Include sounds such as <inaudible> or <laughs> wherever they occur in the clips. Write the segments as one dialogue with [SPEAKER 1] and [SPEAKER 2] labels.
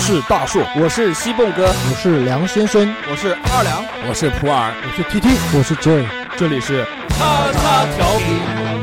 [SPEAKER 1] 是大树，我是西蹦哥，
[SPEAKER 2] 我是梁先生，
[SPEAKER 3] 我是二两，
[SPEAKER 4] 我是普洱，
[SPEAKER 2] 我是 TT，我是 J，
[SPEAKER 1] 这里是
[SPEAKER 3] 叉叉调频。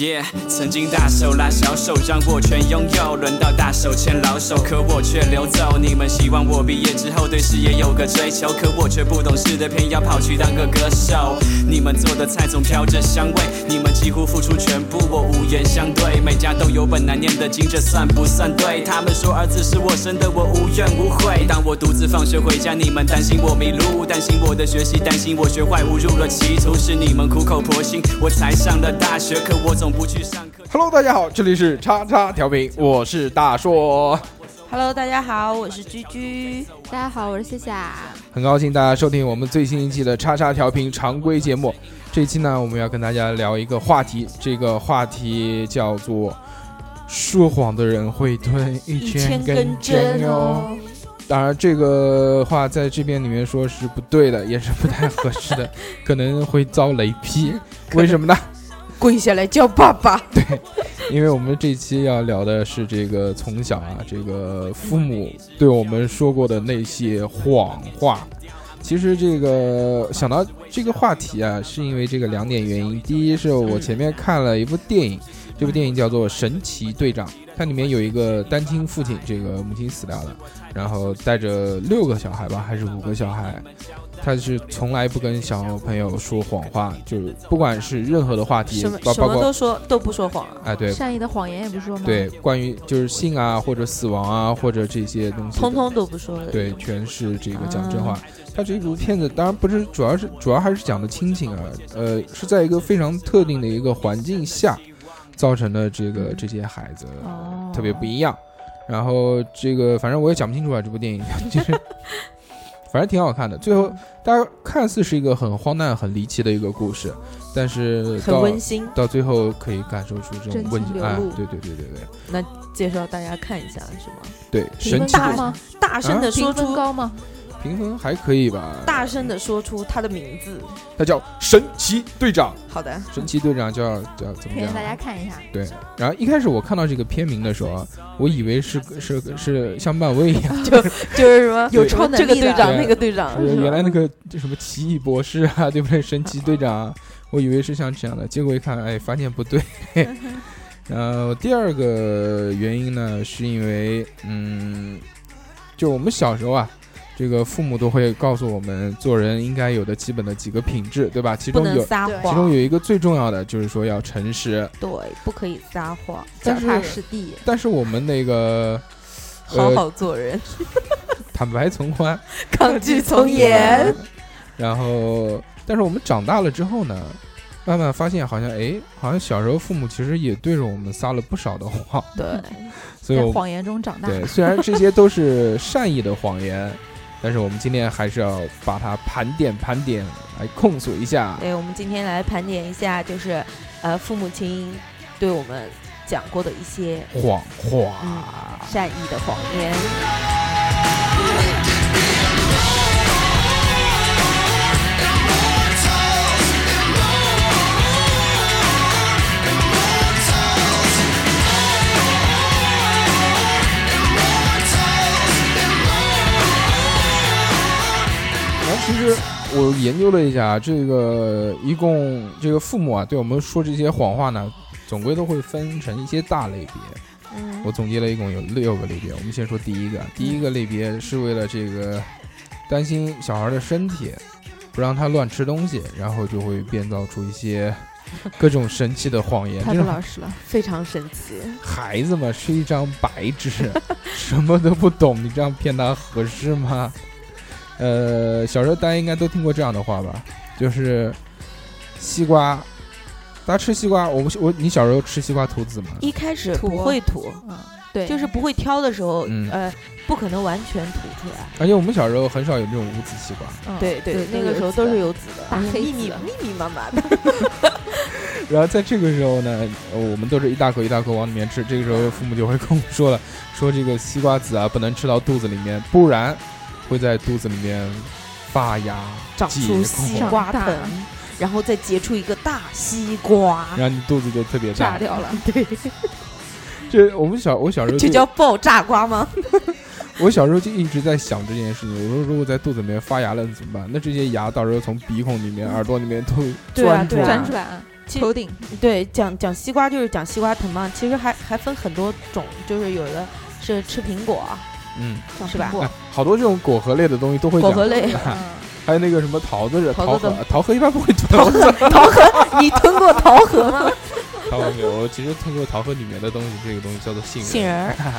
[SPEAKER 5] 耶、曾经大手拉小手，让我全拥有，轮到大手牵老手，可我却溜走。你们希望我毕业之后对事业有个追求，可我却不懂事的偏要跑去当个歌手。你们做的菜总飘着香味，你们几乎付出全部，我无言相对。每家都有本难念的经，这算不算对？他们说儿子是我生的，我无怨无悔。当我独自放学回家，你们担心我迷路，担心我的学习，担心我学坏误入了歧途，是你们苦口婆心，我才上了大学，可我总不去上课。
[SPEAKER 3] Hello，大家好，这里是叉叉调频，我是大硕，
[SPEAKER 6] Hello，大家好，我是居居。
[SPEAKER 7] 大家好，我是夏啊夏。
[SPEAKER 3] 很高兴大家收听我们最新一期的叉叉调频常规节目。这一期呢，我们要跟大家聊一个话题，这个话题叫做“说谎的人会吞一千根针”哦。，当然，这个话在这边里面说是不对的，也是不太合适的，可能会遭雷劈。为什么呢？
[SPEAKER 6] 跪下来叫爸爸。
[SPEAKER 3] <laughs> 因为我们这期要聊的是这个从小啊，这个父母对我们说过的那些谎话。其实这个想到这个话题啊，是因为这个两点原因。第一是我前面看了一部电影，这部电影叫做《神奇队长》，它里面有一个单亲父亲，这个母亲死掉了，然后带着六个小孩吧，还是五个小孩，他是从来不跟小朋友说谎话，就是不管是任何的话题
[SPEAKER 6] 什么，
[SPEAKER 3] 包
[SPEAKER 6] 什
[SPEAKER 3] 包
[SPEAKER 6] 么
[SPEAKER 3] 括
[SPEAKER 6] 都说都不说谎啊，
[SPEAKER 3] 哎对，
[SPEAKER 7] 善意的谎言也不说吗？
[SPEAKER 3] 嗯对，，关于就是性啊，或者死亡啊，或者这些东西的，
[SPEAKER 6] 通通都不说的。
[SPEAKER 3] 对，全是这个讲真话。它这部片子当然不是，主要是主要还是讲的亲情啊，呃，是在一个非常特定的一个环境下造成的这个这些孩子
[SPEAKER 7] 哦，
[SPEAKER 3] 特别不一样。然后这个反正我也讲不清楚啊，这部电影 <laughs> 就是。反正挺好看的，最后大家看似是一个很荒诞、很离奇的一个故事，但是
[SPEAKER 6] 很
[SPEAKER 3] 到
[SPEAKER 6] 温馨，
[SPEAKER 3] 到最后可以感受出这种
[SPEAKER 7] 真
[SPEAKER 3] 温
[SPEAKER 7] 情
[SPEAKER 3] 情
[SPEAKER 7] 流
[SPEAKER 3] 啊
[SPEAKER 7] 露，
[SPEAKER 3] 对对对对对
[SPEAKER 6] 介绍大家看一下是吗？
[SPEAKER 3] 对，神
[SPEAKER 7] 评分
[SPEAKER 3] 奇
[SPEAKER 7] 高
[SPEAKER 3] 队
[SPEAKER 7] 吗？
[SPEAKER 6] 大声的说
[SPEAKER 7] 评分
[SPEAKER 6] 出，
[SPEAKER 7] 高吗？
[SPEAKER 3] 评分还可以吧？
[SPEAKER 6] 大声的说出他的名字。
[SPEAKER 3] 他叫神奇队长，
[SPEAKER 6] 好的，
[SPEAKER 3] 神奇队长叫叫怎么
[SPEAKER 7] 推荐大
[SPEAKER 3] 样？
[SPEAKER 7] 家看一下。
[SPEAKER 3] 对，然后一开始我看到这个片名的时候啊，我以为是是是像漫威一
[SPEAKER 7] <laughs>
[SPEAKER 3] 样，
[SPEAKER 6] <laughs> 就是什么
[SPEAKER 3] 有
[SPEAKER 7] 超能
[SPEAKER 6] 这个
[SPEAKER 7] 力的
[SPEAKER 6] 队长，
[SPEAKER 3] 对
[SPEAKER 6] 那个队长，
[SPEAKER 3] 就是
[SPEAKER 6] 是吧
[SPEAKER 3] 原来那个这什么奇异博士啊，对不对？神奇队长啊，我以为是像这样的，结果一看，哎，发现不对。
[SPEAKER 7] 嗯
[SPEAKER 3] 呃，第二个原因呢，是因为嗯，就我们小时候啊。这个父母都会告诉我们做人应该有的基本的几个品质，对吧？其
[SPEAKER 6] 不
[SPEAKER 3] 中有
[SPEAKER 6] 能撒
[SPEAKER 7] 对
[SPEAKER 3] 其中
[SPEAKER 6] 谎，
[SPEAKER 3] 有一个最重要的就是说要诚实，
[SPEAKER 6] 对，不可以撒谎，
[SPEAKER 7] 脚
[SPEAKER 3] 但是
[SPEAKER 7] 踏实地，
[SPEAKER 3] 但是我们那个 <laughs> 呃
[SPEAKER 6] 好好做人，
[SPEAKER 3] 坦白从
[SPEAKER 7] <laughs>
[SPEAKER 3] 宽，
[SPEAKER 6] 抗拒从严。
[SPEAKER 3] 然后但是我们长大了之后呢，慢慢发现好像哎，好像小时候父母其实也对着我们撒了不少的谎，
[SPEAKER 6] 对，
[SPEAKER 3] 所以
[SPEAKER 7] 在
[SPEAKER 3] 我
[SPEAKER 7] 谎言中长大。
[SPEAKER 3] 对虽然这些都是善意的谎言，但是我们今天还是要把它盘点盘点来控诉一下。
[SPEAKER 6] 对，我们今天来盘点一下，就是呃，父母亲对我们讲过的一些
[SPEAKER 3] 谎
[SPEAKER 6] 嗯
[SPEAKER 3] 话，
[SPEAKER 6] 善意的谎言。
[SPEAKER 3] 然后其实我研究了一下，这个一共这个父母啊，对我们说这些谎话呢，总归都会分成一些大类别。
[SPEAKER 6] 嗯
[SPEAKER 3] 我总结了一共有六个类别，我们先说第一个。第一个类别是为了这个担心小孩的身体，不让他乱吃东西，然后就会编造出一些各种神奇的谎
[SPEAKER 7] <laughs>
[SPEAKER 3] 言。
[SPEAKER 7] 太
[SPEAKER 3] 这
[SPEAKER 7] 不
[SPEAKER 3] 种
[SPEAKER 7] 老实了。
[SPEAKER 6] 非常神奇。
[SPEAKER 3] 孩子嘛是一张白纸， <laughs> 什么都不懂，你这样骗他合适吗？呃，小时候大家应该都听过这样的话吧，就是西瓜，大家吃西瓜，我不我你小时候吃西瓜吐籽吗？
[SPEAKER 6] 一开始
[SPEAKER 7] 吐
[SPEAKER 6] 不会吐，哦
[SPEAKER 7] 嗯，对，
[SPEAKER 6] 就是不会挑的时候，
[SPEAKER 3] 嗯
[SPEAKER 6] 呃，不可能完全吐出来。
[SPEAKER 3] 而且我们小时候很少有这种无籽西瓜，
[SPEAKER 7] 嗯
[SPEAKER 6] 对对，那
[SPEAKER 7] 都
[SPEAKER 6] 个
[SPEAKER 7] 有
[SPEAKER 6] 时候
[SPEAKER 7] 籽
[SPEAKER 6] 都
[SPEAKER 7] 的
[SPEAKER 6] 是有籽的，
[SPEAKER 7] 大
[SPEAKER 6] 而且
[SPEAKER 7] 黑
[SPEAKER 6] 密密
[SPEAKER 7] 籽
[SPEAKER 6] 密密麻麻的。
[SPEAKER 3] 然后在这个时候呢，呃我们都是一大口一大口往里面吃。这个时候父母就会跟我们说了，说这个西瓜籽啊不能吃到肚子里面，不然会在肚子里面发芽
[SPEAKER 6] 长
[SPEAKER 3] 结
[SPEAKER 6] 出
[SPEAKER 3] 果
[SPEAKER 6] 西
[SPEAKER 7] 长
[SPEAKER 6] 瓜
[SPEAKER 7] 大
[SPEAKER 6] 藤，然后再结出一个大西瓜，
[SPEAKER 3] 然后你肚子就特别
[SPEAKER 7] 炸
[SPEAKER 3] 大。
[SPEAKER 7] 掉 <laughs> 了。
[SPEAKER 6] 对，
[SPEAKER 3] 这我们小我小时候
[SPEAKER 6] 这
[SPEAKER 3] 就
[SPEAKER 6] 叫爆炸瓜吗？
[SPEAKER 3] 我小时候就一直在想这件事情。我说如果在肚子里面发芽了怎么办？那这些芽到时候从鼻孔里面、
[SPEAKER 6] 嗯
[SPEAKER 3] 耳朵里面都
[SPEAKER 6] 对啊
[SPEAKER 3] 钻出
[SPEAKER 6] 对啊
[SPEAKER 3] 来
[SPEAKER 7] 钻出。来啊，
[SPEAKER 6] 其
[SPEAKER 7] 头顶
[SPEAKER 6] 对，讲讲西瓜就是讲西瓜藤嘛，其实还还分很多种，就是有的是吃苹果，啊
[SPEAKER 3] 嗯，
[SPEAKER 7] 长
[SPEAKER 6] 是吧
[SPEAKER 7] 苹果
[SPEAKER 3] 哎，好多这种果核类的东西都会
[SPEAKER 6] 果
[SPEAKER 3] 讲 <laughs>
[SPEAKER 6] 核。
[SPEAKER 7] 嗯
[SPEAKER 6] 类
[SPEAKER 3] 还有那个什么桃子是桃
[SPEAKER 6] 桃子
[SPEAKER 3] 核
[SPEAKER 6] 的，
[SPEAKER 3] 桃核一般不会桃 <laughs> 子。
[SPEAKER 6] 桃核，你吞过桃核吗？
[SPEAKER 3] 桃核没有，我其实通过桃核里面的东西，这个东西叫做杏仁。
[SPEAKER 6] 杏仁儿
[SPEAKER 7] <laughs> 啊，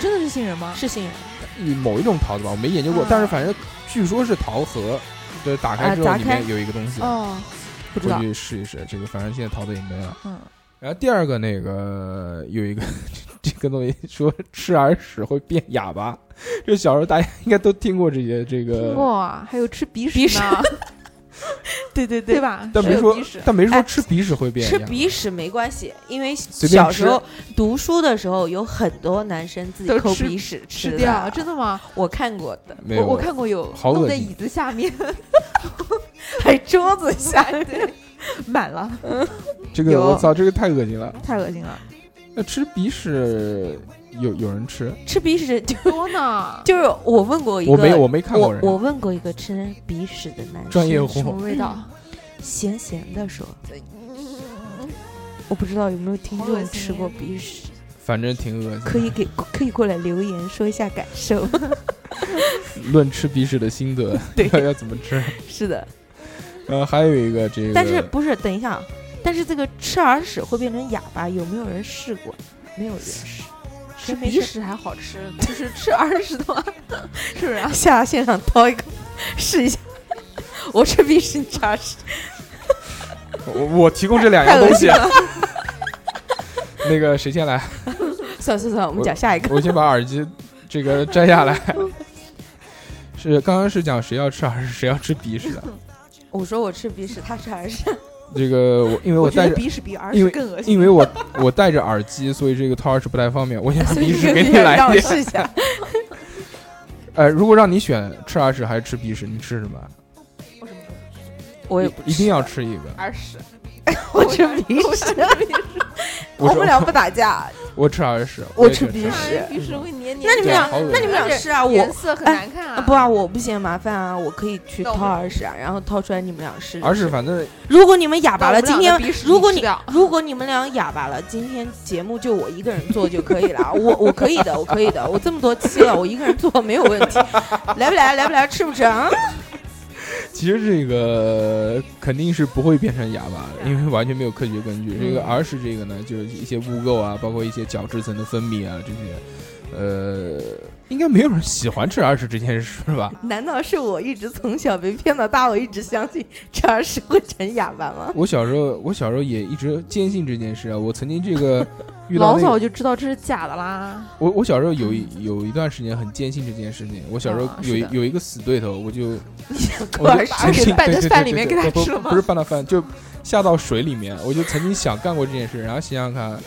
[SPEAKER 7] 真的是杏仁吗？
[SPEAKER 6] 是杏仁
[SPEAKER 3] 嗯哎某一种桃子吧，我没研究过，
[SPEAKER 7] 啊
[SPEAKER 3] 但是反正据说是桃核，就是打开
[SPEAKER 6] 嗯啊
[SPEAKER 3] 之后
[SPEAKER 6] 砸
[SPEAKER 3] 里
[SPEAKER 6] 开
[SPEAKER 3] 面有一个东西，
[SPEAKER 7] 哦，不知
[SPEAKER 3] 回
[SPEAKER 7] 道，
[SPEAKER 3] 去试一试。这个反正现在桃子也没了。
[SPEAKER 7] 嗯，
[SPEAKER 3] 然后第二个那个有一个 <laughs> 这个东西说吃耳屎会变哑巴，这小时候大家应该都听过这些这个，
[SPEAKER 7] 哇，还有吃鼻
[SPEAKER 6] 鼻
[SPEAKER 7] 屎
[SPEAKER 6] 屎
[SPEAKER 7] 呢，
[SPEAKER 6] 对对对
[SPEAKER 7] <laughs> 对。吧？
[SPEAKER 3] 但
[SPEAKER 7] 是
[SPEAKER 3] 没
[SPEAKER 7] 有
[SPEAKER 3] 说
[SPEAKER 7] 鼻屎
[SPEAKER 3] 但没说
[SPEAKER 6] 哎
[SPEAKER 3] 吃鼻屎会变哑
[SPEAKER 6] 吃
[SPEAKER 3] 巴，
[SPEAKER 6] 鼻屎没关系，因为
[SPEAKER 3] 随便
[SPEAKER 6] 小时
[SPEAKER 3] 吃
[SPEAKER 6] 候读书的时候，有很多男生自己
[SPEAKER 7] 都
[SPEAKER 6] 抠
[SPEAKER 7] 吃
[SPEAKER 6] 鼻屎吃
[SPEAKER 7] 吃
[SPEAKER 6] 的
[SPEAKER 7] 掉，真的吗？
[SPEAKER 6] 我看过的，
[SPEAKER 3] 没
[SPEAKER 7] 我
[SPEAKER 3] 有
[SPEAKER 7] 我看过有
[SPEAKER 3] 好恶
[SPEAKER 7] 弄在
[SPEAKER 3] 心
[SPEAKER 7] 椅子下面
[SPEAKER 6] <laughs>
[SPEAKER 7] <laughs>
[SPEAKER 6] 还桌子下面 <laughs>
[SPEAKER 7] <laughs> 满了，
[SPEAKER 3] 这个
[SPEAKER 7] 有
[SPEAKER 3] 我操，这个太恶心了。
[SPEAKER 7] 太恶心了，
[SPEAKER 3] 那吃鼻屎有有人吃？
[SPEAKER 6] 吃鼻屎就
[SPEAKER 7] 多呢，
[SPEAKER 6] 就是我问过一个，
[SPEAKER 3] 我没有，我没看过
[SPEAKER 6] 我
[SPEAKER 3] 人
[SPEAKER 6] 我问过一个吃鼻屎的男生，
[SPEAKER 3] 专业
[SPEAKER 7] 什么
[SPEAKER 3] 户，
[SPEAKER 7] 味道？
[SPEAKER 6] 咸咸的说，
[SPEAKER 7] 嗯
[SPEAKER 6] 我不知道有没有听
[SPEAKER 7] 好恶
[SPEAKER 6] 众
[SPEAKER 7] 心
[SPEAKER 6] 吃过鼻屎，
[SPEAKER 3] 反正挺恶心的。
[SPEAKER 6] 可以给可以过来留言说一下感
[SPEAKER 7] <laughs>
[SPEAKER 6] 受。
[SPEAKER 3] 论吃鼻屎的心得，
[SPEAKER 6] 对
[SPEAKER 3] <laughs> 要要怎么吃？
[SPEAKER 6] 是的，
[SPEAKER 3] 呃，还有一个这个，
[SPEAKER 6] 但是不是？等一下啊，但是这个吃耳屎会变成哑巴，有没有人试过？没有人试，
[SPEAKER 7] 吃
[SPEAKER 6] 真没
[SPEAKER 7] 鼻
[SPEAKER 6] 事
[SPEAKER 7] 屎还好吃，
[SPEAKER 6] <laughs>
[SPEAKER 7] 就是吃耳屎的话，是不是啊？
[SPEAKER 6] 下现场掏一个试一下。 <laughs> 我吃鼻屎，你吃耳屎，
[SPEAKER 3] 我我提供这两样东西。啊那个谁先来？
[SPEAKER 6] 算算算，我们讲下一
[SPEAKER 3] <laughs>
[SPEAKER 6] 个。
[SPEAKER 3] 我先把耳机这个摘下来。是刚刚是讲谁要吃耳屎，谁要吃鼻屎的。
[SPEAKER 6] 我说我吃鼻屎，他吃耳屎，
[SPEAKER 3] 这个我因为
[SPEAKER 7] 我觉
[SPEAKER 3] 戴
[SPEAKER 7] 得
[SPEAKER 3] 着，
[SPEAKER 7] 鼻屎比耳
[SPEAKER 3] 因
[SPEAKER 7] 屎
[SPEAKER 3] 为
[SPEAKER 7] 更恶
[SPEAKER 3] <laughs>
[SPEAKER 7] 心。
[SPEAKER 3] 因为我我戴着耳机，所以这个掏耳屎不太方便。我先把
[SPEAKER 6] 所
[SPEAKER 3] 鼻
[SPEAKER 6] 以这
[SPEAKER 3] 屎
[SPEAKER 6] 个
[SPEAKER 3] 给你
[SPEAKER 6] 让
[SPEAKER 3] 来
[SPEAKER 6] 让
[SPEAKER 3] 一
[SPEAKER 6] 我
[SPEAKER 3] 点。
[SPEAKER 6] 试一下。
[SPEAKER 3] <laughs> 呃，如果让你选吃耳屎还是吃鼻屎，你吃什么？
[SPEAKER 7] 为什么
[SPEAKER 6] <laughs> 我也
[SPEAKER 3] 一定要吃一个。
[SPEAKER 7] 耳屎？
[SPEAKER 6] 我吃鼻屎，
[SPEAKER 3] <laughs> 我
[SPEAKER 6] <laughs> 我
[SPEAKER 3] 吃
[SPEAKER 6] 们俩不打架，
[SPEAKER 3] 我吃耳屎，
[SPEAKER 6] 我
[SPEAKER 3] 也
[SPEAKER 6] 吃
[SPEAKER 3] 选
[SPEAKER 6] 鼻
[SPEAKER 3] 吃耳
[SPEAKER 6] 屎
[SPEAKER 7] 哎鼻屎会黏黏的。
[SPEAKER 6] 那你们
[SPEAKER 3] 对
[SPEAKER 6] 俩
[SPEAKER 3] 好恶，心
[SPEAKER 6] 那你们俩吃啊？我
[SPEAKER 7] 颜色很
[SPEAKER 6] 哎
[SPEAKER 7] 难看
[SPEAKER 6] 啊
[SPEAKER 7] 啊！
[SPEAKER 6] 不啊，我不嫌麻烦啊，我可以去
[SPEAKER 7] 那我
[SPEAKER 6] 掏
[SPEAKER 7] 们
[SPEAKER 6] 耳屎啊，然后掏出来你们俩试。
[SPEAKER 3] 耳屎，反正
[SPEAKER 6] 如果你们哑
[SPEAKER 7] 那
[SPEAKER 6] 巴
[SPEAKER 7] 我
[SPEAKER 6] 了，
[SPEAKER 7] 们
[SPEAKER 6] 今
[SPEAKER 7] 俩
[SPEAKER 6] 天
[SPEAKER 7] 的鼻屎
[SPEAKER 6] 如果
[SPEAKER 7] 吃
[SPEAKER 6] 你
[SPEAKER 7] 掉
[SPEAKER 6] 如果你们俩哑巴了，今天节目就我一个人做就可以了啊，我我可以的，我可以的，我这么多期了，我一个人做没有问题。 <laughs> 来不来？来不来？吃不吃啊？
[SPEAKER 3] 其实这个肯定是不会变成哑巴的，
[SPEAKER 7] 对啊
[SPEAKER 3] 因为完全没有科学根据。
[SPEAKER 6] 嗯
[SPEAKER 3] 这个耳屎这个呢，就是一些污垢啊，包括一些角质层的分泌啊这些，呃，应该没有人喜欢吃耳屎这件事
[SPEAKER 7] <laughs>
[SPEAKER 3] 吧？
[SPEAKER 6] 难道是我一直从小被骗到大，我一直相信这耳屎会成哑巴吗？
[SPEAKER 3] 我小时候，我小时候也一直坚信这件事啊。我曾经这
[SPEAKER 7] <laughs>
[SPEAKER 3] 个遇到
[SPEAKER 7] 老
[SPEAKER 3] 那
[SPEAKER 7] 早
[SPEAKER 3] 个，
[SPEAKER 7] 就知道这是假的啦。
[SPEAKER 3] 我我小时候有一有一段时间很坚信这件事情。我小时候
[SPEAKER 7] 啊
[SPEAKER 3] 有
[SPEAKER 7] 是
[SPEAKER 3] 一
[SPEAKER 7] 的
[SPEAKER 3] 有一个死对头，我就 <laughs>
[SPEAKER 6] 抠 <laughs>
[SPEAKER 7] <laughs>
[SPEAKER 3] 我
[SPEAKER 6] 耳
[SPEAKER 3] 就
[SPEAKER 6] 屎，
[SPEAKER 3] 曾经
[SPEAKER 7] 拌
[SPEAKER 3] 对对
[SPEAKER 7] 在
[SPEAKER 3] 对
[SPEAKER 7] 饭
[SPEAKER 3] 对
[SPEAKER 7] 里面
[SPEAKER 3] 对
[SPEAKER 7] 给他
[SPEAKER 3] 不
[SPEAKER 7] 吃了吗
[SPEAKER 3] 不是拌到饭，就下到水里面。我就曾经想干过这件事，然后想想看，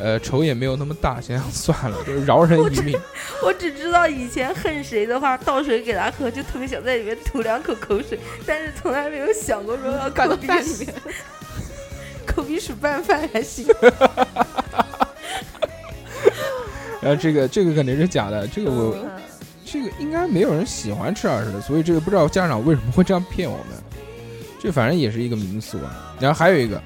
[SPEAKER 3] 呃，仇也没有那么大，想想算了，就是饶人一命。 <laughs>
[SPEAKER 6] 我只知道以前恨谁的话，倒水给他喝，就特别想在里面吐两口口水，但是从来没有想过说要
[SPEAKER 7] 搞
[SPEAKER 6] 搞
[SPEAKER 7] 到
[SPEAKER 6] 鼻
[SPEAKER 7] 饭
[SPEAKER 6] 屎
[SPEAKER 3] <laughs>
[SPEAKER 7] 里面，
[SPEAKER 6] 抠鼻屎拌饭还行。
[SPEAKER 3] 然后这个这个肯定是假的，这个我
[SPEAKER 7] 嗯
[SPEAKER 3] 这个应该没有人喜欢吃耳屎的，所以这个不知道家长为什么会这样骗我们。这反正也是一个民俗啊。然后还有一个，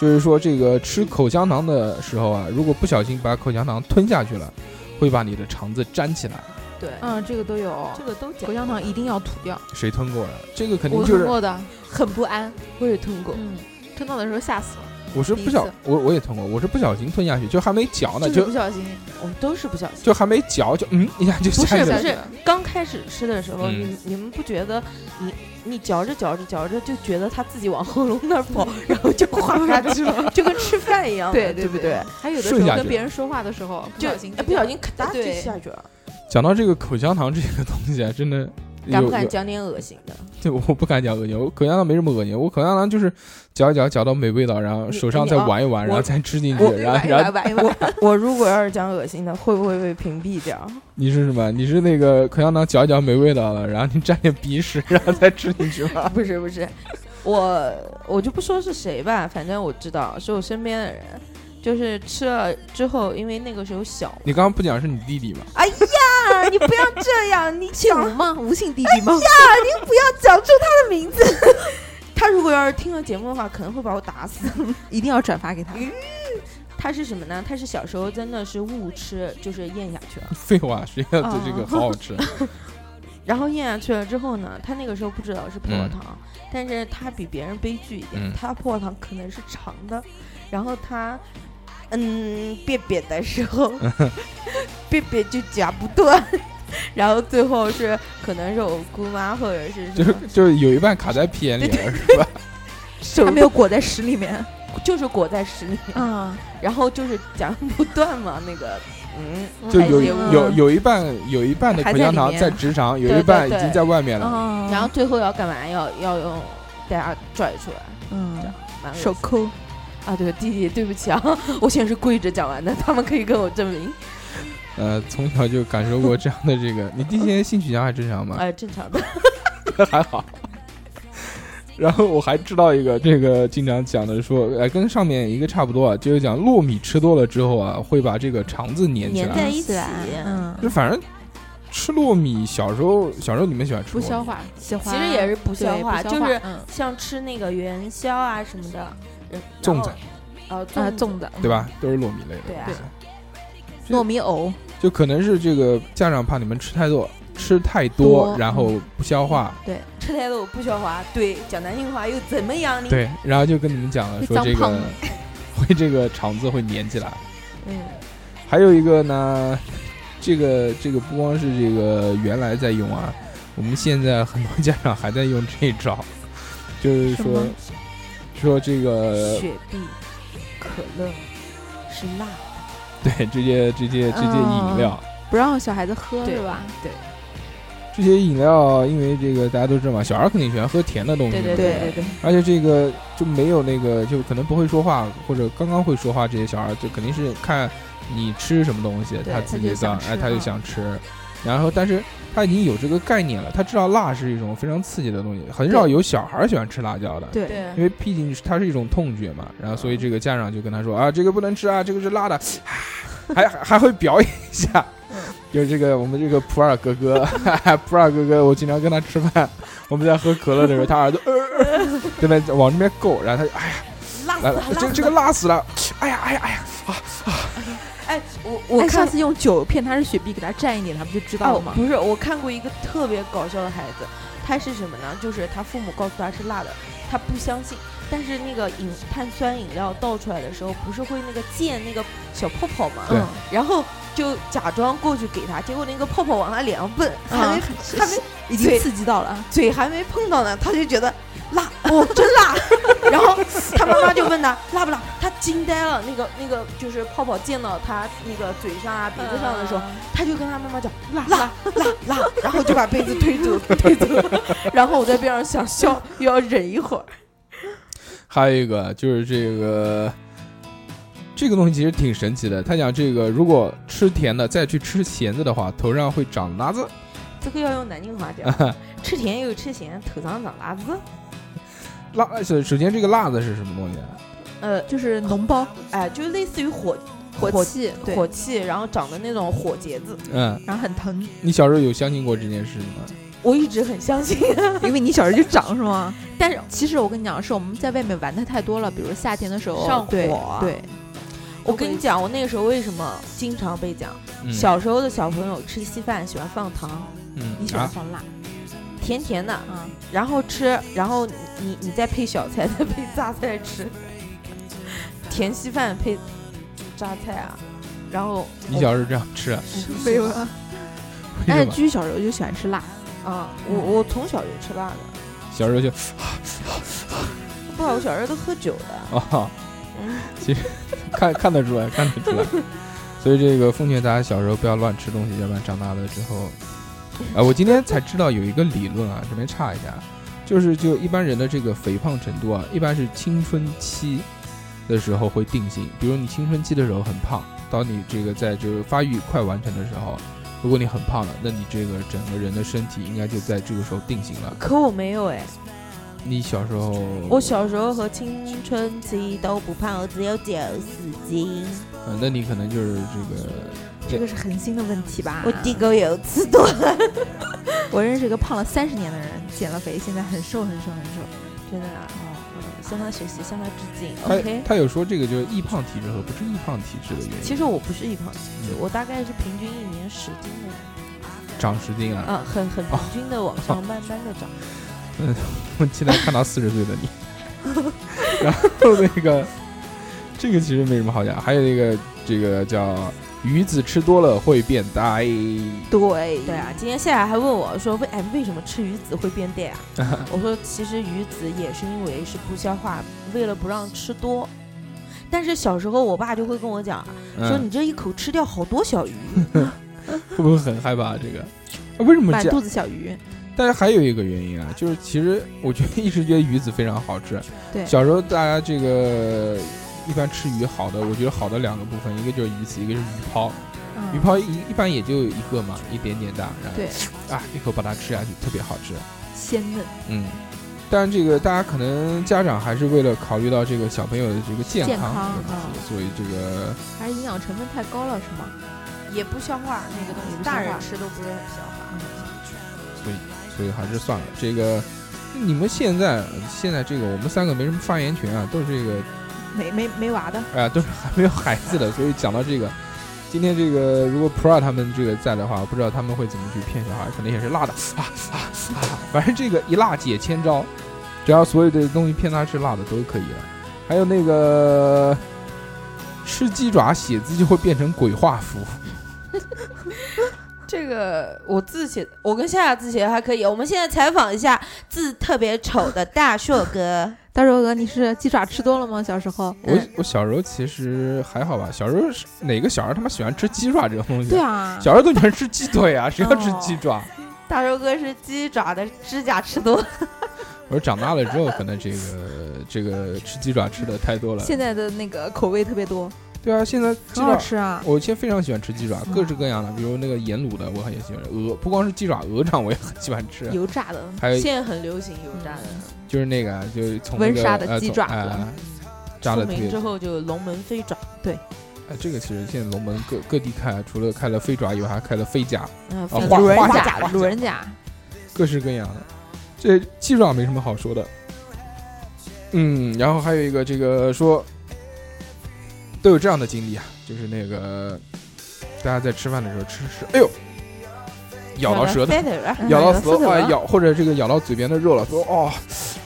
[SPEAKER 3] 就是说这个吃口香糖的时候啊，如果不小心把口香糖吞下去了，会把你的肠子粘起来。
[SPEAKER 6] 对，
[SPEAKER 7] 嗯，这个都有。
[SPEAKER 6] 个都讲
[SPEAKER 7] 口香糖一定要吐掉，
[SPEAKER 3] 啊谁吞过了？这个肯定
[SPEAKER 7] 我
[SPEAKER 3] 就
[SPEAKER 7] 吞
[SPEAKER 3] 是
[SPEAKER 7] 过的，很不安。
[SPEAKER 6] 我也吞过，
[SPEAKER 7] 嗯，吞到的时候吓死了，
[SPEAKER 3] 我是不小，我我也吞过，我是不小心吞下去，就还没嚼呢，
[SPEAKER 7] 就是
[SPEAKER 3] 就
[SPEAKER 7] 不小心，
[SPEAKER 6] 我们都是不小心。
[SPEAKER 3] 就还没嚼，就嗯一下就
[SPEAKER 6] 不
[SPEAKER 3] 下去
[SPEAKER 6] 是不
[SPEAKER 3] 了。
[SPEAKER 6] 是，刚开始吃的时候，
[SPEAKER 3] 嗯
[SPEAKER 6] 你你们不觉得你你嚼着嚼着嚼着就觉得它自己往喉咙那儿跑，然后就滑 <laughs> 下去了，嗯就跟吃饭一样的，
[SPEAKER 7] 嗯对
[SPEAKER 6] 对
[SPEAKER 7] 对
[SPEAKER 6] 不
[SPEAKER 7] 对
[SPEAKER 6] 对？
[SPEAKER 7] 还有的时
[SPEAKER 3] 顺
[SPEAKER 7] 候
[SPEAKER 3] 下去
[SPEAKER 7] 跟别人说话的时候，
[SPEAKER 6] 就
[SPEAKER 7] 不小心
[SPEAKER 6] 哎不小心咔嗒就
[SPEAKER 7] 对
[SPEAKER 6] 下去了，
[SPEAKER 3] 讲到这个口香糖这个东西啊，真的
[SPEAKER 6] 敢
[SPEAKER 3] 有
[SPEAKER 6] 不敢
[SPEAKER 3] 有，
[SPEAKER 6] 讲点恶心的？
[SPEAKER 3] 对， <laughs> 我不敢讲恶心，我口香糖没什么恶心，我口香糖就是嚼一嚼，嚼到没味道，然后
[SPEAKER 6] 你
[SPEAKER 3] 手上
[SPEAKER 6] 你
[SPEAKER 3] 再
[SPEAKER 6] 哦
[SPEAKER 3] 玩一玩，然后
[SPEAKER 6] 我
[SPEAKER 3] 再吃进去，
[SPEAKER 6] 我
[SPEAKER 3] 然后然后
[SPEAKER 7] 后
[SPEAKER 6] 我 <laughs> 我如果要是讲恶心的，会不会被屏蔽掉？ <laughs>
[SPEAKER 3] 你是什么？你是那个口香糖嚼一嚼没味道了，然后你蘸点鼻屎， <laughs> 然后再吃进去吗？
[SPEAKER 6] 不是不是，我我就不说是谁吧，反正我知道是我身边的人，就是吃了之后，因为那个时候小
[SPEAKER 3] 你刚刚不讲是你弟弟吗？
[SPEAKER 6] 哎呀，你不要这样，你 <laughs>
[SPEAKER 7] 姓
[SPEAKER 6] 讲
[SPEAKER 7] 吴吗？吴姓弟弟吗？
[SPEAKER 6] 讲出他的名字。 <laughs> 他如果要是听了节目的话，可能会把我打死。
[SPEAKER 7] 一定要转发给他。
[SPEAKER 6] 他是什么呢？他是小时候真的是误吃，就是咽下去了。
[SPEAKER 3] 废话，谁要做这个
[SPEAKER 7] 哦
[SPEAKER 3] 好好吃？
[SPEAKER 6] 然后咽下去了之后呢，他那个时候不知道是薄荷糖，但是他比别人悲剧一点，
[SPEAKER 3] 嗯
[SPEAKER 6] 他薄荷糖可能是长的，然后他。嗯，便便的时候， <laughs> 便便就夹不断， <laughs> 然后最后是可能是我姑妈或者是
[SPEAKER 3] 就
[SPEAKER 6] 什
[SPEAKER 3] 是
[SPEAKER 6] 么
[SPEAKER 3] 就是有一半卡在屁眼
[SPEAKER 6] <laughs>
[SPEAKER 3] 里了， <laughs> 是吧？
[SPEAKER 6] 手
[SPEAKER 7] <laughs> 他没有裹在屎里 <laughs> 面。
[SPEAKER 6] 就是裹在屎里面，
[SPEAKER 7] 啊，
[SPEAKER 6] 然后就是讲 <laughs> 不断嘛，那个嗯，
[SPEAKER 3] 就
[SPEAKER 6] 还
[SPEAKER 3] 有
[SPEAKER 6] 行啊
[SPEAKER 3] 有有一半有一半的口香糖
[SPEAKER 7] 还在
[SPEAKER 3] 在
[SPEAKER 7] 里面
[SPEAKER 3] 职场，有
[SPEAKER 6] 对
[SPEAKER 3] 一半已
[SPEAKER 6] 对
[SPEAKER 3] 经
[SPEAKER 6] 对
[SPEAKER 3] 在外面了。
[SPEAKER 7] 哦
[SPEAKER 6] 然后最后要干嘛？要要用大家拽出来，
[SPEAKER 7] 嗯，
[SPEAKER 6] 蛮恶心
[SPEAKER 7] 手抠，
[SPEAKER 6] 啊！对，弟弟，对不起啊， <laughs> 我现在是跪着讲完的，他们可以跟我证明，
[SPEAKER 3] 呃，从小就感受过这样的这个。你弟现在性取向还正常吗？
[SPEAKER 6] 哎，正常的，
[SPEAKER 3] <laughs> 还好。然后我还知道一个，这个经常讲的说，哎，跟上面一个差不多啊，就是讲糯米吃多了之后啊，会把这个肠子粘起
[SPEAKER 6] 粘在
[SPEAKER 3] 来。
[SPEAKER 6] 一起，
[SPEAKER 7] 嗯，
[SPEAKER 3] 就反正吃糯米，小时候小时候你们喜欢吃
[SPEAKER 7] 不
[SPEAKER 3] 糯
[SPEAKER 7] 消
[SPEAKER 3] 米，
[SPEAKER 7] 化，喜欢
[SPEAKER 6] 其实也是不消化，
[SPEAKER 7] 对不
[SPEAKER 6] 就是
[SPEAKER 7] 嗯
[SPEAKER 6] 像吃那个元宵啊什么的，嗯
[SPEAKER 3] 粽子，
[SPEAKER 6] 然后
[SPEAKER 7] 啊
[SPEAKER 6] 呃，粽
[SPEAKER 7] 粽
[SPEAKER 6] 子，
[SPEAKER 7] 子
[SPEAKER 3] 对？吧？都是糯米类的。
[SPEAKER 6] 对啊
[SPEAKER 3] 东西。就
[SPEAKER 7] 糯米藕，
[SPEAKER 3] 就可能是这个家长怕你们吃太多，吃太多，
[SPEAKER 7] 多
[SPEAKER 3] 然后不消化，
[SPEAKER 6] 吃太多不消化，对，讲南京话又怎么样呢？，
[SPEAKER 3] 对，然后就跟你们讲了
[SPEAKER 7] 嗯会
[SPEAKER 3] 说这
[SPEAKER 7] 长胖
[SPEAKER 3] 个 <laughs> 会这个肠子会粘起来。
[SPEAKER 6] 嗯，
[SPEAKER 3] 还有一个呢，这个这个不光是这个原来在用啊，我们现在很多家长还在用这一招，就是
[SPEAKER 7] 什
[SPEAKER 3] 说
[SPEAKER 7] 么
[SPEAKER 3] 说这个
[SPEAKER 6] 雪碧、可乐是辣的。
[SPEAKER 3] 对这些这些这些
[SPEAKER 7] 嗯
[SPEAKER 3] 饮料。
[SPEAKER 7] 不让小孩子喝
[SPEAKER 6] 对
[SPEAKER 7] 是吧？对，
[SPEAKER 3] 这些饮料，因为这个大家都知道嘛，小孩肯定喜欢喝甜的东西，
[SPEAKER 6] 对对
[SPEAKER 3] 不
[SPEAKER 6] 对对对，
[SPEAKER 3] 而且这个就没有那个，就可能不会说话或者刚刚会说话这些小孩，就肯定是看你吃什么东西，
[SPEAKER 6] 对
[SPEAKER 3] 他自
[SPEAKER 7] 他
[SPEAKER 3] 己
[SPEAKER 7] 就
[SPEAKER 3] 想
[SPEAKER 7] 想，吃
[SPEAKER 3] 哎，他就
[SPEAKER 7] 嗯
[SPEAKER 3] 想吃。然后，但是他已经有这个概念了，他知道辣是一种非常刺激的东西，很少有小孩喜欢吃辣椒的。
[SPEAKER 7] 对
[SPEAKER 6] 对
[SPEAKER 3] 因为毕竟是它是一种痛觉嘛，然后所以这个家长就跟他说啊，这个不能吃啊，这个是辣的，啊还还还会表演一下。就是这个我们这个普洱哥哥， <laughs> 普洱哥哥，我经常跟他吃饭，我们在喝可乐的时候，他耳朵呃呃呃对吧，往这边够，然后他就哎呀，
[SPEAKER 6] 辣死
[SPEAKER 3] 来
[SPEAKER 6] 了
[SPEAKER 3] 了，，
[SPEAKER 6] 辣
[SPEAKER 3] 这
[SPEAKER 6] 死
[SPEAKER 3] 个这个
[SPEAKER 6] 了
[SPEAKER 3] 辣死了，哎呀哎呀哎呀，
[SPEAKER 6] 哎，我
[SPEAKER 7] 我
[SPEAKER 6] 我看
[SPEAKER 7] 上次用酒骗他是雪碧，给他蘸一点，他不就知道了
[SPEAKER 6] 哦
[SPEAKER 7] 吗，？
[SPEAKER 6] 不是，我看过一个特别搞笑的孩子，他是什么呢？就是他父母告诉他是辣的，他不相信，但是那个饮碳酸饮料倒出来的时候，不是会那个溅那个小泡泡吗？
[SPEAKER 3] 对
[SPEAKER 7] 嗯，
[SPEAKER 6] 然后就假装过去给他，结果那个泡泡往他脸上奔，还没、
[SPEAKER 7] 啊
[SPEAKER 6] 还没
[SPEAKER 7] 已经
[SPEAKER 6] 对
[SPEAKER 7] 刺激到了啊。
[SPEAKER 6] 嘴还没碰到呢，他就觉得辣， <laughs> 哦，真辣。然后他妈妈就问他辣不辣，他惊呆了。那个那个就是泡泡溅到他那个嘴上啊、鼻子上的时候，他就跟他妈妈讲辣辣辣辣，然后就把被子推 <laughs> 走推走。然后我在边上想笑，又要忍一会儿。
[SPEAKER 3] 还有一个就是这个。这个东西其实挺神奇的。他讲这个，如果吃甜的再去吃咸的的话，头上会长辣子。
[SPEAKER 6] 这个要用南京话 <laughs> 讲，吃甜又吃咸，头上长辣子。
[SPEAKER 3] 辣，呃首首先这个辣子是什么东西啊？
[SPEAKER 6] 呃，
[SPEAKER 7] 就是脓包、
[SPEAKER 6] 哎，就类似于火火
[SPEAKER 7] 火气，对，
[SPEAKER 6] 火气，然后长的那种火结子。
[SPEAKER 3] 嗯，
[SPEAKER 7] 然后很疼，
[SPEAKER 3] 你小时候有相信过这件事情吗？
[SPEAKER 6] 我一直很相信，
[SPEAKER 7] <laughs>
[SPEAKER 6] <laughs>
[SPEAKER 7] 因为你小时候就长是吗？ <laughs> 但是其实我跟你讲，是我们在外面玩的太多了，比如夏天的时候
[SPEAKER 6] 上
[SPEAKER 7] 对
[SPEAKER 6] 火
[SPEAKER 7] 对，啊
[SPEAKER 6] 我跟你讲，我那个时候为什么经常被讲，
[SPEAKER 3] 嗯
[SPEAKER 6] 小时候的小朋友吃稀饭喜欢放糖，
[SPEAKER 3] 嗯
[SPEAKER 6] 你喜欢
[SPEAKER 3] 啊，
[SPEAKER 6] 放辣，甜甜的，
[SPEAKER 7] 嗯，
[SPEAKER 6] 然后吃，然后你你你再配小菜，再配榨菜吃，甜稀饭配榨菜啊，然后
[SPEAKER 3] 你小时候这样吃啊？
[SPEAKER 7] 没有啊。
[SPEAKER 3] 为 <laughs>
[SPEAKER 6] 哎
[SPEAKER 7] 但
[SPEAKER 3] 什
[SPEAKER 7] 是
[SPEAKER 3] 么？
[SPEAKER 7] 居小时候就喜欢吃辣，
[SPEAKER 6] 啊，我我从小就吃辣的，
[SPEAKER 3] 小时候就
[SPEAKER 6] 不好，我小时候都喝酒的，
[SPEAKER 3] 啊
[SPEAKER 6] 嗯，
[SPEAKER 3] 其实看看得出来，看得出来。所以这个奉劝大家小时候不要乱吃东西，要不然长大了之后，啊，我今天才知道有一个理论啊，这边插一下，就是就一般人的这个肥胖程度啊，一般是青春期的时候会定型。比如你青春期的时候很胖，当你这个在就是发育快完成的时候，如果你很胖了，那你这个整个人的身体应该就在这个时候定型了。
[SPEAKER 6] 可我没有哎，
[SPEAKER 3] 你小时候，
[SPEAKER 6] 我小时候和青春期都不胖，我只有九十斤，
[SPEAKER 3] 呃，那你可能就是这个
[SPEAKER 7] 这个是恒心的问题
[SPEAKER 3] 啊
[SPEAKER 7] 吧？
[SPEAKER 6] 我地沟油吃多 <laughs> 了，
[SPEAKER 7] 我认识一个胖了三十年的人，减了肥，现在很瘦很瘦很瘦。
[SPEAKER 6] 真的啊，嗯，向他学习，向他致敬
[SPEAKER 3] 他
[SPEAKER 6] ，OK。
[SPEAKER 3] 他有说这个就是易胖体质和不是易胖体质的原因，
[SPEAKER 6] 其实我不是易胖体
[SPEAKER 7] 嗯
[SPEAKER 6] 质，我大概是平均一年十斤的
[SPEAKER 3] 长十斤
[SPEAKER 7] 嗯
[SPEAKER 3] 啊！
[SPEAKER 6] 啊，很很平
[SPEAKER 7] 哦
[SPEAKER 6] 均的往上慢慢的长。
[SPEAKER 7] <laughs>
[SPEAKER 3] 我期待看到四十岁
[SPEAKER 6] <laughs>
[SPEAKER 3] 的你。然后那个，这个其实没什么好讲，还有一个这个叫鱼子吃多了会变呆，
[SPEAKER 7] 对
[SPEAKER 6] 对啊，今天夏夏还问我说，为哎为什么吃鱼子会变带
[SPEAKER 7] <laughs>
[SPEAKER 6] 啊？我说其实鱼子也是因为是不消化，为了不让吃多。但是小时候我爸就会跟我讲，啊说
[SPEAKER 3] 嗯，
[SPEAKER 6] 你这一口吃掉好多
[SPEAKER 7] <laughs>
[SPEAKER 6] 小鱼，
[SPEAKER 3] 会不会很害怕这个？啊为什么
[SPEAKER 7] 满
[SPEAKER 3] 这样？
[SPEAKER 7] 肚子小鱼，
[SPEAKER 3] 但是还有一个原因啊，就是其实我觉得一直觉得鱼子非常好吃。
[SPEAKER 7] 对
[SPEAKER 3] 小时候大家这个一般吃鱼好的，我觉得好的两个部分，一个就是鱼子，一个是鱼泡。
[SPEAKER 7] 嗯
[SPEAKER 3] 鱼泡一一般也就一个嘛，一点点大，然后
[SPEAKER 7] 对
[SPEAKER 3] 啊一口把它吃下去，特别好吃。
[SPEAKER 7] 鲜嫩，
[SPEAKER 3] 嗯，但这个大家可能家长还是为了考虑到这个小朋友的这个健
[SPEAKER 7] 健
[SPEAKER 3] 康
[SPEAKER 7] 康啊嗯
[SPEAKER 3] 的问题，所以这个
[SPEAKER 7] 还是营养成分太高了是吗？
[SPEAKER 6] 也不消化那个东
[SPEAKER 7] 也
[SPEAKER 6] 西，
[SPEAKER 7] 不消
[SPEAKER 6] 大
[SPEAKER 7] 化嗯
[SPEAKER 6] 人吃都不是很消化。
[SPEAKER 3] 所以还是算了。这个你们现在现在这个我们三个没什么发言权啊，都是这个
[SPEAKER 7] 没没没娃的，
[SPEAKER 3] 哎呀、都是还没有孩子的，所以讲到这个。今天这个，如果 Pro 他们这个在的话，不知道他们会怎么去骗小孩，可能也是辣的啊啊啊！反正这个一辣解千招，只要所有的东西骗他吃辣的都可以了。还有那个吃鸡爪写字就会变成鬼画符，
[SPEAKER 6] 这个我字写，我跟夏夏字写的还可以。我们现在采访一下字特别丑的大硕哥，
[SPEAKER 7] 大肉哥，你是鸡爪吃多了吗？小时候？
[SPEAKER 3] 我我小时候其实还好吧，小时候是哪个小孩他妈喜欢吃鸡爪这种东西？
[SPEAKER 7] 对啊，哦
[SPEAKER 3] 小时候都喜欢吃鸡腿啊，谁要吃鸡爪？
[SPEAKER 6] <laughs> 大硕哥是鸡爪的指甲吃多了，
[SPEAKER 3] 我说长大了之后，可能这个这个吃鸡爪吃的太多
[SPEAKER 7] <laughs>
[SPEAKER 3] 了。
[SPEAKER 7] 现在的那个口味特别多，
[SPEAKER 3] 对啊，现在鸡
[SPEAKER 7] 很好
[SPEAKER 3] 爪，
[SPEAKER 7] 吃嗯啊。
[SPEAKER 3] 我现在非常喜欢吃鸡爪，各式各样的，比如那个盐卤的，我很喜欢；鹅不光是鸡爪，鹅掌我也很喜欢吃。
[SPEAKER 7] 油炸的，
[SPEAKER 3] 还有
[SPEAKER 6] 现在很流行油炸的。
[SPEAKER 3] 就是那个，啊就是从那
[SPEAKER 7] 温
[SPEAKER 3] 个
[SPEAKER 7] 莎的
[SPEAKER 3] 呃
[SPEAKER 7] 鸡
[SPEAKER 3] 从
[SPEAKER 7] 爪
[SPEAKER 3] 哎
[SPEAKER 7] 子
[SPEAKER 6] 嗯
[SPEAKER 3] 炸
[SPEAKER 6] 出
[SPEAKER 3] 的特
[SPEAKER 6] 名
[SPEAKER 3] 别
[SPEAKER 6] 之。后就龙门飞爪，
[SPEAKER 3] 哎，这个其实现在龙门各各地开，除了开了飞爪以外，还开了飞甲，
[SPEAKER 6] 嗯，
[SPEAKER 3] 啊
[SPEAKER 6] 飞
[SPEAKER 3] 花
[SPEAKER 6] 爪
[SPEAKER 7] 轮
[SPEAKER 3] 花甲
[SPEAKER 7] 甲，轮甲，
[SPEAKER 3] 各式各样的。这鸡爪没什么好说的。嗯，然后还有一个这个说，都有这样的经历啊，就是那个大家在吃饭的时候吃吃，哎呦，咬到舌头，
[SPEAKER 6] 飞腿儿
[SPEAKER 7] 嗯
[SPEAKER 3] 咬到
[SPEAKER 7] 有
[SPEAKER 3] 舌头，
[SPEAKER 7] 丝
[SPEAKER 3] 哎
[SPEAKER 7] 头
[SPEAKER 3] 咬或者这个咬到嘴边的肉了，说哦，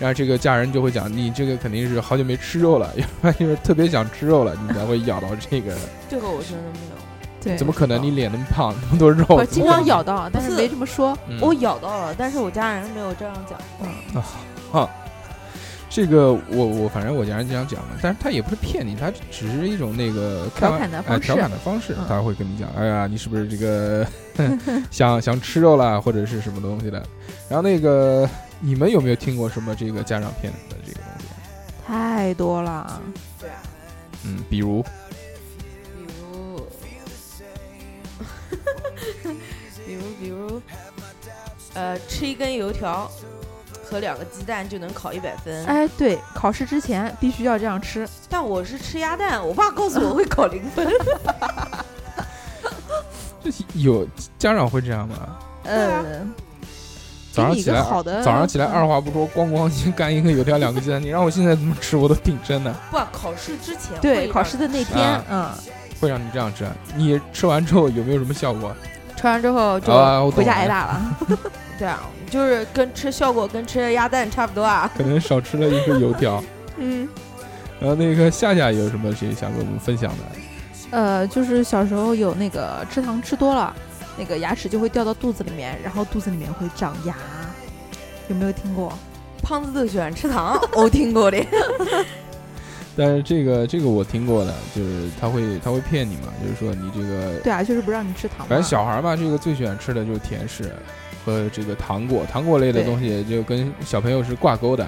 [SPEAKER 3] 然后这个家人就会讲，你这个肯定是好久没吃肉了，要不 <laughs> 然就是特别想吃肉了，你才会咬到这个。
[SPEAKER 6] 这个我真的没有，
[SPEAKER 7] <laughs> 对，
[SPEAKER 3] 怎么可能？你脸那么胖，那么多肉，
[SPEAKER 7] 我
[SPEAKER 3] 怎
[SPEAKER 7] 经
[SPEAKER 3] 么可
[SPEAKER 7] 常
[SPEAKER 3] 能
[SPEAKER 7] 咬到，但是
[SPEAKER 6] 不是
[SPEAKER 7] 没这么说。
[SPEAKER 3] 嗯
[SPEAKER 6] 我咬到了，但是我家人没有这样讲过。
[SPEAKER 3] 啊这个我我反正我家人经常讲嘛，但是他也不是骗你，他只是一种那个开玩
[SPEAKER 7] 调侃的
[SPEAKER 3] 哎
[SPEAKER 7] 方式
[SPEAKER 3] 调侃的方式
[SPEAKER 7] 嗯，
[SPEAKER 3] 他会跟你讲，哎呀，你是不是这个 <laughs> 想想吃肉啦，或者是什么东西的？然后那个你们有没有听过什么这个家长骗的这个东西？
[SPEAKER 7] 太多了，
[SPEAKER 3] 嗯，比如
[SPEAKER 6] 比如， <laughs> 比如，比如，呃，吃一根油条和两个鸡蛋就能考一百分。
[SPEAKER 7] 哎，对，考试之前必须要这样吃，
[SPEAKER 6] 但我是吃鸭蛋，我爸告诉我会考零分。
[SPEAKER 3] 这有家长会这样吗？
[SPEAKER 6] 啊
[SPEAKER 7] 呃，
[SPEAKER 3] 早上
[SPEAKER 7] 给你一
[SPEAKER 3] 起
[SPEAKER 7] 个
[SPEAKER 3] 来
[SPEAKER 7] 好的，
[SPEAKER 3] 早上起来二话不说，咣咣先干一个油条，两个鸡蛋，你让我现在这么吃，我都挺撑 <laughs> 的。
[SPEAKER 6] <laughs> 不，考试之前会
[SPEAKER 7] 对
[SPEAKER 6] 让
[SPEAKER 3] 啊
[SPEAKER 7] 考试的那天，嗯，
[SPEAKER 3] 会让你这样吃，你吃完之后有没有什么效果？ <laughs>
[SPEAKER 7] 吃完之后就
[SPEAKER 3] 啊我懂
[SPEAKER 7] 回家
[SPEAKER 3] 了
[SPEAKER 7] 挨打了。
[SPEAKER 6] 对啊，就是跟吃效果跟吃鸭蛋差不多啊。
[SPEAKER 3] 可能少吃了一个油条。
[SPEAKER 7] 嗯，
[SPEAKER 3] 然后那个夏夏有什么谁想跟我们分享的？
[SPEAKER 7] 呃，就是小时候有那个吃糖吃多了，那个牙齿就会掉到肚子里面，然后肚子里面会长牙，有没有听过？
[SPEAKER 6] 胖子都喜欢吃糖， <laughs> 我听过的。
[SPEAKER 3] 但是这个这个我听过的，就是他会他会骗你嘛，就是说你这个
[SPEAKER 7] 对啊，就是不让你吃糖嘛。
[SPEAKER 3] 反正小孩嘛，这个最喜欢吃的就是甜食和这个糖果，糖果类的
[SPEAKER 7] 对
[SPEAKER 3] 东西就跟小朋友是挂钩的。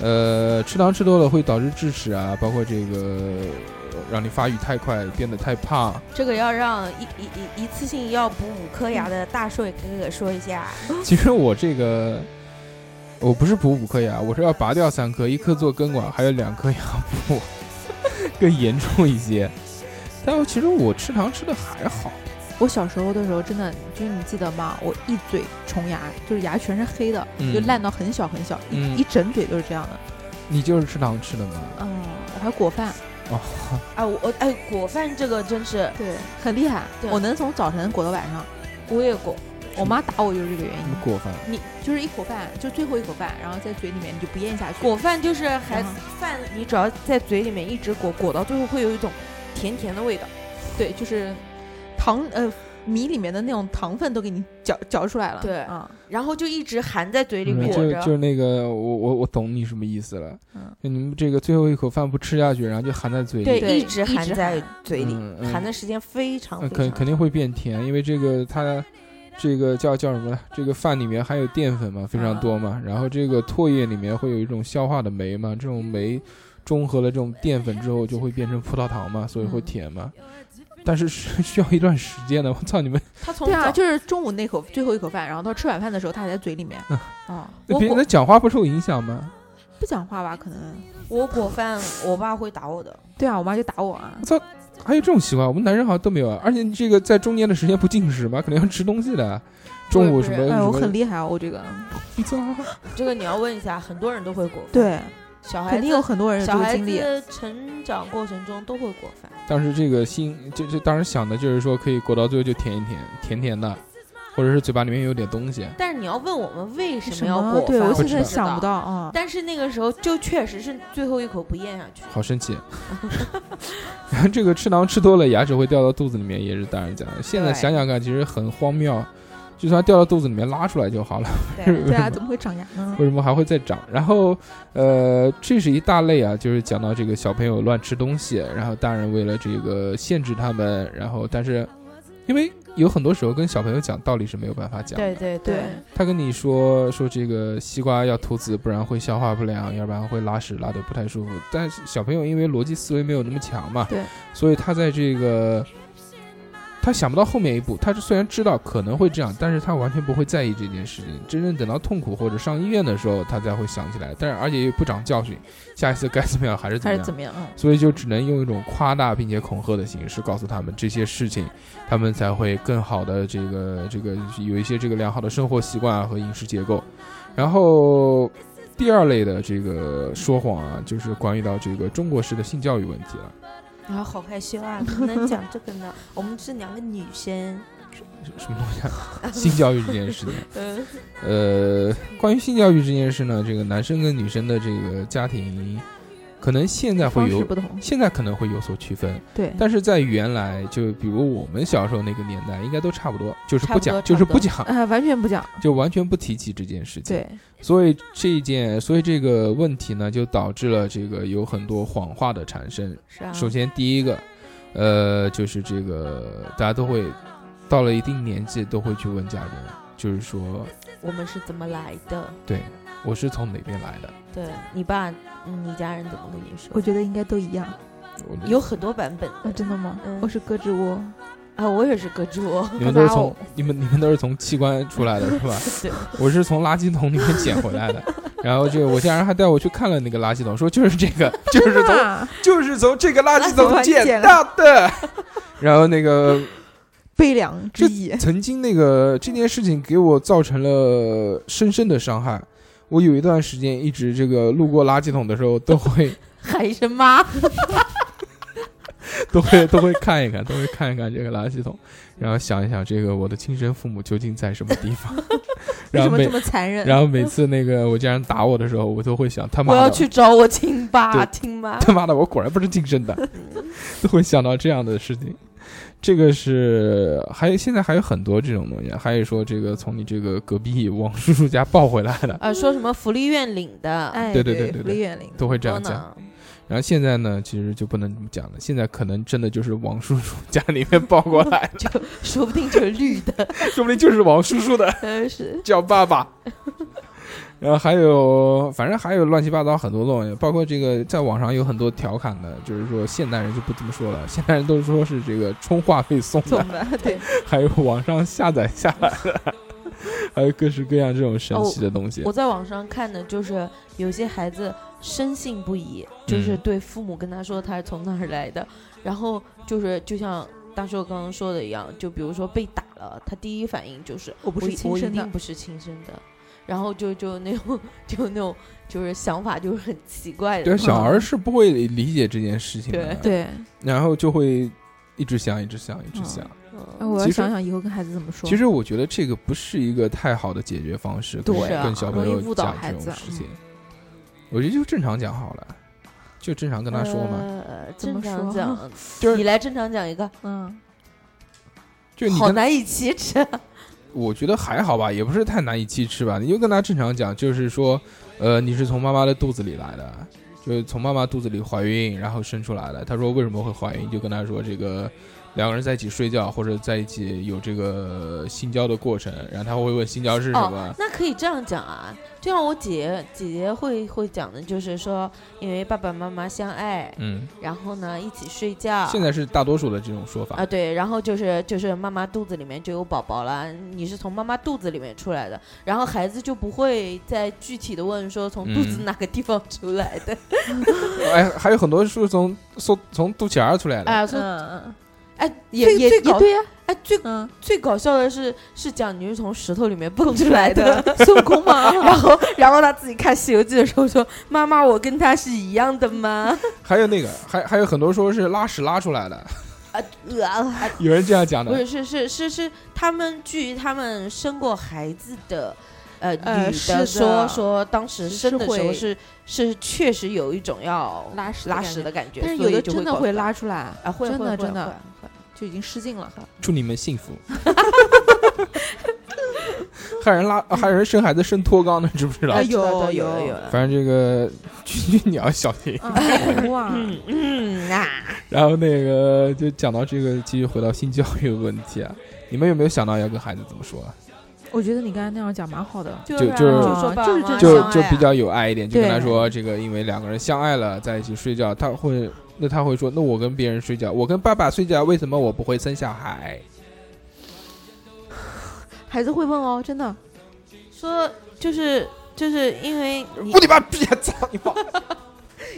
[SPEAKER 3] 呃，吃糖吃多了会导致智齿啊，包括这个呃让你发育太快，变得太胖。
[SPEAKER 6] 这个要让一一一一次性要补五颗牙的大帅哥哥说一 <laughs> 下，
[SPEAKER 3] 其实我这个我不是补五颗牙，我是要拔掉三颗，一颗做根管，还有两颗牙补， <laughs> 更严重一些。但其实我吃糖吃的还好，
[SPEAKER 7] 我小时候的时候，真的就是你记得吗？我一嘴虫牙，就是牙全是黑的，
[SPEAKER 3] 嗯
[SPEAKER 7] 就烂到很小很小，
[SPEAKER 3] 嗯
[SPEAKER 7] 一一整嘴都是这样的。
[SPEAKER 3] 你就是吃糖吃的嘛。
[SPEAKER 7] 嗯，我还果饭，
[SPEAKER 3] 哦，
[SPEAKER 6] 啊，我哎果饭这个真是
[SPEAKER 7] 对，很厉害，
[SPEAKER 6] 对
[SPEAKER 7] 我能从早晨裹到晚上。
[SPEAKER 6] 我也果，
[SPEAKER 7] 我妈打我就是这个原
[SPEAKER 3] 这
[SPEAKER 7] 因
[SPEAKER 3] 么，过分。
[SPEAKER 7] 你就是一口饭，就最后一口饭，然后在嘴里面你就不咽下去。
[SPEAKER 6] 果饭就是还
[SPEAKER 7] 嗯
[SPEAKER 6] 饭，你只要在嘴里面一直裹，裹到最后会有一种甜甜的味道。
[SPEAKER 7] 对，就是糖呃米里面的那种糖分都给你嚼嚼出来了。
[SPEAKER 6] 对
[SPEAKER 7] 啊，
[SPEAKER 6] 然后就一直含在嘴里
[SPEAKER 3] 嗯
[SPEAKER 6] 裹
[SPEAKER 3] 就
[SPEAKER 6] 着，
[SPEAKER 3] 就是那个，我我我懂你什么意思了。
[SPEAKER 7] 嗯
[SPEAKER 3] 就你们这个最后一口饭不吃下去，然后就含在嘴里，
[SPEAKER 6] 对，
[SPEAKER 7] 对
[SPEAKER 6] 一直
[SPEAKER 7] 一
[SPEAKER 6] 含
[SPEAKER 7] 直
[SPEAKER 6] 在
[SPEAKER 7] 含
[SPEAKER 6] 嘴里，
[SPEAKER 3] 嗯嗯
[SPEAKER 6] 含的时间非常
[SPEAKER 3] 呃
[SPEAKER 6] 非
[SPEAKER 3] 肯
[SPEAKER 6] 常
[SPEAKER 3] 肯定会变甜，因为这个它这个叫叫什么？这个饭里面含有淀粉嘛，非常多嘛。然后这个唾液里面会有一种消化的酶嘛，这种酶中和了这种淀粉之后，就会变成葡萄糖嘛，所以会
[SPEAKER 7] 嗯
[SPEAKER 3] 甜嘛。但是是需要一段时间的，我操你们！
[SPEAKER 6] 他从
[SPEAKER 7] 对啊，
[SPEAKER 6] 早
[SPEAKER 7] 就是中午那口最后一口饭，然后到吃晚饭的时候，它还在嘴里面。
[SPEAKER 3] 嗯
[SPEAKER 7] 哦，
[SPEAKER 3] 那
[SPEAKER 7] 我
[SPEAKER 3] 别人
[SPEAKER 7] 果
[SPEAKER 3] 的讲话不受影响吗？
[SPEAKER 7] 不讲话吧，可能。
[SPEAKER 6] 我果饭，我爸会打我的。
[SPEAKER 7] 对啊，我妈就打我啊。
[SPEAKER 3] 还有这种习惯，我们男人好像都没有啊。而且这个在中间的时间不进食嘛，可能要吃东西的。中午什么
[SPEAKER 6] 不是
[SPEAKER 3] 什
[SPEAKER 7] 哎，我
[SPEAKER 3] 么
[SPEAKER 7] 很厉害啊，我这个
[SPEAKER 6] 嗯
[SPEAKER 3] 你操！
[SPEAKER 6] 这个你要问一下，很多人都会果饭，
[SPEAKER 7] 对，
[SPEAKER 6] 小孩
[SPEAKER 7] 肯
[SPEAKER 6] 子
[SPEAKER 7] 定有很多人有这
[SPEAKER 6] 小
[SPEAKER 7] 个
[SPEAKER 6] 孩
[SPEAKER 7] 经历。
[SPEAKER 6] 子成长过程中都会果饭。
[SPEAKER 3] <laughs> 当时这个心就就当时想的就是说，可以裹到最后就甜一甜，甜甜的，或者是嘴巴里面有点东西。
[SPEAKER 6] 但是你要问我们为什
[SPEAKER 7] 什
[SPEAKER 6] 么要
[SPEAKER 7] 么
[SPEAKER 6] 果饭，
[SPEAKER 7] 对我
[SPEAKER 3] 不
[SPEAKER 7] 现
[SPEAKER 3] 知
[SPEAKER 7] 在
[SPEAKER 3] 道
[SPEAKER 7] 想不
[SPEAKER 6] <laughs>
[SPEAKER 7] 到。啊。
[SPEAKER 6] 但是那个时候就确实是最后一口不咽下
[SPEAKER 3] <laughs>
[SPEAKER 6] 去，
[SPEAKER 3] 好生气。然后这个吃糖吃多了，牙齿会掉到肚子里面，也是大人讲的。现在
[SPEAKER 6] 对
[SPEAKER 3] 想想看，其实很荒谬，就算掉到肚子里面拉出来就好了，
[SPEAKER 6] 对，
[SPEAKER 7] 对啊，怎么会长牙
[SPEAKER 3] <laughs>
[SPEAKER 7] 呢？
[SPEAKER 3] 为什么还会再长？然后，呃，这是一大类啊，就是讲到这个小朋友乱吃东西，然后大人为了这个限制他们，然后但是因为有很多时候跟小朋友讲道理是没有办法讲的。
[SPEAKER 6] 对对
[SPEAKER 7] 对
[SPEAKER 3] 他跟你说说这个西瓜要吐籽，不然会消化不良，要不然会拉屎拉的不太舒服。但是小朋友因为逻辑思维没有那么强嘛，
[SPEAKER 7] 对，
[SPEAKER 3] 所以他在这个他想不到后面一步。他虽然知道可能会这样，但是他完全不会在意这件事情。真正等到痛苦或者上医院的时候，他才会想起来。但是而且又不长教训，下一次该怎么样还是怎么
[SPEAKER 7] 还是
[SPEAKER 3] 样
[SPEAKER 7] 怎。么样？嗯，
[SPEAKER 3] 所以就只能用一种夸大并且恐吓的形式告诉他们这些事情，他们才会更好的这个这个有一些这个良好的生活习惯啊和饮食结构。然后第二类的这个说谎啊，就是关于到这个中国式的性教育问啊题
[SPEAKER 7] <laughs>
[SPEAKER 3] 了。
[SPEAKER 6] 然后好害羞啊，不能讲这个呢。我们是两个女生，
[SPEAKER 3] 什什么东西啊？性教育这件事情，
[SPEAKER 6] 嗯，
[SPEAKER 3] 呃，关于性教育这件事呢，这个男生跟女生的这个家庭，可能现在会
[SPEAKER 7] 方式
[SPEAKER 3] 有
[SPEAKER 7] 不
[SPEAKER 3] <laughs>
[SPEAKER 7] 同。
[SPEAKER 3] 现在可能会有所区分，
[SPEAKER 6] 嗯
[SPEAKER 7] 对，
[SPEAKER 3] 但是在原来，就比如我们小时候那个年代，应该都差不多，就是
[SPEAKER 6] 差
[SPEAKER 3] 不
[SPEAKER 6] 不多
[SPEAKER 3] 讲，就是
[SPEAKER 6] 差不
[SPEAKER 3] 不
[SPEAKER 6] 多
[SPEAKER 3] 讲， <laughs>
[SPEAKER 7] 呃，完全不讲。
[SPEAKER 3] 就完全不提起这件事情。
[SPEAKER 6] 嗯
[SPEAKER 7] 对，
[SPEAKER 3] 所以这一件，所以这个问题呢，就导致了这个有很多谎话的产生。
[SPEAKER 6] 是啊。
[SPEAKER 3] 首先，第一个，呃，就是这个大家都会到了一定年纪都会去问家人，就是说，
[SPEAKER 6] 我们是怎么来的？
[SPEAKER 3] 对我是从哪边来的。
[SPEAKER 6] 对你爸、嗯你家人怎么跟你说
[SPEAKER 7] 我？觉得应该都一样。
[SPEAKER 3] 我的
[SPEAKER 6] 有很多版本
[SPEAKER 7] 啊，真的吗？
[SPEAKER 6] 嗯
[SPEAKER 7] 我是胳肢窝，
[SPEAKER 6] 啊，我也是隔住 <laughs> 我。
[SPEAKER 3] 你们都是
[SPEAKER 7] 八
[SPEAKER 3] 从
[SPEAKER 7] 五
[SPEAKER 3] 你们你们都是从器官出来的是吧？
[SPEAKER 6] 对，
[SPEAKER 3] 我是从垃圾桶里面捡回来的。然后这个我家人还带我去看了那个垃圾桶，说就是这个，就是
[SPEAKER 7] <laughs>
[SPEAKER 3] 从
[SPEAKER 7] 啊
[SPEAKER 3] 就是从这个垃圾
[SPEAKER 7] 垃圾
[SPEAKER 3] 桶
[SPEAKER 7] 桶
[SPEAKER 3] 捡
[SPEAKER 7] 捡
[SPEAKER 3] 到的。然后那个
[SPEAKER 7] 悲凉之意。
[SPEAKER 3] 曾经那个这件事情给我造成了深深的伤害。我有一段时间一直这个路过垃圾桶的时候，都会
[SPEAKER 6] 海参妈，
[SPEAKER 3] 都会都会看一看，都会看一看这个垃圾桶，然后想一想这个我的亲生父母究竟在什么地方，
[SPEAKER 7] 为
[SPEAKER 3] 然
[SPEAKER 7] 什
[SPEAKER 3] 后
[SPEAKER 7] 么这
[SPEAKER 3] 每
[SPEAKER 7] 么
[SPEAKER 6] <laughs>
[SPEAKER 7] 残忍？
[SPEAKER 3] 然后每次那个我家人打我的时候，我都会想他妈
[SPEAKER 6] 我
[SPEAKER 3] 的
[SPEAKER 6] 要去找我亲爸
[SPEAKER 3] 对
[SPEAKER 6] 亲妈。
[SPEAKER 3] <laughs> 他妈的，我果然不是亲生的，
[SPEAKER 6] <laughs>
[SPEAKER 3] 都会想到这样的事情。这个是还有现在还有很多这种东西，啊还有说这个从你这个隔壁王叔叔家抱回来的，
[SPEAKER 6] 啊，说什么福利院领的，
[SPEAKER 7] 哎，
[SPEAKER 3] 对对
[SPEAKER 7] 对
[SPEAKER 3] 对对
[SPEAKER 7] 福
[SPEAKER 3] 对
[SPEAKER 7] 利园林
[SPEAKER 3] 都会这样
[SPEAKER 6] 多
[SPEAKER 3] 讲。
[SPEAKER 6] 呢
[SPEAKER 3] 然后现在呢，其实就不能这么讲了，现在可能真的就是王叔叔家里面抱过来的，
[SPEAKER 6] 说不定就是绿的， <laughs>
[SPEAKER 3] 说不定就是王叔叔的
[SPEAKER 6] 呃是
[SPEAKER 3] 叫爸爸。 <laughs> 然后还有，反正还有乱七八糟很多东西，包括这个在网上有很多调侃的，就是说现代人就不这么说了，现代人都说是这个充话费送的
[SPEAKER 7] 懂，的，对，
[SPEAKER 3] 还有网上下载下来的，还有各式各样这种神奇的东西。
[SPEAKER 6] 哦我在网上看的，就是有些孩子深信不疑，
[SPEAKER 4] 嗯
[SPEAKER 6] 就是
[SPEAKER 3] 嗯
[SPEAKER 6] 对父母跟他说他是从哪儿来的，然后就是就像大硕刚刚说的一样，就比如说被打了，他第一反应就是
[SPEAKER 7] 我不是
[SPEAKER 6] 我一
[SPEAKER 7] 亲
[SPEAKER 6] 我
[SPEAKER 7] 生
[SPEAKER 6] 一定
[SPEAKER 7] 的，
[SPEAKER 6] 不是亲生的，然后就就那种 <laughs> 就那种就是想法就是很奇怪的，
[SPEAKER 3] 对，小
[SPEAKER 6] 嗯
[SPEAKER 3] 孩是不会理解这件事情的，，
[SPEAKER 7] 对，
[SPEAKER 3] 然后就会一直想，一直想，一直想。
[SPEAKER 7] 哎
[SPEAKER 6] 嗯
[SPEAKER 7] 我要
[SPEAKER 3] 其实
[SPEAKER 7] 想想以后跟孩子怎么说。
[SPEAKER 3] 其实我觉得这个不是一个太好的解决方式，
[SPEAKER 6] 啊
[SPEAKER 3] 跟
[SPEAKER 7] 对
[SPEAKER 3] 跟小朋
[SPEAKER 7] 容
[SPEAKER 3] 友
[SPEAKER 7] 易误导
[SPEAKER 3] 讲
[SPEAKER 7] 孩
[SPEAKER 3] 这种
[SPEAKER 7] 子啊
[SPEAKER 3] 事情，我觉得就正常讲好了，就正常跟他说嘛，
[SPEAKER 6] 呃，
[SPEAKER 7] 怎么
[SPEAKER 6] 正常
[SPEAKER 7] 说
[SPEAKER 6] 讲，
[SPEAKER 7] <laughs>
[SPEAKER 3] 就是
[SPEAKER 6] 你来正常讲一个，
[SPEAKER 7] 嗯，
[SPEAKER 3] 就你
[SPEAKER 6] 好
[SPEAKER 3] 跟他，
[SPEAKER 6] 难以启齿。
[SPEAKER 3] 我觉得还好吧，也不是太难以启齿吧，你就跟他正常讲，就是说，呃，你是从妈妈的肚子里来的。就是从妈妈肚子里怀孕，然后生出来的。他说为什么会怀孕，就跟他说这个两个人在一起睡觉或者在一起有这个性交的过程，然后他会问性交是什么，
[SPEAKER 6] 哦那可以这样讲啊，就像我姐姐姐会会讲的，就是说，因为爸爸妈妈相爱，
[SPEAKER 3] 嗯，
[SPEAKER 6] 然后呢一起睡觉。
[SPEAKER 3] 现在是大多数的这种说法
[SPEAKER 6] 啊，对，然后就是就是妈妈肚子里面就有宝宝了，你是从妈妈肚子里面出来的，然后孩子就不会再具体的问说从肚子
[SPEAKER 3] 嗯
[SPEAKER 6] 哪个地方出来的，
[SPEAKER 3] 哎，还有很多是从从从肚脐眼儿出来的，
[SPEAKER 6] 啊，
[SPEAKER 7] 嗯
[SPEAKER 6] 说
[SPEAKER 7] 嗯，
[SPEAKER 6] 哎也
[SPEAKER 7] 也
[SPEAKER 6] 也
[SPEAKER 7] 也
[SPEAKER 6] 搞
[SPEAKER 7] 对呀，
[SPEAKER 6] 哎最
[SPEAKER 7] 嗯，
[SPEAKER 6] 最搞笑的是是讲你是从石头里面蹦出来的， <laughs>
[SPEAKER 7] 孙悟空嘛，
[SPEAKER 6] 然后然后他自己看《西游记》的时候说：“妈妈，我跟他是一样的吗
[SPEAKER 3] 还有那个，还还有很多说是拉屎拉出来的，？”
[SPEAKER 6] 啊，呃，
[SPEAKER 3] 有人这样讲
[SPEAKER 6] 不
[SPEAKER 3] 的。
[SPEAKER 6] 是，是是是是，他们据他们生过孩子的。呃，
[SPEAKER 7] 呃
[SPEAKER 6] 女
[SPEAKER 7] 是的
[SPEAKER 6] 的说说当时
[SPEAKER 7] 是
[SPEAKER 6] 生的时候
[SPEAKER 7] 会
[SPEAKER 6] 是是确实有一种要
[SPEAKER 7] 拉屎
[SPEAKER 6] 拉
[SPEAKER 7] 拉
[SPEAKER 6] 屎
[SPEAKER 7] 屎的
[SPEAKER 6] 的感觉，
[SPEAKER 7] 感觉，但是
[SPEAKER 6] 所
[SPEAKER 7] 有
[SPEAKER 6] 以
[SPEAKER 7] 的
[SPEAKER 6] 就
[SPEAKER 7] 真的
[SPEAKER 6] 搞
[SPEAKER 7] 会
[SPEAKER 6] 出来
[SPEAKER 7] 拉出来，
[SPEAKER 6] 啊，会
[SPEAKER 7] 真
[SPEAKER 6] 会
[SPEAKER 7] 的
[SPEAKER 6] 会
[SPEAKER 7] 真的
[SPEAKER 6] 会会
[SPEAKER 7] 就已经失禁了。
[SPEAKER 3] 祝你们幸福。 <laughs> 还有人拉，还有人生孩子生脱肛的，知不知道
[SPEAKER 7] 哎？
[SPEAKER 6] 啊知道知道
[SPEAKER 7] 有
[SPEAKER 6] 有了
[SPEAKER 7] 有
[SPEAKER 6] 有了，
[SPEAKER 3] 反正这个君君你要小心。
[SPEAKER 7] <laughs> 啊，好
[SPEAKER 6] <laughs>
[SPEAKER 7] 恐怖啊！
[SPEAKER 6] 嗯啊，
[SPEAKER 3] 然后那个就讲到这个，继续回到性教育的问题啊，你们有没有想到要跟孩子怎么说啊？
[SPEAKER 7] 我觉得你刚才那样讲蛮好的，
[SPEAKER 6] 就
[SPEAKER 3] 就
[SPEAKER 6] 啊
[SPEAKER 3] 就
[SPEAKER 6] 就是说爸
[SPEAKER 7] 就是
[SPEAKER 6] 妈
[SPEAKER 7] 这
[SPEAKER 3] 就
[SPEAKER 6] 相
[SPEAKER 3] 就
[SPEAKER 6] 爱
[SPEAKER 3] 比
[SPEAKER 6] 啊
[SPEAKER 3] 较有爱一点，就跟他
[SPEAKER 7] 对
[SPEAKER 3] 说这个，因为两个人相爱了，在一起睡觉，他会那他会说，那我跟别人睡觉，我跟爸爸睡觉，为什么我不会生小孩？
[SPEAKER 7] 孩子会问哦，真的，
[SPEAKER 6] 说就是就是因为你
[SPEAKER 3] 我你妈逼！操你妈！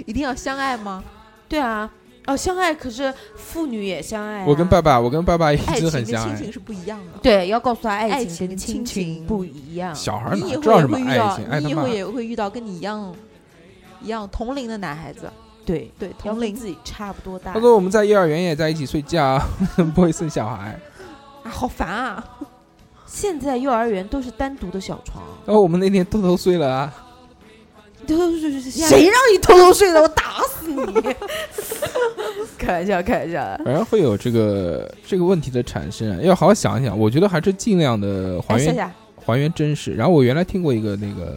[SPEAKER 7] 一定要相爱吗？
[SPEAKER 6] 对啊，哦，相爱可是父女也相爱、啊。
[SPEAKER 3] 我跟爸爸，我跟爸爸一
[SPEAKER 7] 爱
[SPEAKER 3] 直
[SPEAKER 7] 情
[SPEAKER 3] 很
[SPEAKER 7] 跟
[SPEAKER 3] 相
[SPEAKER 7] 亲
[SPEAKER 3] 爱
[SPEAKER 7] 情。是不一样的。
[SPEAKER 6] 对要告诉他，爱
[SPEAKER 7] 爱
[SPEAKER 6] 情
[SPEAKER 7] 情
[SPEAKER 6] 跟
[SPEAKER 7] 跟
[SPEAKER 6] 亲
[SPEAKER 7] 亲
[SPEAKER 6] 情
[SPEAKER 7] 情
[SPEAKER 6] 不一样。
[SPEAKER 3] 小孩哪
[SPEAKER 7] 你以
[SPEAKER 3] 知道
[SPEAKER 7] 后也
[SPEAKER 3] 什么
[SPEAKER 7] 会遇
[SPEAKER 3] 爱
[SPEAKER 7] 到
[SPEAKER 3] 情？，爱
[SPEAKER 7] 你
[SPEAKER 3] 他
[SPEAKER 7] 以
[SPEAKER 3] 妈
[SPEAKER 7] 后！也会遇到跟你一样一样同龄的男孩子，
[SPEAKER 6] 对，
[SPEAKER 7] 对，
[SPEAKER 6] 要
[SPEAKER 7] 同
[SPEAKER 6] 跟
[SPEAKER 7] 龄
[SPEAKER 6] 自己差不多大
[SPEAKER 3] 他。说我们在幼儿园也在一起睡觉， <laughs> 不会生小孩。
[SPEAKER 7] 啊，好烦啊！
[SPEAKER 6] 现在幼儿园都是单独的小床，
[SPEAKER 3] 然后我们那天偷偷睡了啊，
[SPEAKER 6] 都是
[SPEAKER 7] 谁
[SPEAKER 6] 让你偷偷睡的？我打死 <laughs> 你！开玩笑，开玩笑。
[SPEAKER 7] 呃
[SPEAKER 3] 反正会有这个这个问题的产生啊，要好好想一想。我觉得还是尽量的还
[SPEAKER 6] 夏
[SPEAKER 3] 原
[SPEAKER 6] 夏，
[SPEAKER 3] 还原真实。然后我原来听过一个那个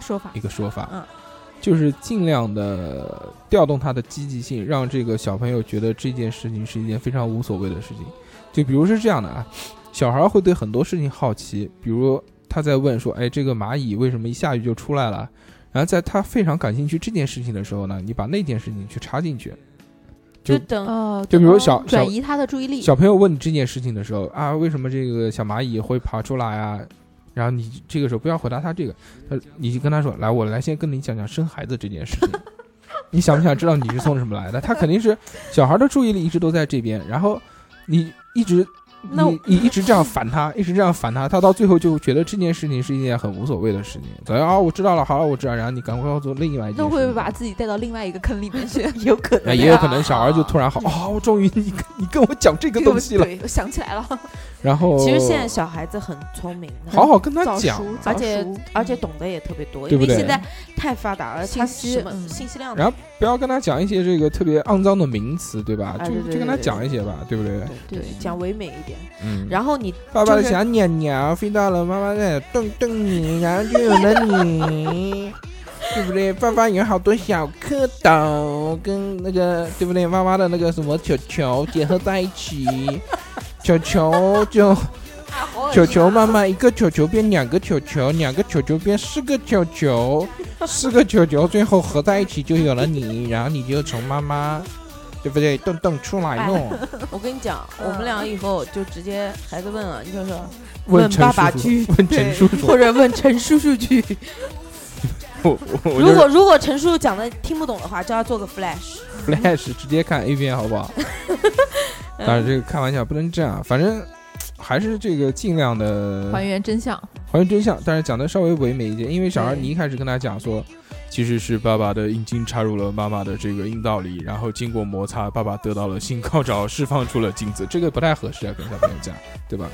[SPEAKER 7] 说法
[SPEAKER 3] 一个说法，
[SPEAKER 7] 嗯
[SPEAKER 3] 就是尽量的调动他的积极性，让这个小朋友觉得这件事情是一件非常无所谓的事情。就比如是这样的啊，小孩会对很多事情好奇，比如他在问说：“哎，这个蚂蚁为什么一下雨就出来了？”然后在他非常感兴趣这件事情的时候呢，你把那件事情去插进去。就
[SPEAKER 6] 就等
[SPEAKER 7] 哦，
[SPEAKER 3] 就比如小小
[SPEAKER 7] 转移他的注意力，
[SPEAKER 3] 小朋友问你这件事情的时候啊，为什么这个小蚂蚁会爬出来啊？然后你这个时候不要回答他这个，他你就跟他说：“来，我来先跟你讲讲生孩子这件事
[SPEAKER 7] <laughs>
[SPEAKER 3] 情。你想不想知道你是从什么来的？他肯定是小孩的注意力一直都在这边，然后你一直
[SPEAKER 7] 那我
[SPEAKER 3] 你你一直这样烦他， <laughs> 一直这样烦他，他到最后就觉得这件事情是一件很无所谓的事情。所以啊，我知道了，好了，我知道，然后你赶快要做另外一件事情。
[SPEAKER 7] 那会不会把自己带到另外一个坑里面去？
[SPEAKER 6] <laughs> 有可能
[SPEAKER 3] 那也有可能小孩就突然好啊、我终于你你跟我讲这个东西了，
[SPEAKER 7] <laughs> 对，我想起来了，
[SPEAKER 3] 然后
[SPEAKER 6] <laughs> 其实现在小孩子很聪明的，
[SPEAKER 3] 好好跟他
[SPEAKER 7] 早
[SPEAKER 3] 讲
[SPEAKER 7] 熟，，
[SPEAKER 6] 而
[SPEAKER 7] 早
[SPEAKER 6] 且
[SPEAKER 7] 熟
[SPEAKER 6] 而且懂得也特别多，
[SPEAKER 3] 对不
[SPEAKER 6] 因为
[SPEAKER 3] 对
[SPEAKER 6] 现在太发达了，
[SPEAKER 7] 信
[SPEAKER 6] 它
[SPEAKER 7] 息
[SPEAKER 6] 什么
[SPEAKER 7] 嗯
[SPEAKER 6] 信息量
[SPEAKER 3] 然后不要跟他讲一些这个特别肮脏的名词，对吧？
[SPEAKER 6] 啊
[SPEAKER 3] 就
[SPEAKER 6] 对对
[SPEAKER 3] 就跟他
[SPEAKER 6] 对对
[SPEAKER 3] 讲一些吧，对不对？
[SPEAKER 6] 对
[SPEAKER 7] 对
[SPEAKER 6] 讲唯美一点。
[SPEAKER 3] 嗯。
[SPEAKER 6] <laughs> 然后你
[SPEAKER 3] 爸爸
[SPEAKER 6] 就
[SPEAKER 3] 的
[SPEAKER 6] 是
[SPEAKER 3] 小鸟鸟飞到了妈妈那里瞪瞪你，然后就有了你，对不对？爸爸有好多小蝌蚪跟那个对不对？妈妈的那个什么球球结合在一起，球球
[SPEAKER 6] 啊
[SPEAKER 3] 就球球妈妈一个球球变两个球球，两个球球变四个球球，四个球球最后合在一起就有了你，然后你就从妈妈。对不对？洞洞出来弄，
[SPEAKER 6] 我跟你讲，我们俩以后就直接孩子问了，你就说
[SPEAKER 3] 问
[SPEAKER 6] 爸
[SPEAKER 3] 陈
[SPEAKER 6] 爸
[SPEAKER 3] 叔叔，
[SPEAKER 6] 去，
[SPEAKER 3] 问 <laughs> 陈
[SPEAKER 6] 对
[SPEAKER 3] 叔叔，
[SPEAKER 6] 或者问陈叔叔去。
[SPEAKER 3] <laughs> 我我我就
[SPEAKER 6] 如
[SPEAKER 3] 是
[SPEAKER 6] 果如果陈叔叔讲的听不懂的话，就要做个 flash。
[SPEAKER 3] Flash 直接看 A 片好不好？
[SPEAKER 7] 嗯
[SPEAKER 6] 嗯
[SPEAKER 3] 当然这个开玩笑，不能这样，反正还是这个尽量的
[SPEAKER 7] 还原真相。
[SPEAKER 3] 还原真相，但是讲的稍微唯美一点，因为小孩
[SPEAKER 7] 对
[SPEAKER 3] 你一开始跟他讲说。其实是爸爸的阴茎插入了妈妈的这个阴道里，然后经过摩擦，爸爸得到了性高潮，释放出了精子，这个不太合适啊，跟小朋友讲，对吧？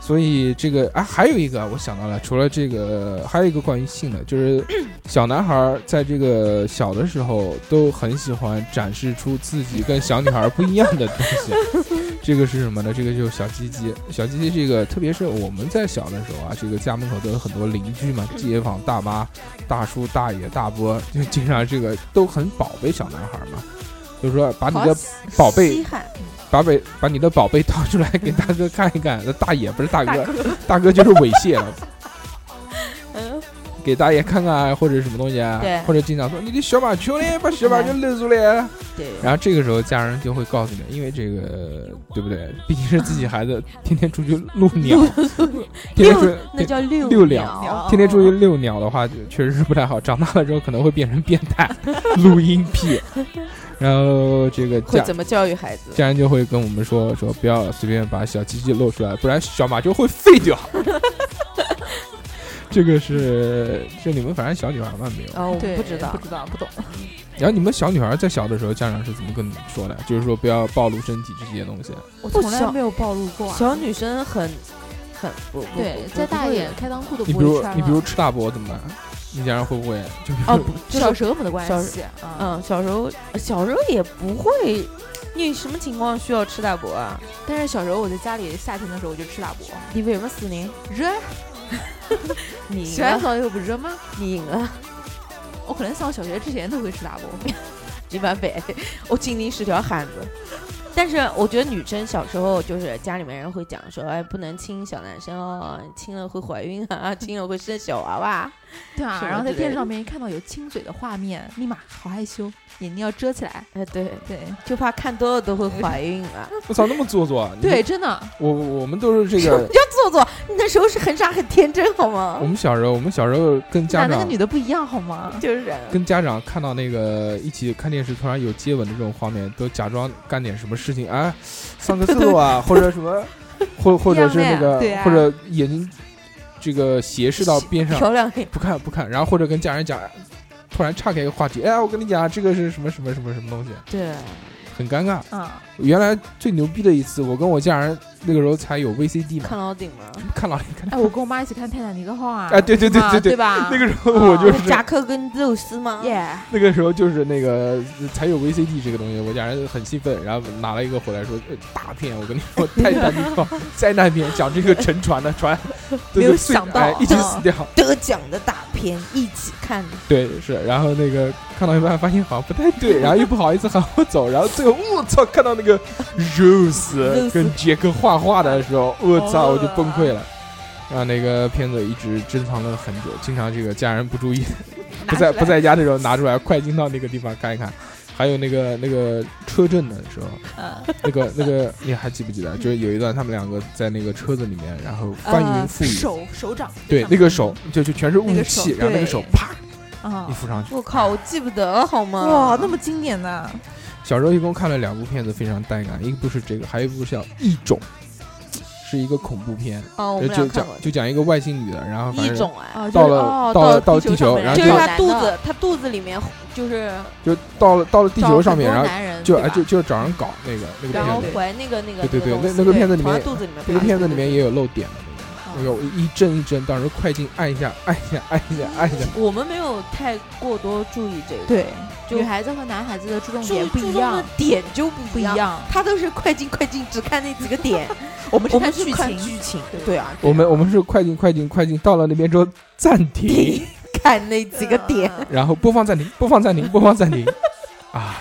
[SPEAKER 3] 所以这个啊，还有一个啊我想到了，除了这个，还有一个关于性的，就是小男孩儿在这个小的时候都很喜欢展示出自己跟小女孩儿不一样的东西。 <laughs> 这个是什么呢？这个就是小鸡鸡。小鸡鸡这个，特别是我们在小的时候啊，这个家门口都有很多邻居嘛，街坊大妈、大叔、大爷、大伯，就经常这个都很宝贝小男孩儿嘛，就是说把你的宝贝
[SPEAKER 6] 稀罕，
[SPEAKER 3] 把贝把你的宝贝掏出来给大哥看一看，那大爷不是大哥，大哥就是猥亵了，
[SPEAKER 6] 嗯，
[SPEAKER 3] 给大爷看看或者什么东西啊
[SPEAKER 6] 对，
[SPEAKER 3] 或者经常说你的小马球呢，把小马球露出来。
[SPEAKER 6] 对，
[SPEAKER 3] 然后这个时候家人就会告诉你，因为这个对不
[SPEAKER 6] <laughs>
[SPEAKER 3] 对？毕竟是自己孩子，天天出去遛鸟，天天出
[SPEAKER 6] 六那叫哦六
[SPEAKER 3] 六
[SPEAKER 6] 秒
[SPEAKER 3] 两，天天出去遛鸟的话，就确实是不太好。长大了之后可能会变成变态，录音
[SPEAKER 6] <laughs>
[SPEAKER 3] 癖。然后这个
[SPEAKER 6] 会
[SPEAKER 3] 家
[SPEAKER 6] 怎么教育孩子？
[SPEAKER 3] 家人就会跟我们说说不要随便把小鸡鸡露出来，不然小马就会废
[SPEAKER 6] <laughs>
[SPEAKER 3] 掉。这个是，就你们反正小女孩嘛没有。
[SPEAKER 6] 哦，我
[SPEAKER 7] 对，
[SPEAKER 6] 不知道
[SPEAKER 7] 不，知道，不懂。
[SPEAKER 3] 然后你们小女孩在小的时候，家长是怎么跟你们说的？就是说不要暴露身体这些东西。
[SPEAKER 7] 我
[SPEAKER 6] 不
[SPEAKER 7] 从来
[SPEAKER 6] 小
[SPEAKER 7] 没有暴露过啊。
[SPEAKER 6] 小女生很很不不
[SPEAKER 7] 对，
[SPEAKER 6] 不
[SPEAKER 7] 再
[SPEAKER 6] 不不
[SPEAKER 7] 大一
[SPEAKER 6] 会
[SPEAKER 7] 点，开裆裤都
[SPEAKER 3] 你
[SPEAKER 7] 不
[SPEAKER 3] 比如
[SPEAKER 7] 会穿
[SPEAKER 3] 你比如
[SPEAKER 7] 了。
[SPEAKER 3] 吃大波怎么办？你家人会不会？就比如
[SPEAKER 6] 哦，不就是
[SPEAKER 7] 小时候没得关
[SPEAKER 6] 小
[SPEAKER 7] 系啊，
[SPEAKER 6] 嗯，小时候小时候也不会，你什么情况需要吃大补啊？
[SPEAKER 7] 但是小时候我在家里夏天的时候我就吃大补，
[SPEAKER 6] 你为什么死呢？
[SPEAKER 7] 热，
[SPEAKER 6] 你赢
[SPEAKER 7] 洗完
[SPEAKER 6] 了，
[SPEAKER 7] 澡以后不热吗？
[SPEAKER 6] 你赢了，
[SPEAKER 7] 我可能上小学之前都会吃 <laughs> 大补，
[SPEAKER 6] 你完美，我仅仅是条汉子。但是我觉得女生小时候就是家里面人会讲说，哎，不能亲小男生哦，亲了会怀孕啊， <laughs> 亲了会生小娃娃。
[SPEAKER 7] 对啊
[SPEAKER 6] 是。的
[SPEAKER 7] 然后在
[SPEAKER 6] 对
[SPEAKER 7] 电视上面一看到有亲嘴的画面，立马好害羞，眼睛要遮起来。
[SPEAKER 6] 哎，对，
[SPEAKER 7] 对
[SPEAKER 6] 就怕看多了都会怀孕 <laughs> 啊。。
[SPEAKER 3] 我操那么做作啊？你们
[SPEAKER 7] 对，，真的，
[SPEAKER 3] 我我们都是这个
[SPEAKER 7] <laughs>
[SPEAKER 6] 要做作，你那时候是很傻很天真好吗
[SPEAKER 3] 我？们小时候，我们小时候跟家
[SPEAKER 7] 男的
[SPEAKER 3] 长
[SPEAKER 7] 跟女的不一样好吗？
[SPEAKER 6] 就是啊
[SPEAKER 3] 跟家长看到那个一起看电视，突然有接吻的这种画面，都假装干点什么事情啊，上个厕所
[SPEAKER 7] <laughs>
[SPEAKER 3] 啊，或者什么，或或者是那
[SPEAKER 7] 一样
[SPEAKER 3] 个
[SPEAKER 7] 的呀 <laughs> 对，啊
[SPEAKER 3] 或者眼睛这个斜视到边上，
[SPEAKER 6] 漂亮一点
[SPEAKER 3] 不看不看，然后或者跟家人讲，哎突然岔开一个话题，哎，我跟你讲，这个是什么什么什么什么东西，
[SPEAKER 6] 对，
[SPEAKER 3] 很尴尬。
[SPEAKER 7] 啊，
[SPEAKER 3] 原来最牛逼的一次，我跟我家人那个时候才有 VCD 嘛，
[SPEAKER 6] 看老顶嘛。
[SPEAKER 3] 看老看
[SPEAKER 7] 哎，我跟我妈一起看《泰坦尼克号》啊，
[SPEAKER 3] 哎对对对
[SPEAKER 7] 啊
[SPEAKER 3] 对对
[SPEAKER 7] 对吧？
[SPEAKER 3] 那个时候我就
[SPEAKER 7] 啊
[SPEAKER 3] 是
[SPEAKER 6] 扎克跟肉丝吗？
[SPEAKER 7] 耶，
[SPEAKER 3] 那个时候就是那个呃才有 VCD 这个东西，我家人很兴奋，然后拿了一个回来说呃大片，我跟你说泰坦尼
[SPEAKER 7] <laughs>
[SPEAKER 3] 克号灾难片，讲这个沉船的船，这
[SPEAKER 7] 没有
[SPEAKER 3] 个碎
[SPEAKER 7] 想到
[SPEAKER 3] 哎一起
[SPEAKER 7] 嗯
[SPEAKER 3] 死掉，
[SPEAKER 6] 得奖的大片一起看。
[SPEAKER 3] 对是，然后那个看到一半发现好像不太对，然后又不好意思喊我走，然后最后我操，看到那
[SPEAKER 7] <laughs>
[SPEAKER 3] 个 Rose 跟杰克画画的时候，我
[SPEAKER 7] 哦
[SPEAKER 3] 操，我就崩溃了。然后那个片子一直珍藏了很久，经常这个家人不注意
[SPEAKER 7] <laughs>
[SPEAKER 3] 不在不在家的时候拿出来，快进到那个地方看一看。还有那个那个车震的时候，
[SPEAKER 7] 嗯
[SPEAKER 3] 那个那个你还记不记
[SPEAKER 7] <laughs>
[SPEAKER 3] 得？就是有一段他们两个在那个车子里面，然后翻云覆雨，
[SPEAKER 7] 呃手手掌
[SPEAKER 3] 对，那个手就就全是雾
[SPEAKER 7] 那个手
[SPEAKER 3] 气，然后那个
[SPEAKER 7] 对
[SPEAKER 3] 手啪
[SPEAKER 7] 啊
[SPEAKER 3] 一，扶上去。
[SPEAKER 6] 我靠，我记不得了好吗？
[SPEAKER 7] 哇，那么经典的，
[SPEAKER 3] 小时候一共看了两部片子，非常带感，一部是这个，还有一部叫《异种》，是一个恐怖片，
[SPEAKER 6] 哦，我
[SPEAKER 3] 就
[SPEAKER 6] 们俩
[SPEAKER 3] 就
[SPEAKER 6] 看
[SPEAKER 3] 讲
[SPEAKER 6] 过这
[SPEAKER 3] 就讲一个外星女的，然后
[SPEAKER 6] 个
[SPEAKER 3] 反
[SPEAKER 6] 异
[SPEAKER 3] 正
[SPEAKER 6] 种哎，
[SPEAKER 7] 哦，
[SPEAKER 3] 到了
[SPEAKER 7] 哦
[SPEAKER 3] 到了到
[SPEAKER 7] 到
[SPEAKER 3] 了地球
[SPEAKER 7] 上面
[SPEAKER 3] 然后
[SPEAKER 6] 就
[SPEAKER 3] 就是有
[SPEAKER 7] 找
[SPEAKER 6] 他
[SPEAKER 7] 男的
[SPEAKER 6] 肚子，他肚子里面就是
[SPEAKER 3] 就到了到了地
[SPEAKER 7] 找
[SPEAKER 3] 球
[SPEAKER 7] 很
[SPEAKER 3] 上面，
[SPEAKER 7] 多
[SPEAKER 3] 然后
[SPEAKER 7] 男人
[SPEAKER 3] 就
[SPEAKER 7] 对
[SPEAKER 3] 哎
[SPEAKER 7] 吧
[SPEAKER 3] 就就找人搞那个那个
[SPEAKER 6] 然
[SPEAKER 3] 片
[SPEAKER 6] 后
[SPEAKER 3] 子，
[SPEAKER 6] 怀那个那个
[SPEAKER 3] 对对对
[SPEAKER 6] 个东西
[SPEAKER 3] 那那个片子里
[SPEAKER 6] 对
[SPEAKER 3] 面
[SPEAKER 6] 朝肚子里面
[SPEAKER 3] 那
[SPEAKER 6] 爬，
[SPEAKER 3] 个片子里面
[SPEAKER 6] 对
[SPEAKER 3] 也有漏点的那
[SPEAKER 6] 对
[SPEAKER 3] 个，有一帧一帧，当时快进按一下，按一下，按一下，按一下，
[SPEAKER 6] 对我们没有太过多注意这个，
[SPEAKER 7] 对，
[SPEAKER 6] 就
[SPEAKER 7] 女孩子和男孩子的注重
[SPEAKER 6] 注
[SPEAKER 7] 点不
[SPEAKER 6] 注
[SPEAKER 7] 一
[SPEAKER 6] 重的
[SPEAKER 7] 样，
[SPEAKER 6] 点就
[SPEAKER 7] 不
[SPEAKER 6] 不
[SPEAKER 7] 一
[SPEAKER 6] 一样。
[SPEAKER 7] 样。
[SPEAKER 6] 他都是快进快进，只看那几个点。 <laughs>
[SPEAKER 7] 我们
[SPEAKER 6] 我
[SPEAKER 7] 看
[SPEAKER 6] 们是
[SPEAKER 7] 剧
[SPEAKER 6] 看
[SPEAKER 7] 情，
[SPEAKER 6] 剧
[SPEAKER 7] 情对
[SPEAKER 6] 对啊，
[SPEAKER 3] 我们我们是快进快进快进，到了那边之后暂停，
[SPEAKER 6] 看那几个点。
[SPEAKER 7] 嗯
[SPEAKER 3] 然后播放暂停，播放暂停，播放暂停，啊，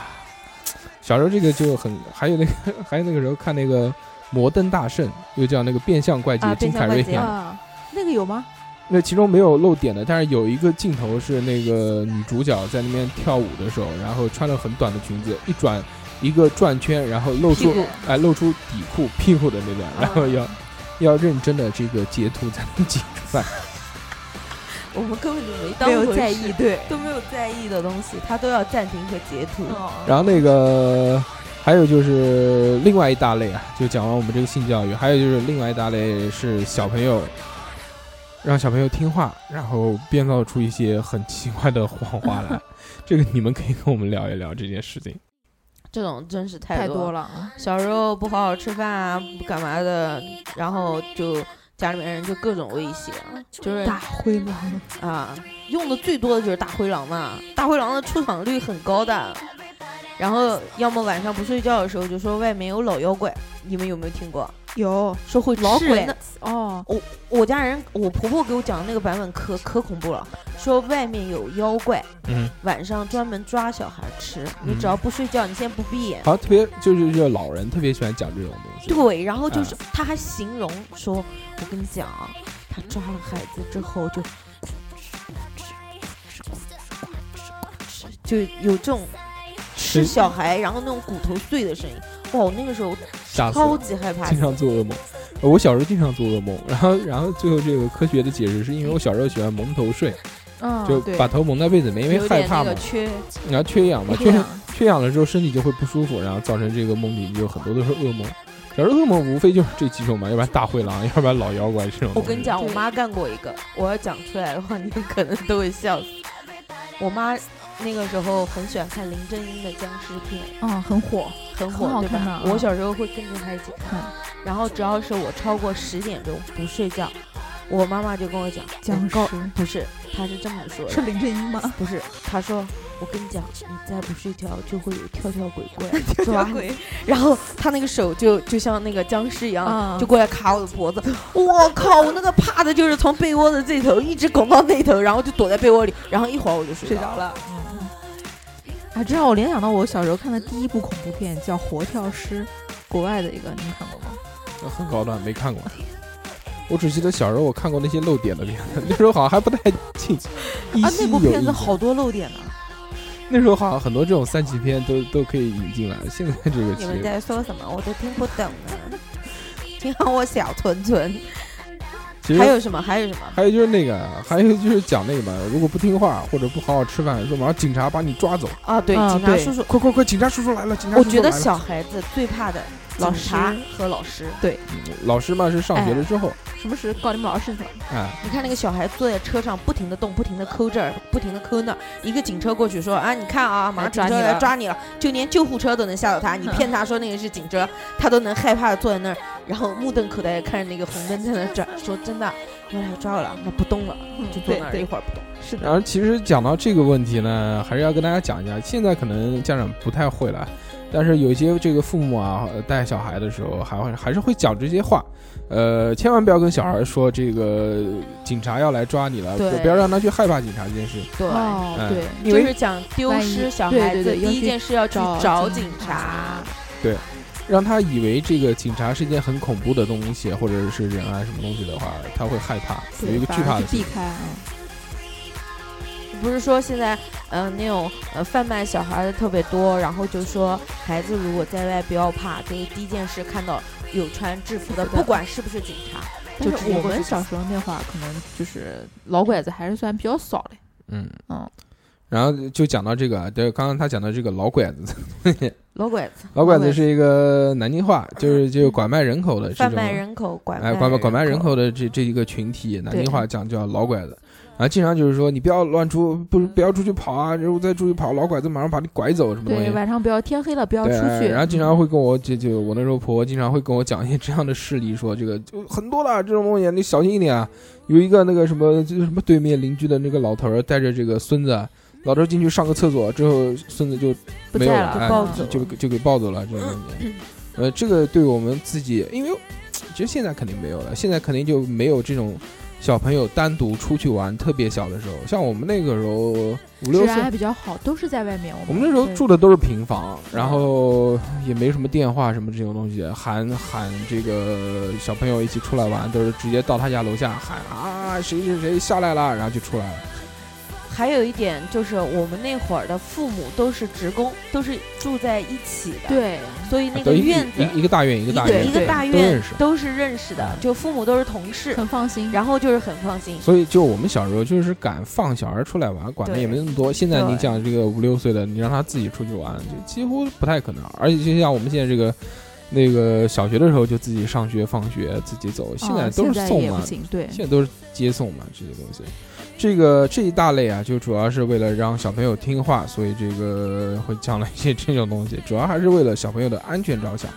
[SPEAKER 3] 小时候这个就很，还有那个 <laughs> 还有那个时候看那个《摩登大圣》，又叫那个《变相怪杰
[SPEAKER 6] 啊》
[SPEAKER 3] 金凯瑞
[SPEAKER 6] 变相怪杰
[SPEAKER 3] 演的，
[SPEAKER 7] 啊，那个有吗？
[SPEAKER 3] 那其中没有露点的，但是有一个镜头是那个女主角在那边跳舞的时候，然后穿了很短的裙子，一转一个转圈，然后露出
[SPEAKER 7] 屁股
[SPEAKER 3] 哎露出底裤屁股的那段，然后
[SPEAKER 6] 啊
[SPEAKER 3] 要。要认真的这个截图才能截出来，
[SPEAKER 6] 我们根本就没当
[SPEAKER 7] 没有
[SPEAKER 6] 回
[SPEAKER 7] 在
[SPEAKER 6] 事
[SPEAKER 7] 意，，对。
[SPEAKER 6] 都没有在意的东西，他都要暂停和截图。
[SPEAKER 7] 哦
[SPEAKER 3] 然后那个还有就是另外一大类啊，就讲完我们这个性教育，还有就是另外一大类是小朋友让小朋友听话，然后编造出一些很奇怪的谎话来。这个你们可以跟我们聊一聊这件事情。
[SPEAKER 6] 这种真是
[SPEAKER 7] 太
[SPEAKER 6] 多
[SPEAKER 7] 多了，
[SPEAKER 6] 小时候不好好吃饭啊，不干嘛的，然后就家里面人就各种威胁，就是
[SPEAKER 7] 大灰狼，
[SPEAKER 6] 啊，用的最多的就是大灰狼嘛，大灰狼的出场率很高的。然后要么晚上不睡觉的时候就说外面有老妖怪，你们有没有听过？
[SPEAKER 7] 有
[SPEAKER 6] 说会老
[SPEAKER 7] 是
[SPEAKER 6] 鬼呢，
[SPEAKER 7] 哦，
[SPEAKER 6] 我家人，我婆婆给我讲的那个版本可可恐怖了，说外面有妖怪，
[SPEAKER 3] 嗯，
[SPEAKER 6] 晚上专门抓小孩吃，你
[SPEAKER 3] 嗯
[SPEAKER 6] 只要不睡觉，你先不闭眼。
[SPEAKER 3] 好像特别就是这老人特别喜欢讲这种东西。
[SPEAKER 6] 对，然后
[SPEAKER 3] 嗯
[SPEAKER 6] 就是他还形容说，我跟你讲啊，他抓了孩子之后就，就有这种吃
[SPEAKER 3] 吃
[SPEAKER 6] 小孩，然后那种骨头碎的声音。哇，那个时
[SPEAKER 3] 啊
[SPEAKER 6] 候
[SPEAKER 3] 吓死
[SPEAKER 6] 超
[SPEAKER 3] 我，
[SPEAKER 6] 级害怕
[SPEAKER 3] 经。常做噩梦。呃我小时候经常做噩梦，然后然后最后这个科学的解释是因为我小时候喜欢蒙头睡，
[SPEAKER 7] 嗯，
[SPEAKER 3] 就
[SPEAKER 7] 对
[SPEAKER 3] 把头蒙在被子里面，因为
[SPEAKER 7] 有
[SPEAKER 3] 害
[SPEAKER 7] 点
[SPEAKER 3] 怕
[SPEAKER 7] 那
[SPEAKER 3] 嘛啊
[SPEAKER 7] 个，缺
[SPEAKER 3] 然后缺
[SPEAKER 7] <laughs>
[SPEAKER 3] 氧嘛，
[SPEAKER 7] 缺
[SPEAKER 3] 缺
[SPEAKER 7] 氧，
[SPEAKER 3] 缺氧了之后，身体就会不舒服，然后造成这个梦里就很多都是噩梦。小时候噩梦无非就是这几种嘛，要不然大灰狼，要不然老妖怪这种。
[SPEAKER 6] 我跟你，讲，我
[SPEAKER 7] 对
[SPEAKER 6] 妈干过一个，我要讲出来的话，你们可能都会笑死。我妈那个时候很喜欢看林正英的僵尸片，
[SPEAKER 7] 嗯，很火，
[SPEAKER 6] 很
[SPEAKER 7] 很好
[SPEAKER 6] 火，对
[SPEAKER 7] 看的
[SPEAKER 6] 吧
[SPEAKER 7] 啊？
[SPEAKER 6] 我小时候会跟着她一起看
[SPEAKER 7] 嗯，
[SPEAKER 6] 然后只要是我超过十点钟不睡觉，我妈妈就跟我讲
[SPEAKER 7] 僵
[SPEAKER 6] 高
[SPEAKER 7] 尸
[SPEAKER 6] 不是，她是这么说
[SPEAKER 7] 是
[SPEAKER 6] 的，
[SPEAKER 7] 林正英吗？
[SPEAKER 6] 不是，她说我跟你讲，你再不睡觉就会有跳 <laughs> 跳鬼过来
[SPEAKER 7] <laughs>
[SPEAKER 6] 抓你，然后她那个手就就像那个僵尸一样，
[SPEAKER 7] 啊
[SPEAKER 6] 就过来卡我的脖子，我靠，我那个怕的就是从被窝的这头一直拱到那头，然后就躲在被窝里，然后一会儿我就睡
[SPEAKER 7] 睡
[SPEAKER 6] 着了。
[SPEAKER 7] 着了。啊，嗯这让我联想到我小时候看的第一部恐怖片，叫《活跳尸》，国外的一个，你们看过吗？
[SPEAKER 3] 很高端，没看过。我只记得小时候我看过那些露点的片子， <laughs> 那时候好像还不太清楚。依
[SPEAKER 7] 啊，
[SPEAKER 3] 稀
[SPEAKER 7] 那部
[SPEAKER 3] 有
[SPEAKER 7] 片子
[SPEAKER 3] 印
[SPEAKER 7] 好
[SPEAKER 3] 象，
[SPEAKER 7] 多漏点呢。
[SPEAKER 3] 那时候好像很多这种三级片都都可以引进来。现在这个其
[SPEAKER 6] 你们
[SPEAKER 3] 实
[SPEAKER 6] 在说什么？我都听不懂 <laughs> 呢。请喊我小屯屯。
[SPEAKER 3] 其实
[SPEAKER 6] 还有什么？还有什么？
[SPEAKER 3] 还有就是那个，啊还有就是讲那个嘛，如果不听话或者不好好吃饭，说马上警察把你抓走，
[SPEAKER 6] 啊，对，
[SPEAKER 7] 啊
[SPEAKER 6] 警察
[SPEAKER 7] 对
[SPEAKER 6] 叔叔。
[SPEAKER 3] 快快快，警察叔叔来了，警察
[SPEAKER 6] 我
[SPEAKER 3] 叔叔
[SPEAKER 6] 觉
[SPEAKER 3] 来
[SPEAKER 6] 得
[SPEAKER 3] 了。
[SPEAKER 6] 小孩子最怕的
[SPEAKER 7] 老
[SPEAKER 6] 警察
[SPEAKER 7] 师
[SPEAKER 6] 和老师。
[SPEAKER 3] 老师嘛是上学了
[SPEAKER 7] 哎
[SPEAKER 3] 之后，
[SPEAKER 7] 什么是告你们老师去了？
[SPEAKER 3] 哎，
[SPEAKER 6] 你看那个小孩坐在车上，不停的动，不停的抠这儿，不停的抠那儿。一个警车过去说啊，你看啊，马上警车来抓你了，嗯就连救护车都能吓到他。你骗他说那个是警车，他都能害怕的坐在那儿，然后目瞪口呆的看着那个红灯在那转，说真的，要来抓我了，那不动了，
[SPEAKER 7] 嗯
[SPEAKER 6] 就坐
[SPEAKER 7] 对
[SPEAKER 6] 那儿一
[SPEAKER 7] 对，
[SPEAKER 6] 会儿不动。
[SPEAKER 7] 是
[SPEAKER 3] 然
[SPEAKER 7] 的，
[SPEAKER 3] 后其实讲到这个问题呢，还是要跟大家讲一下，现在可能家长不太会了，但是有一些这个父母啊呃带小孩的时候，还会还是会讲这些话，呃，千万不要跟小孩说这个呃警察要来抓你了，
[SPEAKER 6] 对
[SPEAKER 3] 不不要让他去害怕警察这件事。
[SPEAKER 6] 对
[SPEAKER 7] 哦
[SPEAKER 6] 嗯
[SPEAKER 3] 哎
[SPEAKER 7] 对，
[SPEAKER 3] 因为
[SPEAKER 6] 就是讲丢
[SPEAKER 7] 万一
[SPEAKER 6] 失小
[SPEAKER 7] 对
[SPEAKER 6] 孩
[SPEAKER 7] 对
[SPEAKER 6] 子，
[SPEAKER 7] 对
[SPEAKER 6] 第
[SPEAKER 7] 要
[SPEAKER 6] 一
[SPEAKER 7] 去
[SPEAKER 6] 件事要去
[SPEAKER 7] 找
[SPEAKER 6] 找
[SPEAKER 7] 警
[SPEAKER 6] 警察
[SPEAKER 7] 察。
[SPEAKER 3] 让他以为这个警察是一件很恐怖的东西，或者是人啊什么东西的话，他会害怕，有
[SPEAKER 7] 对
[SPEAKER 3] 一个
[SPEAKER 7] 反
[SPEAKER 3] 惧
[SPEAKER 7] 而
[SPEAKER 3] 怕的
[SPEAKER 6] <laughs>
[SPEAKER 7] 是避
[SPEAKER 3] 心。
[SPEAKER 7] 开啊。
[SPEAKER 6] 不是说现在，呃，那种呃贩卖小孩的特别多，然后就说孩子如果在外不要怕，就是第一件事看到有穿制服的，
[SPEAKER 7] 是的
[SPEAKER 6] 不管是不是警察，
[SPEAKER 7] 就
[SPEAKER 6] 就直接
[SPEAKER 7] 我
[SPEAKER 6] 过去
[SPEAKER 7] 们
[SPEAKER 6] 就
[SPEAKER 7] 小时候那会儿，可能就是老拐子还是算比较少的。
[SPEAKER 3] 嗯
[SPEAKER 7] 嗯，
[SPEAKER 3] 然后就讲到这个啊，对，刚刚他讲到这个老拐子， <laughs>
[SPEAKER 7] 老拐子，
[SPEAKER 3] 老拐子是一个南京话，就是就是拐卖人口的这
[SPEAKER 6] 贩
[SPEAKER 3] 种，
[SPEAKER 6] 卖人口，拐
[SPEAKER 3] 哎，
[SPEAKER 6] 卖
[SPEAKER 3] 拐卖拐卖人
[SPEAKER 6] 人
[SPEAKER 3] 口的这这一个群体，南京
[SPEAKER 7] 对
[SPEAKER 3] 话讲叫老拐子。然后经常就是说，你不要乱出，不不要出去跑啊！如果再出去跑，老拐子马上把你拐走，什么东西
[SPEAKER 7] 对，？晚上不要天黑了不要出
[SPEAKER 3] 对，
[SPEAKER 7] 去，
[SPEAKER 3] 然后经常会跟我就就我那时候婆婆经常会跟我讲一些这样的事例，说这个就很多的这种东西，你小心一点啊。有一个那个什么就是什么对面邻居的那个老头儿带着这个孙子，老头儿进去上个厕所之后，孙子就
[SPEAKER 7] 不
[SPEAKER 3] 没有
[SPEAKER 7] 在
[SPEAKER 3] 了，
[SPEAKER 7] 了，
[SPEAKER 3] 哎
[SPEAKER 7] 抱
[SPEAKER 3] 就
[SPEAKER 7] 走。
[SPEAKER 3] 就给就给抱走了这种东 <laughs> 西。呃，这个对我们自己，因为 <sniffs> 其实现在肯定没有了，现在肯定就没有这种小朋友单独出去玩。特别小的时候，像我们那个时候五六
[SPEAKER 7] 治
[SPEAKER 3] 岁
[SPEAKER 7] 安还，比较好，都是在外面。
[SPEAKER 3] 我们那时候
[SPEAKER 7] 对
[SPEAKER 3] 住的都是平房，然后也没什么电话什么这种东西，喊喊这个小朋友一起出来玩，都是直接到他家楼下喊啊谁谁谁下来了，然后就出来了。
[SPEAKER 6] 还有一点就是，我们那会儿的父母都是职工，都是住在一起的，，
[SPEAKER 7] 对，
[SPEAKER 6] 所以那
[SPEAKER 3] 都
[SPEAKER 6] 个
[SPEAKER 3] 一
[SPEAKER 6] 院子
[SPEAKER 3] 一一个大院一个大
[SPEAKER 7] 对
[SPEAKER 3] 院
[SPEAKER 6] 一，个大
[SPEAKER 3] 都认
[SPEAKER 6] 院
[SPEAKER 3] 识嗯
[SPEAKER 6] 都是认识的，就父母都是同事，
[SPEAKER 7] 很放心。
[SPEAKER 6] 然后就是很放心。
[SPEAKER 3] 所以就我们小时候就是敢放小孩出来玩，管的
[SPEAKER 6] 对
[SPEAKER 3] 也没那么多。现在你
[SPEAKER 6] 对
[SPEAKER 3] 讲这个五六岁的，你让他自己出去玩，就几乎不太可能。而且就像我们现在这个。那个小学的时候就自己上学放学自己走，哦
[SPEAKER 6] 哦
[SPEAKER 3] 现在
[SPEAKER 7] 啊
[SPEAKER 3] 都是
[SPEAKER 7] 现在
[SPEAKER 3] 送
[SPEAKER 7] 也
[SPEAKER 3] 嘛
[SPEAKER 7] 不，行，对，
[SPEAKER 3] 现在都是接送嘛，这些东西。这个这一大类啊，就主要是为了让小朋友听话，所以这个会讲了一些这种东西，主要还是为了小朋友的安全着想。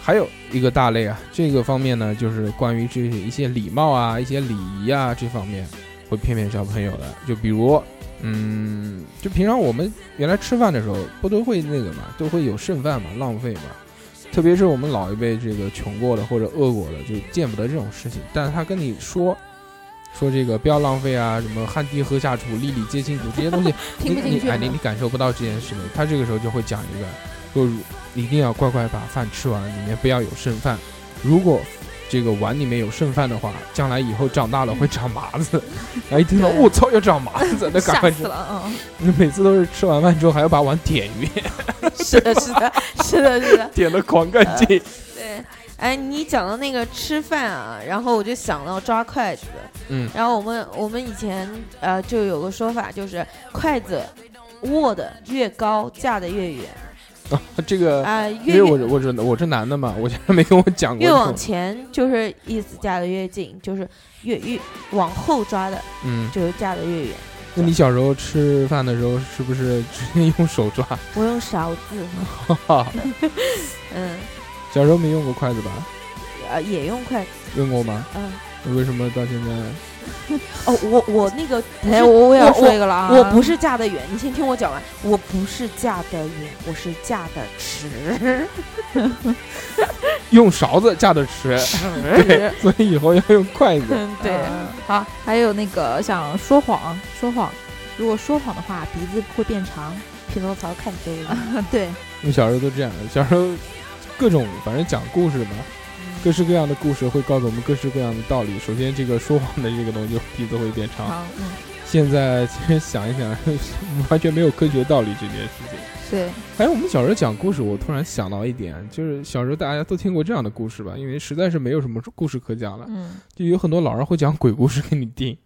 [SPEAKER 3] 还有一个大类啊，这个方面呢，就是关于这一些礼貌啊、一些礼仪啊这方面，会骗骗小朋友的。就比如，嗯，就平常我们原来吃饭的时候，不都会那个嘛，都会有剩饭嘛，浪费嘛。特别是我们老一辈这个穷过的或者饿过的，就见不得这种事情。但是他跟你说说这个不要浪费啊，什么汗滴禾下土，粒粒皆辛苦这些东西，
[SPEAKER 7] <laughs> 听不
[SPEAKER 3] 你
[SPEAKER 7] 进
[SPEAKER 3] 你
[SPEAKER 7] 去
[SPEAKER 3] 哎，你你感受不到这件事情。他这个时候就会讲一个，就如你一定要乖乖把饭吃完，里面不要有剩饭。如果这个碗里面有剩饭的话，将来以后长大了会长麻子。
[SPEAKER 7] <laughs>
[SPEAKER 3] 然后一听到我操要长麻子，那赶
[SPEAKER 7] 吓
[SPEAKER 3] 快
[SPEAKER 7] <laughs> 死
[SPEAKER 3] 吃。
[SPEAKER 7] 了，嗯，
[SPEAKER 3] 你每次都是吃完饭之后还要把碗点匀，
[SPEAKER 6] <laughs> 是的，是的，是的，是的。
[SPEAKER 3] 点的狂干
[SPEAKER 7] 呃
[SPEAKER 3] 净。
[SPEAKER 6] 对，哎，你讲到那个吃饭啊，然后我就想到抓筷子。
[SPEAKER 3] 嗯，
[SPEAKER 6] 然后我们我们以前呃就有个说法，就是筷子握的越高，架的越远
[SPEAKER 3] 这个
[SPEAKER 6] 啊、
[SPEAKER 3] 呃因为
[SPEAKER 6] 越
[SPEAKER 3] 我
[SPEAKER 6] 越
[SPEAKER 3] 是我是我是男的嘛，我家人没跟我讲过
[SPEAKER 6] 越
[SPEAKER 3] 这
[SPEAKER 6] 往
[SPEAKER 3] 种。
[SPEAKER 6] 前就是意思架的越近，就是越越往后抓的
[SPEAKER 3] 嗯，
[SPEAKER 6] 就是架的越远。
[SPEAKER 3] 那你小时候吃饭的时候是不是直接用手抓？
[SPEAKER 6] 我用勺子，
[SPEAKER 3] <laughs>
[SPEAKER 6] 嗯，
[SPEAKER 3] 小时候没用过筷子吧？
[SPEAKER 6] 呃，也用筷子，
[SPEAKER 3] 用过吗？
[SPEAKER 6] 嗯。
[SPEAKER 3] 为什么到现在？
[SPEAKER 6] 哦，我我那个不是
[SPEAKER 7] 哎，我我也要
[SPEAKER 6] 我
[SPEAKER 7] 说一个了啊，
[SPEAKER 6] 我不是架得远，你先听我讲完。我不是架得远，我是架得直。
[SPEAKER 3] 用勺子架着吃， <laughs> 对，所以以后要用筷子。
[SPEAKER 6] 嗯，对，
[SPEAKER 7] 好，还有那个想说谎，说谎，如果说谎的话，鼻子会变长。
[SPEAKER 6] 匹诺曹看丢了。
[SPEAKER 7] 对，
[SPEAKER 3] 我们小时候都这样，小时候各种反正讲故事嘛，各式各样的故事会告诉我们各式各样的道理。首先，这个说谎的这个东西鼻子会变长。
[SPEAKER 7] 长，嗯，
[SPEAKER 3] 现在其实想一想， <laughs> 完全没有科学道理这件事情。
[SPEAKER 7] 对，
[SPEAKER 3] 哎，我们小时候讲故事，我突然想到一点，就是小时候大家都听过这样的故事吧？因为实在是没有什么故事可讲了，
[SPEAKER 7] 嗯
[SPEAKER 3] 就有很多老人会讲鬼故事给你 <laughs> 听。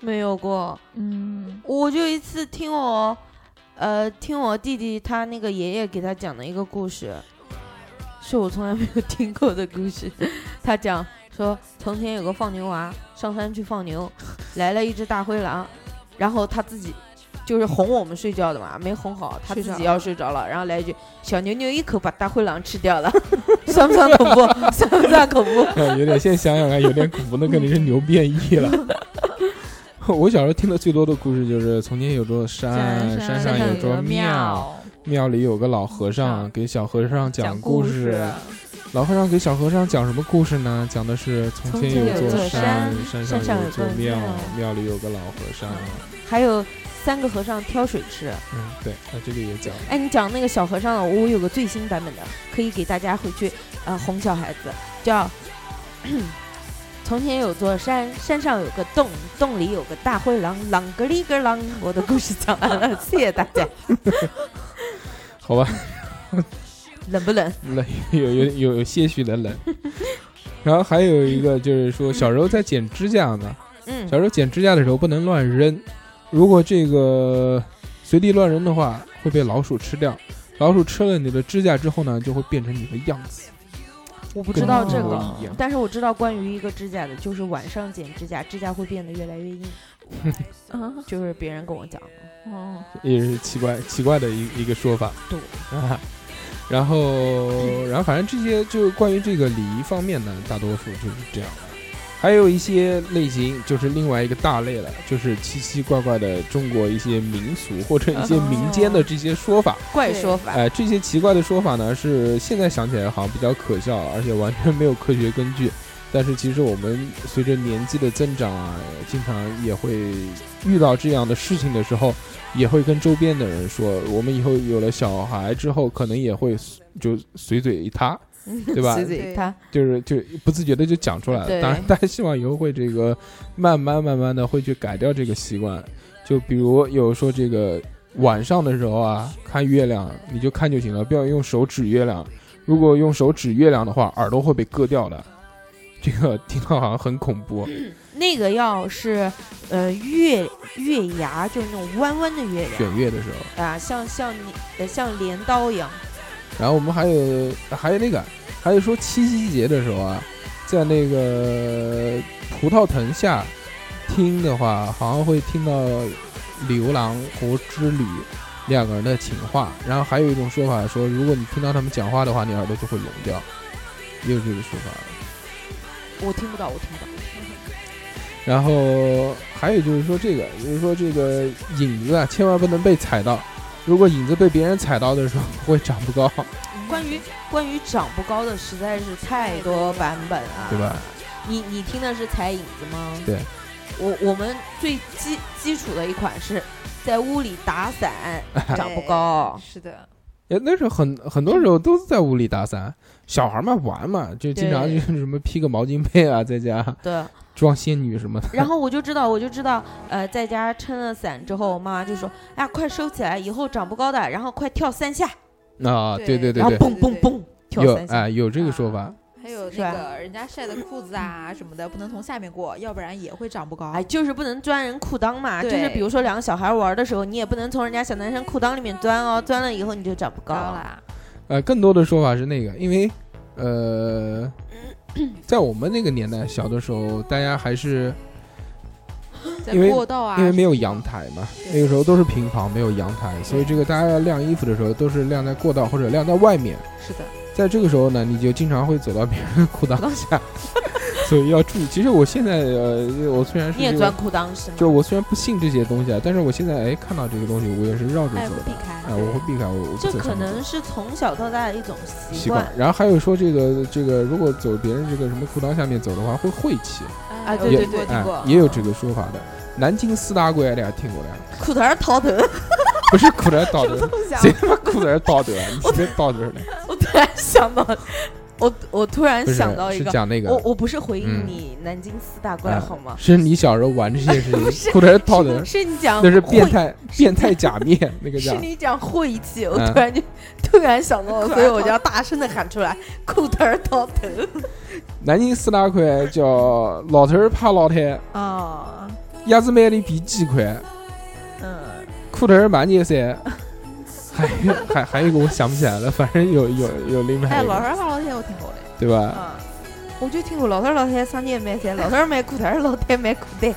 [SPEAKER 6] 没有过，
[SPEAKER 7] 嗯，
[SPEAKER 6] 我就一次听我，呃，听我弟弟他那个爷爷给他讲的一个故事，是我从来没有听过的故事。 <laughs> 他讲说，从前有个放牛娃上山去放牛，来了一只大灰狼，然后他自己就是哄我们睡觉的嘛，没哄好，他
[SPEAKER 7] 睡着
[SPEAKER 6] 自己
[SPEAKER 7] 了
[SPEAKER 6] 要睡着了，然后来一句小牛牛一口把大灰狼吃掉了， <laughs> 算不算恐怖？ <laughs> 算不算恐
[SPEAKER 7] <laughs>
[SPEAKER 6] 怖？
[SPEAKER 3] 哎有点，现在想想看，有点恐怖，那肯定是牛变异 <laughs> 了。我小时候听的最多的故事就是：从前有座嗯山，山上有座庙，，庙里有个老和尚，
[SPEAKER 7] 嗯
[SPEAKER 3] 给小和尚讲
[SPEAKER 7] 故
[SPEAKER 3] 事。老和尚给小和尚讲什么故事呢？讲的是从
[SPEAKER 7] 从
[SPEAKER 3] 前
[SPEAKER 7] 前
[SPEAKER 3] 有
[SPEAKER 7] 有
[SPEAKER 3] 座
[SPEAKER 7] 座
[SPEAKER 3] 山，山上
[SPEAKER 6] 山山上
[SPEAKER 3] 有
[SPEAKER 6] 有
[SPEAKER 3] 座
[SPEAKER 6] 座
[SPEAKER 3] 庙
[SPEAKER 6] 庙，
[SPEAKER 3] 庙里有个老和尚。
[SPEAKER 6] 还有三个和尚挑水吃。
[SPEAKER 3] 嗯，对，那这个也讲了。
[SPEAKER 6] 哎，你讲那个小和尚的，我有个最新版本的，可以给大家回去呃哄小孩子，叫从前有座山，山上有个洞，洞里有个大灰狼，啷个里个啷。我的故事讲完
[SPEAKER 3] <laughs>
[SPEAKER 6] 了，谢谢大家，
[SPEAKER 3] <laughs> 好吧， <laughs>
[SPEAKER 6] 冷不冷？
[SPEAKER 3] 冷有有有有些许的冷。 <laughs> 然后还有一个就是说，小时候在剪指甲呢，
[SPEAKER 6] 嗯
[SPEAKER 3] 小时候剪指甲的时候不能乱扔，如果这个。随地乱扔的话会被老鼠吃掉，老鼠吃了你的指甲之后呢，就会变成你的样子。
[SPEAKER 6] 我
[SPEAKER 3] 不
[SPEAKER 6] 不知道这
[SPEAKER 7] 跟
[SPEAKER 6] 个，
[SPEAKER 7] 我
[SPEAKER 3] 一样。
[SPEAKER 6] 但是我知道关于一个指甲的，就是晚上剪指甲，指甲会变得越来越硬，
[SPEAKER 7] 嗯
[SPEAKER 6] 就是别人跟我讲的。
[SPEAKER 7] 哦，
[SPEAKER 3] 也是奇怪奇怪的一一个说法。
[SPEAKER 6] 对
[SPEAKER 3] 啊，然后然后反正这些就关于这个礼仪方面呢，大多数就是这样的。还有一些类型就是另外一个大类了，就是奇奇怪怪的中国一些民俗或者一些民间的这些说法。
[SPEAKER 6] 怪
[SPEAKER 7] 对
[SPEAKER 6] 说法，
[SPEAKER 3] 哎，这些奇怪的说法呢，是现在想起来好像比较可笑，啊而且完全没有科学根据。但是其实我们随着年纪的增长啊，经常也会遇到这样的事情的时候，也会跟周边的人说，我们以后有了小孩之后，可能也会就随嘴一塌，对
[SPEAKER 6] <laughs>
[SPEAKER 3] 吧？
[SPEAKER 6] 随嘴他
[SPEAKER 3] 就是就不自觉的就讲出来了。
[SPEAKER 6] 对
[SPEAKER 3] 当然， <laughs> 大家希望以后会这个慢慢慢慢的会去改掉这个习惯。就比如有说这个晚上的时候啊，看月亮你就看就行了，不要用手指月亮。如果用手指月亮的话，耳朵会被割掉的。这个听到好像很恐怖，
[SPEAKER 6] 那个要是呃月月牙，就是那种弯弯的月亮
[SPEAKER 3] 选月的时候。
[SPEAKER 6] 啊，像像你呃像镰刀一样，
[SPEAKER 3] 然后我们还有还有那个，还有说七夕节的时候啊，在那个葡萄藤下听的话，好像会听到牛郎和织女两个人的情话。然后还有一种说法说，如果你听到他们讲话的话，你耳朵就会聋掉，也有这个说法。
[SPEAKER 6] 我听不到，我听不到。
[SPEAKER 3] 然后还有就是说这个，就是说这个影子啊，千万不能被踩到。如果影子被别人踩到的时候，会长不高，
[SPEAKER 6] 关于关于长不高的实在是太多版本啊，
[SPEAKER 3] 对吧？
[SPEAKER 6] 你你听的是踩影子吗？
[SPEAKER 3] 对，
[SPEAKER 6] 我我们最基基础的一款是在屋里打
[SPEAKER 3] <laughs>
[SPEAKER 6] 伞长不
[SPEAKER 7] 对
[SPEAKER 6] 高，
[SPEAKER 7] 是的，
[SPEAKER 3] 哎，那时候很很多时候都是在屋里打伞，小孩嘛玩嘛，就经常就
[SPEAKER 6] 对
[SPEAKER 3] 是什么披个毛巾被啊，在家
[SPEAKER 6] 对。
[SPEAKER 3] 装仙女什么的。
[SPEAKER 6] 然后我就知道，我就知道，呃，在家撑了伞之后，我妈妈就说：“哎呀，快收起来，以后长不高的，然后快跳三下。
[SPEAKER 3] 啊，对对对
[SPEAKER 6] 然后
[SPEAKER 3] 对，
[SPEAKER 6] 蹦蹦蹦跳
[SPEAKER 3] 有
[SPEAKER 6] 三下。啊
[SPEAKER 3] 哎有这个说法，
[SPEAKER 7] 还
[SPEAKER 3] 啊
[SPEAKER 7] 有
[SPEAKER 6] 是吧
[SPEAKER 7] 那个人家晒的裤子啊什么的，不能从下面过，要不然也会长不高。
[SPEAKER 6] 哎，就是不能钻人裤裆嘛，就是
[SPEAKER 7] 对
[SPEAKER 6] 比如说两个小孩玩的时候，你也不能从人家小男生裤裆里面钻哦，钻了以后你就长不高
[SPEAKER 7] 高
[SPEAKER 6] 了。
[SPEAKER 7] 啦，
[SPEAKER 3] 呃，更多的说法是那个，因为呃，在我们那个年代小的时候，大家还是
[SPEAKER 7] 在
[SPEAKER 3] 因为
[SPEAKER 7] 过道啊，
[SPEAKER 3] 因为没有阳，台嘛，那个时候都是平房，没有阳台，所以这个大家要晾衣服的时候都是晾在过道或者晾在外面。
[SPEAKER 7] 是的，
[SPEAKER 3] 在这个时候呢，你就经常会走到别人的裤裆
[SPEAKER 6] <laughs>
[SPEAKER 3] 下，所以要注意。其实我现在呃，我虽然是、
[SPEAKER 6] 你
[SPEAKER 3] 这
[SPEAKER 6] 也
[SPEAKER 3] 个
[SPEAKER 6] 钻裤裆是吗？
[SPEAKER 3] 就我虽然不信这些东西啊，但是我现在哎看到这个东西，我也是绕着
[SPEAKER 7] 哎，
[SPEAKER 3] 走
[SPEAKER 7] 会避
[SPEAKER 3] 的，
[SPEAKER 7] 开
[SPEAKER 3] 哎，我会避开，我我不
[SPEAKER 6] 这
[SPEAKER 3] 走
[SPEAKER 6] 可
[SPEAKER 3] 上面
[SPEAKER 6] 能
[SPEAKER 3] 走
[SPEAKER 6] 是从小到大的一种习
[SPEAKER 3] 习惯。然后还有说这个这个，如果走别人这个什么裤裆下面走的话，会晦气，
[SPEAKER 7] 哎，
[SPEAKER 6] 对
[SPEAKER 7] 对
[SPEAKER 3] 也
[SPEAKER 7] 对对，听
[SPEAKER 3] 哎
[SPEAKER 7] 过，，
[SPEAKER 3] 也有这个说法的。南京四大怪，大家听过的啊？
[SPEAKER 6] 裤头儿掏头，
[SPEAKER 3] 不是裤裆道德，
[SPEAKER 6] 想
[SPEAKER 3] 谁他妈裤裆道
[SPEAKER 6] <laughs>
[SPEAKER 3] 德啊？你这边道德呢？
[SPEAKER 6] 我突然想到，我我突然
[SPEAKER 3] 不是
[SPEAKER 6] 想到，一
[SPEAKER 3] 是
[SPEAKER 6] 个，
[SPEAKER 3] 讲那
[SPEAKER 6] 我
[SPEAKER 3] 个，
[SPEAKER 6] 我不是回应
[SPEAKER 3] 嗯
[SPEAKER 6] 你南京四大怪
[SPEAKER 3] 哎
[SPEAKER 6] 好吗？
[SPEAKER 3] 是你小时候玩这些事
[SPEAKER 6] <laughs>
[SPEAKER 3] 情，
[SPEAKER 6] 不是
[SPEAKER 3] 裤裆道德。
[SPEAKER 6] 是你讲
[SPEAKER 3] 那是变
[SPEAKER 6] 晦
[SPEAKER 3] 态变态假面那个
[SPEAKER 6] 是
[SPEAKER 3] 叫
[SPEAKER 6] 你讲晦气，我
[SPEAKER 3] 嗯
[SPEAKER 6] 突然就、突然想 <laughs> 到了，
[SPEAKER 7] 裤
[SPEAKER 6] 所
[SPEAKER 7] 儿
[SPEAKER 6] 以我
[SPEAKER 7] 掏
[SPEAKER 6] 就要大声的喊出来：“裤头儿掏头。
[SPEAKER 3] 南京四大块叫老头儿怕老太，
[SPEAKER 6] 哦
[SPEAKER 7] 啊，
[SPEAKER 3] 鸭子卖的比鸡快，
[SPEAKER 7] 嗯，
[SPEAKER 3] 裤头儿满街塞。还有还还有一个我想不起来了，反正有有有另外
[SPEAKER 7] 哎，
[SPEAKER 3] 一
[SPEAKER 7] 老
[SPEAKER 3] 个
[SPEAKER 7] 头发老天我听过嘞，
[SPEAKER 3] 对吧？
[SPEAKER 7] 啊，”
[SPEAKER 6] 我就听过老头儿老太太商店卖菜，老头儿卖裤头儿，老太太卖裤带，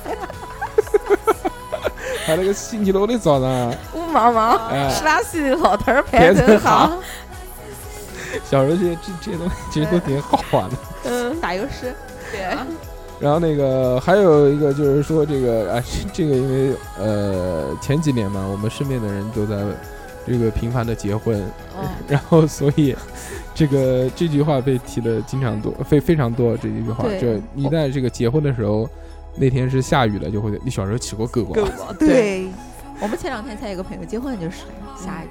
[SPEAKER 3] 还有那个星期六的早上，啊
[SPEAKER 6] 乌茫茫，
[SPEAKER 3] 哎，
[SPEAKER 6] 十拉西的老头儿
[SPEAKER 3] 排
[SPEAKER 6] 排
[SPEAKER 3] 队
[SPEAKER 6] 队
[SPEAKER 3] 行
[SPEAKER 6] 行。
[SPEAKER 3] 小时候这些这这些东西其实都挺好玩的。
[SPEAKER 6] 嗯，
[SPEAKER 7] 打油诗，对，
[SPEAKER 3] 然后那个还有一个就是说这个啊，这这个因为呃前几年嘛，我们身边的人都在这个频繁的结婚，
[SPEAKER 7] 哦，
[SPEAKER 3] <laughs> 然后所以这个这句话被提的经常多，非非常多这一句话，
[SPEAKER 7] 对
[SPEAKER 3] 就一旦这个结婚的时候。那天是下雨了，就会你小时候骑过狗吧？
[SPEAKER 7] 呃对，我们前两天才有个朋友结婚，就是下雨，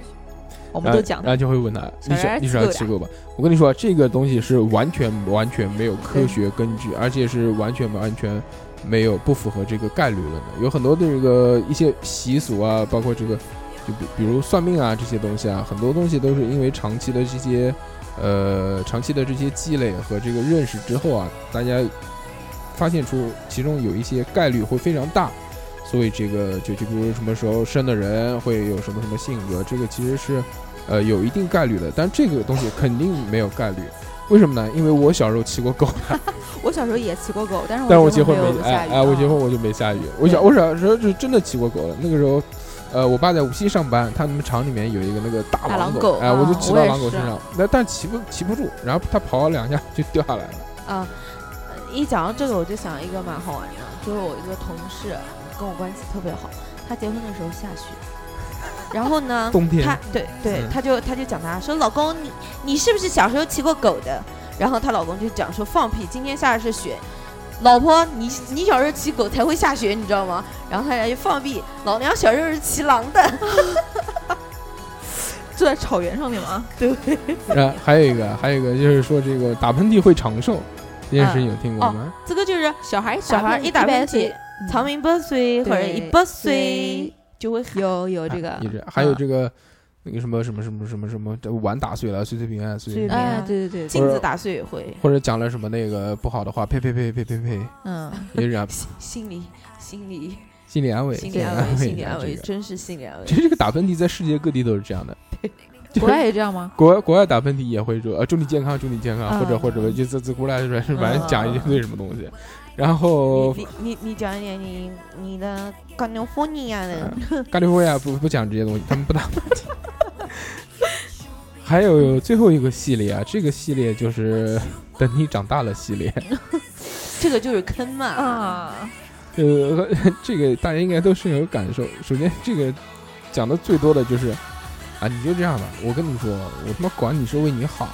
[SPEAKER 7] 我们都讲
[SPEAKER 3] 然后就会问他，你
[SPEAKER 7] 小时
[SPEAKER 3] 小
[SPEAKER 7] 候
[SPEAKER 3] 你小时候骑
[SPEAKER 7] 骑
[SPEAKER 3] 过吧？我跟你说，这个东西是完全完全没有科学根据，而且是完全完全没有不符合这个概率论的。有很多的这个一些习俗啊，包括这个，就比比如算命啊这些东西啊，很多东西都是因为长期的这些呃长期的这些积累和这个认识之后啊，大家发现出其中有一些概率会非常大，所以这个就就比如什么时候生的人会有什么什么性格，这个其实是呃有一定概率的，但这个东西肯定没有概率。为什么呢？因为我小时候骑过
[SPEAKER 7] 哦
[SPEAKER 3] 狗，
[SPEAKER 7] 我小时候也骑过狗，但是
[SPEAKER 3] 但是我
[SPEAKER 7] 结
[SPEAKER 3] 结婚
[SPEAKER 7] 没
[SPEAKER 3] 没哎哎，我结婚我就没下雨。我
[SPEAKER 7] 啊对
[SPEAKER 3] 小我小时候就真的骑过狗了。那个时候，呃，我爸在无锡上班，他们厂里面有一个那个大
[SPEAKER 7] 大
[SPEAKER 3] 狼
[SPEAKER 7] 狼狗
[SPEAKER 3] 哎，
[SPEAKER 7] 啊
[SPEAKER 3] 我就骑
[SPEAKER 7] 我
[SPEAKER 3] 到
[SPEAKER 7] 也
[SPEAKER 3] 狼狗
[SPEAKER 7] 是
[SPEAKER 3] 身上，那但骑不骑不住，然后它跑两下就掉下来了。
[SPEAKER 6] 啊、
[SPEAKER 7] 一讲到这个，我就想一个蛮好玩的，啊就是我一个同事跟我关系特别好，他结婚的时候下雪，
[SPEAKER 6] 然后呢，
[SPEAKER 3] 冬天
[SPEAKER 6] 她对对
[SPEAKER 3] 嗯，
[SPEAKER 6] 她就她就讲她说老公你你是不是小时候骑过狗的？然后她老公就讲说放屁，今天下的是雪。老婆，你你小时候骑狗才会下雪，你知道吗？然后她俩就放屁，老娘小时候是骑狼的。
[SPEAKER 7] 就在草原上面嘛。
[SPEAKER 3] <laughs> 然后还有一个，还有一个就是说这个打喷嚏会长寿，这件事
[SPEAKER 7] 嗯
[SPEAKER 3] 情有听过
[SPEAKER 7] 哦
[SPEAKER 3] 吗？
[SPEAKER 6] 这个就是
[SPEAKER 7] 小孩
[SPEAKER 6] 小孩一打喷嚏，
[SPEAKER 7] 嗯
[SPEAKER 6] 长命百岁或者
[SPEAKER 7] 对
[SPEAKER 6] 一百岁就会喊
[SPEAKER 7] 有有这个
[SPEAKER 6] <laughs>
[SPEAKER 7] 嗯
[SPEAKER 3] 啊，也是，还有这个那个什么什么什么什么什么，这碗打碎了，岁岁平安，岁岁
[SPEAKER 7] 嗯
[SPEAKER 3] 平安。
[SPEAKER 7] 哎，对对对，
[SPEAKER 6] 镜子打碎也会，
[SPEAKER 3] 或者讲了什么那个不好的话，呸呸呸呸呸呸，
[SPEAKER 7] 嗯，
[SPEAKER 3] 也是这样
[SPEAKER 6] 心心理心理
[SPEAKER 3] 心理安慰，
[SPEAKER 6] 心理
[SPEAKER 3] 安
[SPEAKER 6] 安慰心
[SPEAKER 3] 一
[SPEAKER 6] 理
[SPEAKER 3] 下
[SPEAKER 6] 安慰，
[SPEAKER 3] 这个
[SPEAKER 6] 真是心理安慰
[SPEAKER 3] 其。实这个打喷嚏在世界各地都是这样的，就是
[SPEAKER 7] 国外也这样吗？
[SPEAKER 3] 国外国外打喷嚏也会说，呃，祝你健康，祝你健康，
[SPEAKER 7] 嗯
[SPEAKER 3] 或者或者就这这过来反正
[SPEAKER 6] 嗯
[SPEAKER 3] 反正讲一堆什么东西，然后
[SPEAKER 6] 你你你你讲一点你你的 California 的
[SPEAKER 3] 咖喱味啊不不讲这些东西，他们不打喷嚏。还有最后一个系列啊，这个系列就是等你长大了系列，
[SPEAKER 6] 这个就是坑嘛。
[SPEAKER 7] <laughs> 啊，
[SPEAKER 3] 呃，这个大家应该都深有感受。 <laughs> 首先，这个讲的最多的就是啊，你就这样吧，我跟你说，我他妈管你是为你好，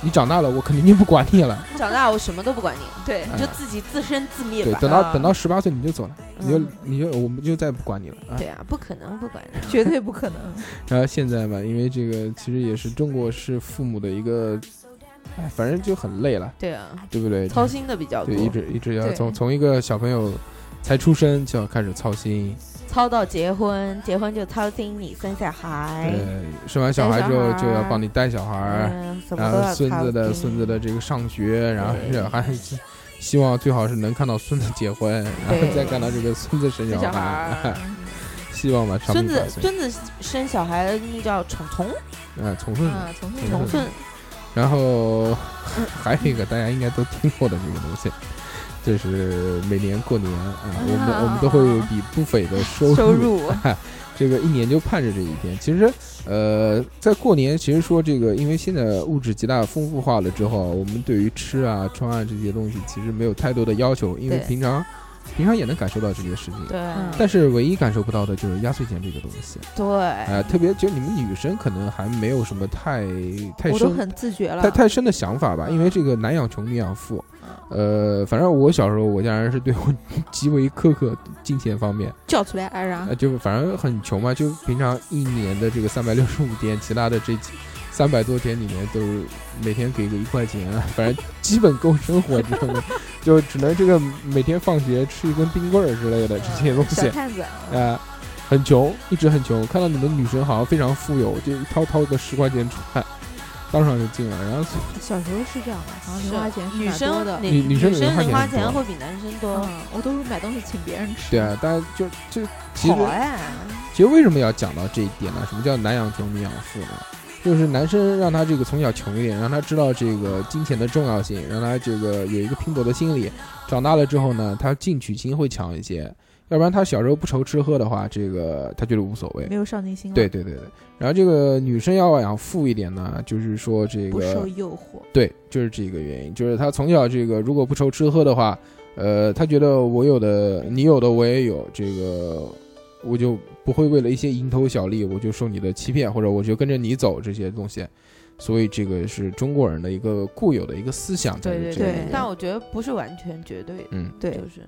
[SPEAKER 3] 你长大了我肯定就不管你
[SPEAKER 6] <laughs>
[SPEAKER 3] 了。
[SPEAKER 6] 长大我什么都不管你，
[SPEAKER 7] 对
[SPEAKER 3] 哎
[SPEAKER 6] 你就自己自生自
[SPEAKER 3] 嗯
[SPEAKER 6] 灭
[SPEAKER 3] 对，
[SPEAKER 6] 吧。
[SPEAKER 3] 等到
[SPEAKER 7] 啊
[SPEAKER 3] 等到十八岁你就走了，你就
[SPEAKER 6] 嗯
[SPEAKER 3] 你就我们就再也不管你了啊。
[SPEAKER 6] 对啊，不可能不管的。
[SPEAKER 7] 绝对不可能。
[SPEAKER 3] <laughs> 然后现在嘛，因为这个其实也是中国式父母的一个，哎，反正就很累了，
[SPEAKER 6] 对啊，
[SPEAKER 3] 对不对？
[SPEAKER 6] 操心的比较多
[SPEAKER 3] 对，，一直一直要
[SPEAKER 7] 对
[SPEAKER 3] 从从一个小朋友才出生就要开始操心，
[SPEAKER 6] 操到结婚，结婚就操心你生小孩，
[SPEAKER 3] 呃，生完小孩之后
[SPEAKER 6] 哎带小孩
[SPEAKER 3] 就要帮你带小孩儿，
[SPEAKER 6] 嗯，什么
[SPEAKER 3] 然
[SPEAKER 6] 都要
[SPEAKER 3] 后
[SPEAKER 6] 操
[SPEAKER 3] 孙子的
[SPEAKER 6] 心
[SPEAKER 3] 孙子的这个上学，然后是还是希望最好是能看到孙子结婚，然后
[SPEAKER 6] 对
[SPEAKER 3] 再看到这个孙子生
[SPEAKER 7] 这
[SPEAKER 3] 小
[SPEAKER 7] 小孩
[SPEAKER 3] 孩，
[SPEAKER 7] 儿，
[SPEAKER 3] 希望吧，长
[SPEAKER 6] 孙
[SPEAKER 3] 命
[SPEAKER 6] 子
[SPEAKER 3] 百岁，
[SPEAKER 6] 孙子生小孩，那叫宠宠
[SPEAKER 3] 啊，重孙子。
[SPEAKER 7] 嗯，从
[SPEAKER 3] 嗯
[SPEAKER 6] 宠顺，
[SPEAKER 3] 然后还有一个大家应该都听过的这个东西，就是每年过年啊，我们我们都会有一笔不菲的收入，
[SPEAKER 7] 收入
[SPEAKER 3] 这个一年就盼着这一天。其实，呃，在过年，其实说这个，因为现在物质极大丰富化了之后，我们对于吃啊、穿啊这些东西其实没有太多的要求，因为
[SPEAKER 6] 对
[SPEAKER 3] 平常平常也能感受到这些事情。
[SPEAKER 6] 对
[SPEAKER 7] 嗯
[SPEAKER 3] 但是唯一感受不到的就是压岁钱这个东西，
[SPEAKER 6] 对，
[SPEAKER 3] 啊、特别就你们女生可能还没有什么太太
[SPEAKER 7] 我都
[SPEAKER 3] 深
[SPEAKER 7] 很嗯自觉了
[SPEAKER 3] 太。太深的想法吧，因为这个男养穷，女养富。呃，反正我小时候，我家人是对我极为苛刻，金钱方面，
[SPEAKER 7] 叫出来哎挨嚷
[SPEAKER 3] 呃，，就反正很穷嘛，就平常一年的这个三百六十五天，其他的这三百多天里面都是每天给个一块钱，啊反正基本够生活之后呢，就只能这个每天放学吃一根冰棍儿之类的这些东
[SPEAKER 7] 小
[SPEAKER 3] 西，
[SPEAKER 7] 探子，
[SPEAKER 3] 呃，很穷，一直很穷。看到你们女生好像非常富有，就掏掏个十块钱出来，当场就进了，然后。
[SPEAKER 7] 小时候是这样的，好像零花钱是
[SPEAKER 6] 女
[SPEAKER 7] 蛮多
[SPEAKER 6] 生
[SPEAKER 7] 的。
[SPEAKER 3] 女女
[SPEAKER 6] 女
[SPEAKER 3] 生零花
[SPEAKER 6] 零花
[SPEAKER 3] 钱多
[SPEAKER 6] 钱会比男生多，
[SPEAKER 7] 嗯，我都是买东西请别人吃。
[SPEAKER 3] 对啊，但就就其实
[SPEAKER 6] 好哎，
[SPEAKER 3] 其实为什么要讲到这一点呢？什么叫男养穷，女养富呢？就是男生让他这个从小穷一点，让他知道这个金钱的重要性，让他这个有一个拼搏的心理。长大了之后呢，他进取心会强一些，要不然他小时候不愁吃喝的话，这个他觉得无所谓
[SPEAKER 7] 没。有上进心了，
[SPEAKER 3] 对，对对对。然后这个女生要养富一点呢，就是说这
[SPEAKER 7] 不
[SPEAKER 3] 个
[SPEAKER 7] 受诱惑。
[SPEAKER 3] 对，就是这个原因，就是他从小这个如果不愁吃喝的话，呃，他觉得我有的你有的我也有，这个我就不会为了一些蝇头小利我就受你的欺骗，或者我就跟着你走这些东西，所以这个是中国人的一个固有的一个思想在这
[SPEAKER 6] 对
[SPEAKER 3] 里
[SPEAKER 6] 对
[SPEAKER 7] 对
[SPEAKER 6] 对，但我觉得不是完全绝对的，
[SPEAKER 3] 嗯，
[SPEAKER 7] 对
[SPEAKER 6] 就是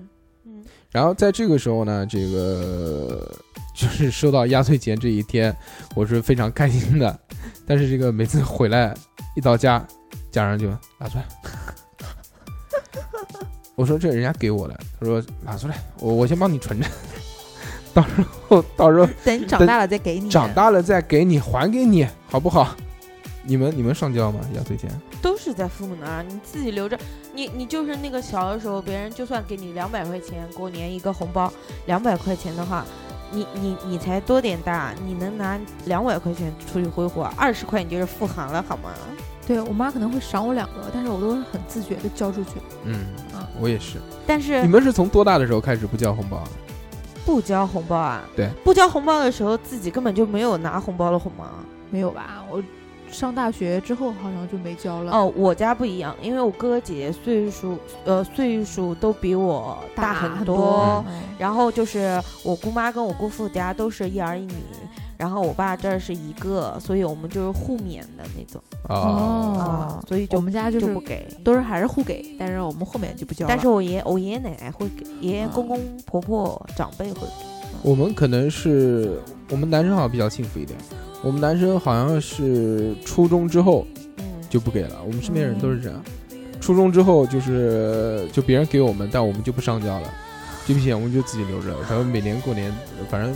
[SPEAKER 6] 嗯，
[SPEAKER 3] 然后在这个时候呢，这个 <laughs> 就是收到压岁钱这一天，我是非常开心的，但是这个每次回来一到家，家人就拿出来。 <laughs> 我说这人家给我的，他说拿出来，我我先帮你存着，到时候到时候
[SPEAKER 7] 等你长大了再给你。
[SPEAKER 3] 长大了再给你还给你，好不好？你们你们上交吗？压岁钱？
[SPEAKER 6] 都是在父母那儿，你自己留着。你你就是那个小的时候，别人就算给你两百块钱，过年一个红包，两百块钱的话，你你你才多点大，你能拿两百块钱出去挥霍，二十块你就是富含了，好吗？
[SPEAKER 7] 对我妈可能会赏我两个，但是我都会很自觉的交出去。
[SPEAKER 4] 嗯，
[SPEAKER 7] 啊，
[SPEAKER 3] 我也是。
[SPEAKER 6] 但是
[SPEAKER 3] 你们是从多大的时候开始不交红包的？
[SPEAKER 6] 不交红包啊？
[SPEAKER 3] 对，
[SPEAKER 6] 不交红包的时候，自己根本就没有拿红包了，好吗？
[SPEAKER 7] 没有吧？我上大学之后好像就没交了。，
[SPEAKER 6] 哦，我家不一样，因为我哥哥姐姐岁数，呃，岁数都比我大
[SPEAKER 7] 很
[SPEAKER 6] 多。
[SPEAKER 7] 嗯
[SPEAKER 6] 然后就是我姑妈跟我姑父家都是一儿一女，然后我爸这儿是一个，所以我们就是互免的那种啊
[SPEAKER 3] 哦，
[SPEAKER 7] 哦
[SPEAKER 6] 所以就
[SPEAKER 7] 我们家就
[SPEAKER 6] 就是不给。
[SPEAKER 7] 都是还是互给，但是我们后面就不交了。
[SPEAKER 6] 但是我爷我爷爷奶奶会给，爷爷
[SPEAKER 7] 嗯
[SPEAKER 6] 公公婆婆长辈会给。
[SPEAKER 3] 我们可能是我们男生好像比较幸福一点，我们男生好像是初中之后
[SPEAKER 6] 嗯，
[SPEAKER 3] 就不给了，我们身边人都是这样，初中之后就是就别人给我们，但我们就不上交了，这笔钱我们就自己留着，然后每年过年反正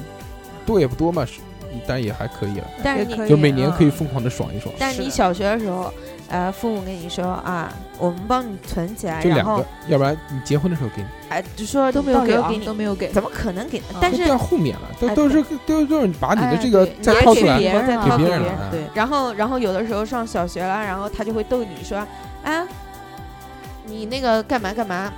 [SPEAKER 3] 多也不多嘛，是但也还可以了，
[SPEAKER 6] 但是
[SPEAKER 7] 也
[SPEAKER 6] 你
[SPEAKER 7] 可以
[SPEAKER 3] 就每年可以
[SPEAKER 6] 嗯
[SPEAKER 3] 疯狂的爽一爽，
[SPEAKER 6] 但是你小学的时候，呃，父母跟你说啊，我们帮你存起来，
[SPEAKER 3] 就
[SPEAKER 6] 然
[SPEAKER 3] 两
[SPEAKER 6] 后
[SPEAKER 3] 个，要不然你结婚的时候给你。
[SPEAKER 6] 哎、就说
[SPEAKER 7] 都没有
[SPEAKER 6] 到底
[SPEAKER 7] 给
[SPEAKER 6] 要
[SPEAKER 7] 啊
[SPEAKER 6] 给你
[SPEAKER 7] 都，没有给，
[SPEAKER 6] 怎么可能给呢？
[SPEAKER 7] 啊
[SPEAKER 6] 但
[SPEAKER 3] 都
[SPEAKER 6] 是
[SPEAKER 3] 掉后面了，都
[SPEAKER 6] 哎
[SPEAKER 3] 都是都都是把你的
[SPEAKER 7] 哎
[SPEAKER 3] 这个
[SPEAKER 7] 对
[SPEAKER 3] 再
[SPEAKER 7] 你
[SPEAKER 3] 掏
[SPEAKER 7] 也
[SPEAKER 3] 出
[SPEAKER 7] 给
[SPEAKER 3] 来
[SPEAKER 7] 别人
[SPEAKER 6] 再
[SPEAKER 7] 了
[SPEAKER 3] 给
[SPEAKER 6] 掏给
[SPEAKER 3] 别
[SPEAKER 6] 别
[SPEAKER 3] 人啊
[SPEAKER 6] 人
[SPEAKER 3] 了，
[SPEAKER 7] 对，
[SPEAKER 6] 然后，然后有的时候上小学了，然后他就会逗你说：“啊，你那个干嘛干嘛，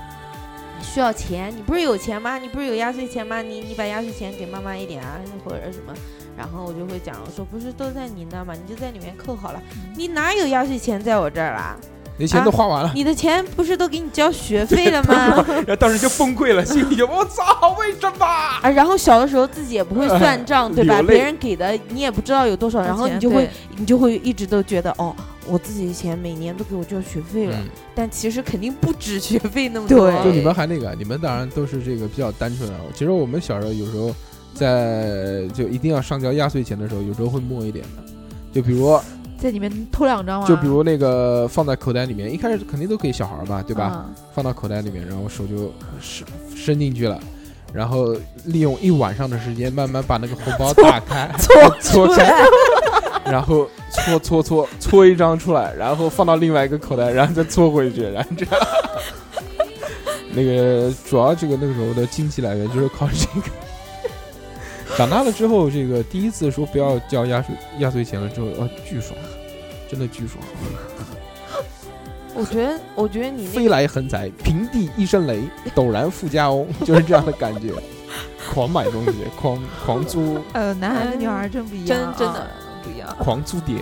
[SPEAKER 6] 你需要钱，你不是有钱吗？你不是有压岁钱吗？你你把压岁钱给妈妈一点啊， <laughs> 或者什么。”然后我就会讲说：“不是都在你那吗？你就在里面扣好了，你哪有压岁钱在我这儿啦？
[SPEAKER 3] 你钱都花
[SPEAKER 6] <laughs>
[SPEAKER 3] 完了，
[SPEAKER 6] 你的钱不是都给你交学费了吗？ <laughs>
[SPEAKER 3] 然后当时就崩溃了，心里就 <laughs> 我操，为什么？
[SPEAKER 6] 啊，然后小的时候自己也不会算账，对吧？
[SPEAKER 3] 呃流泪
[SPEAKER 6] 别人给的你也不知道有多少，然后你就会你就会一直都觉得哦，我自己以前每年都给我交学费了，
[SPEAKER 3] 嗯
[SPEAKER 6] 但其实肯定不止学费那么多。啊
[SPEAKER 3] <laughs>
[SPEAKER 7] 对
[SPEAKER 3] 就你们还那个，你们当然都是这个比较单纯啊。其实我们小时候有时候在就一定要上交压岁钱的时候，有时候会默一点的。就比如，
[SPEAKER 7] 在里面偷两张啊，
[SPEAKER 3] 就比如那个放在口袋里面，一开始肯定都给小孩嘛，对
[SPEAKER 7] 对
[SPEAKER 3] 吧？？放到口袋里面，然后手就伸伸进去了，然后利用一晚上的时间，慢慢把那个红包打开，搓搓开，然后搓搓搓搓一张出来，然后放到另外一个口袋，然后再搓回去，然后这样。 <laughs> 那个主要这个那个时候的经济来源就是靠这个。长大了之后，这个第一次说不要交压岁压岁钱了之后，哇、巨爽，真的巨爽，
[SPEAKER 6] 我觉得，我觉得你那
[SPEAKER 3] 飞来横财，平地一声雷，陡然富家翁， <laughs> 就是这样的感觉。狂买东西，狂狂租，
[SPEAKER 7] 呃，男孩跟女孩真不一
[SPEAKER 6] 真
[SPEAKER 7] 样啊，
[SPEAKER 6] 真的
[SPEAKER 7] 不一样。
[SPEAKER 3] 狂租碟。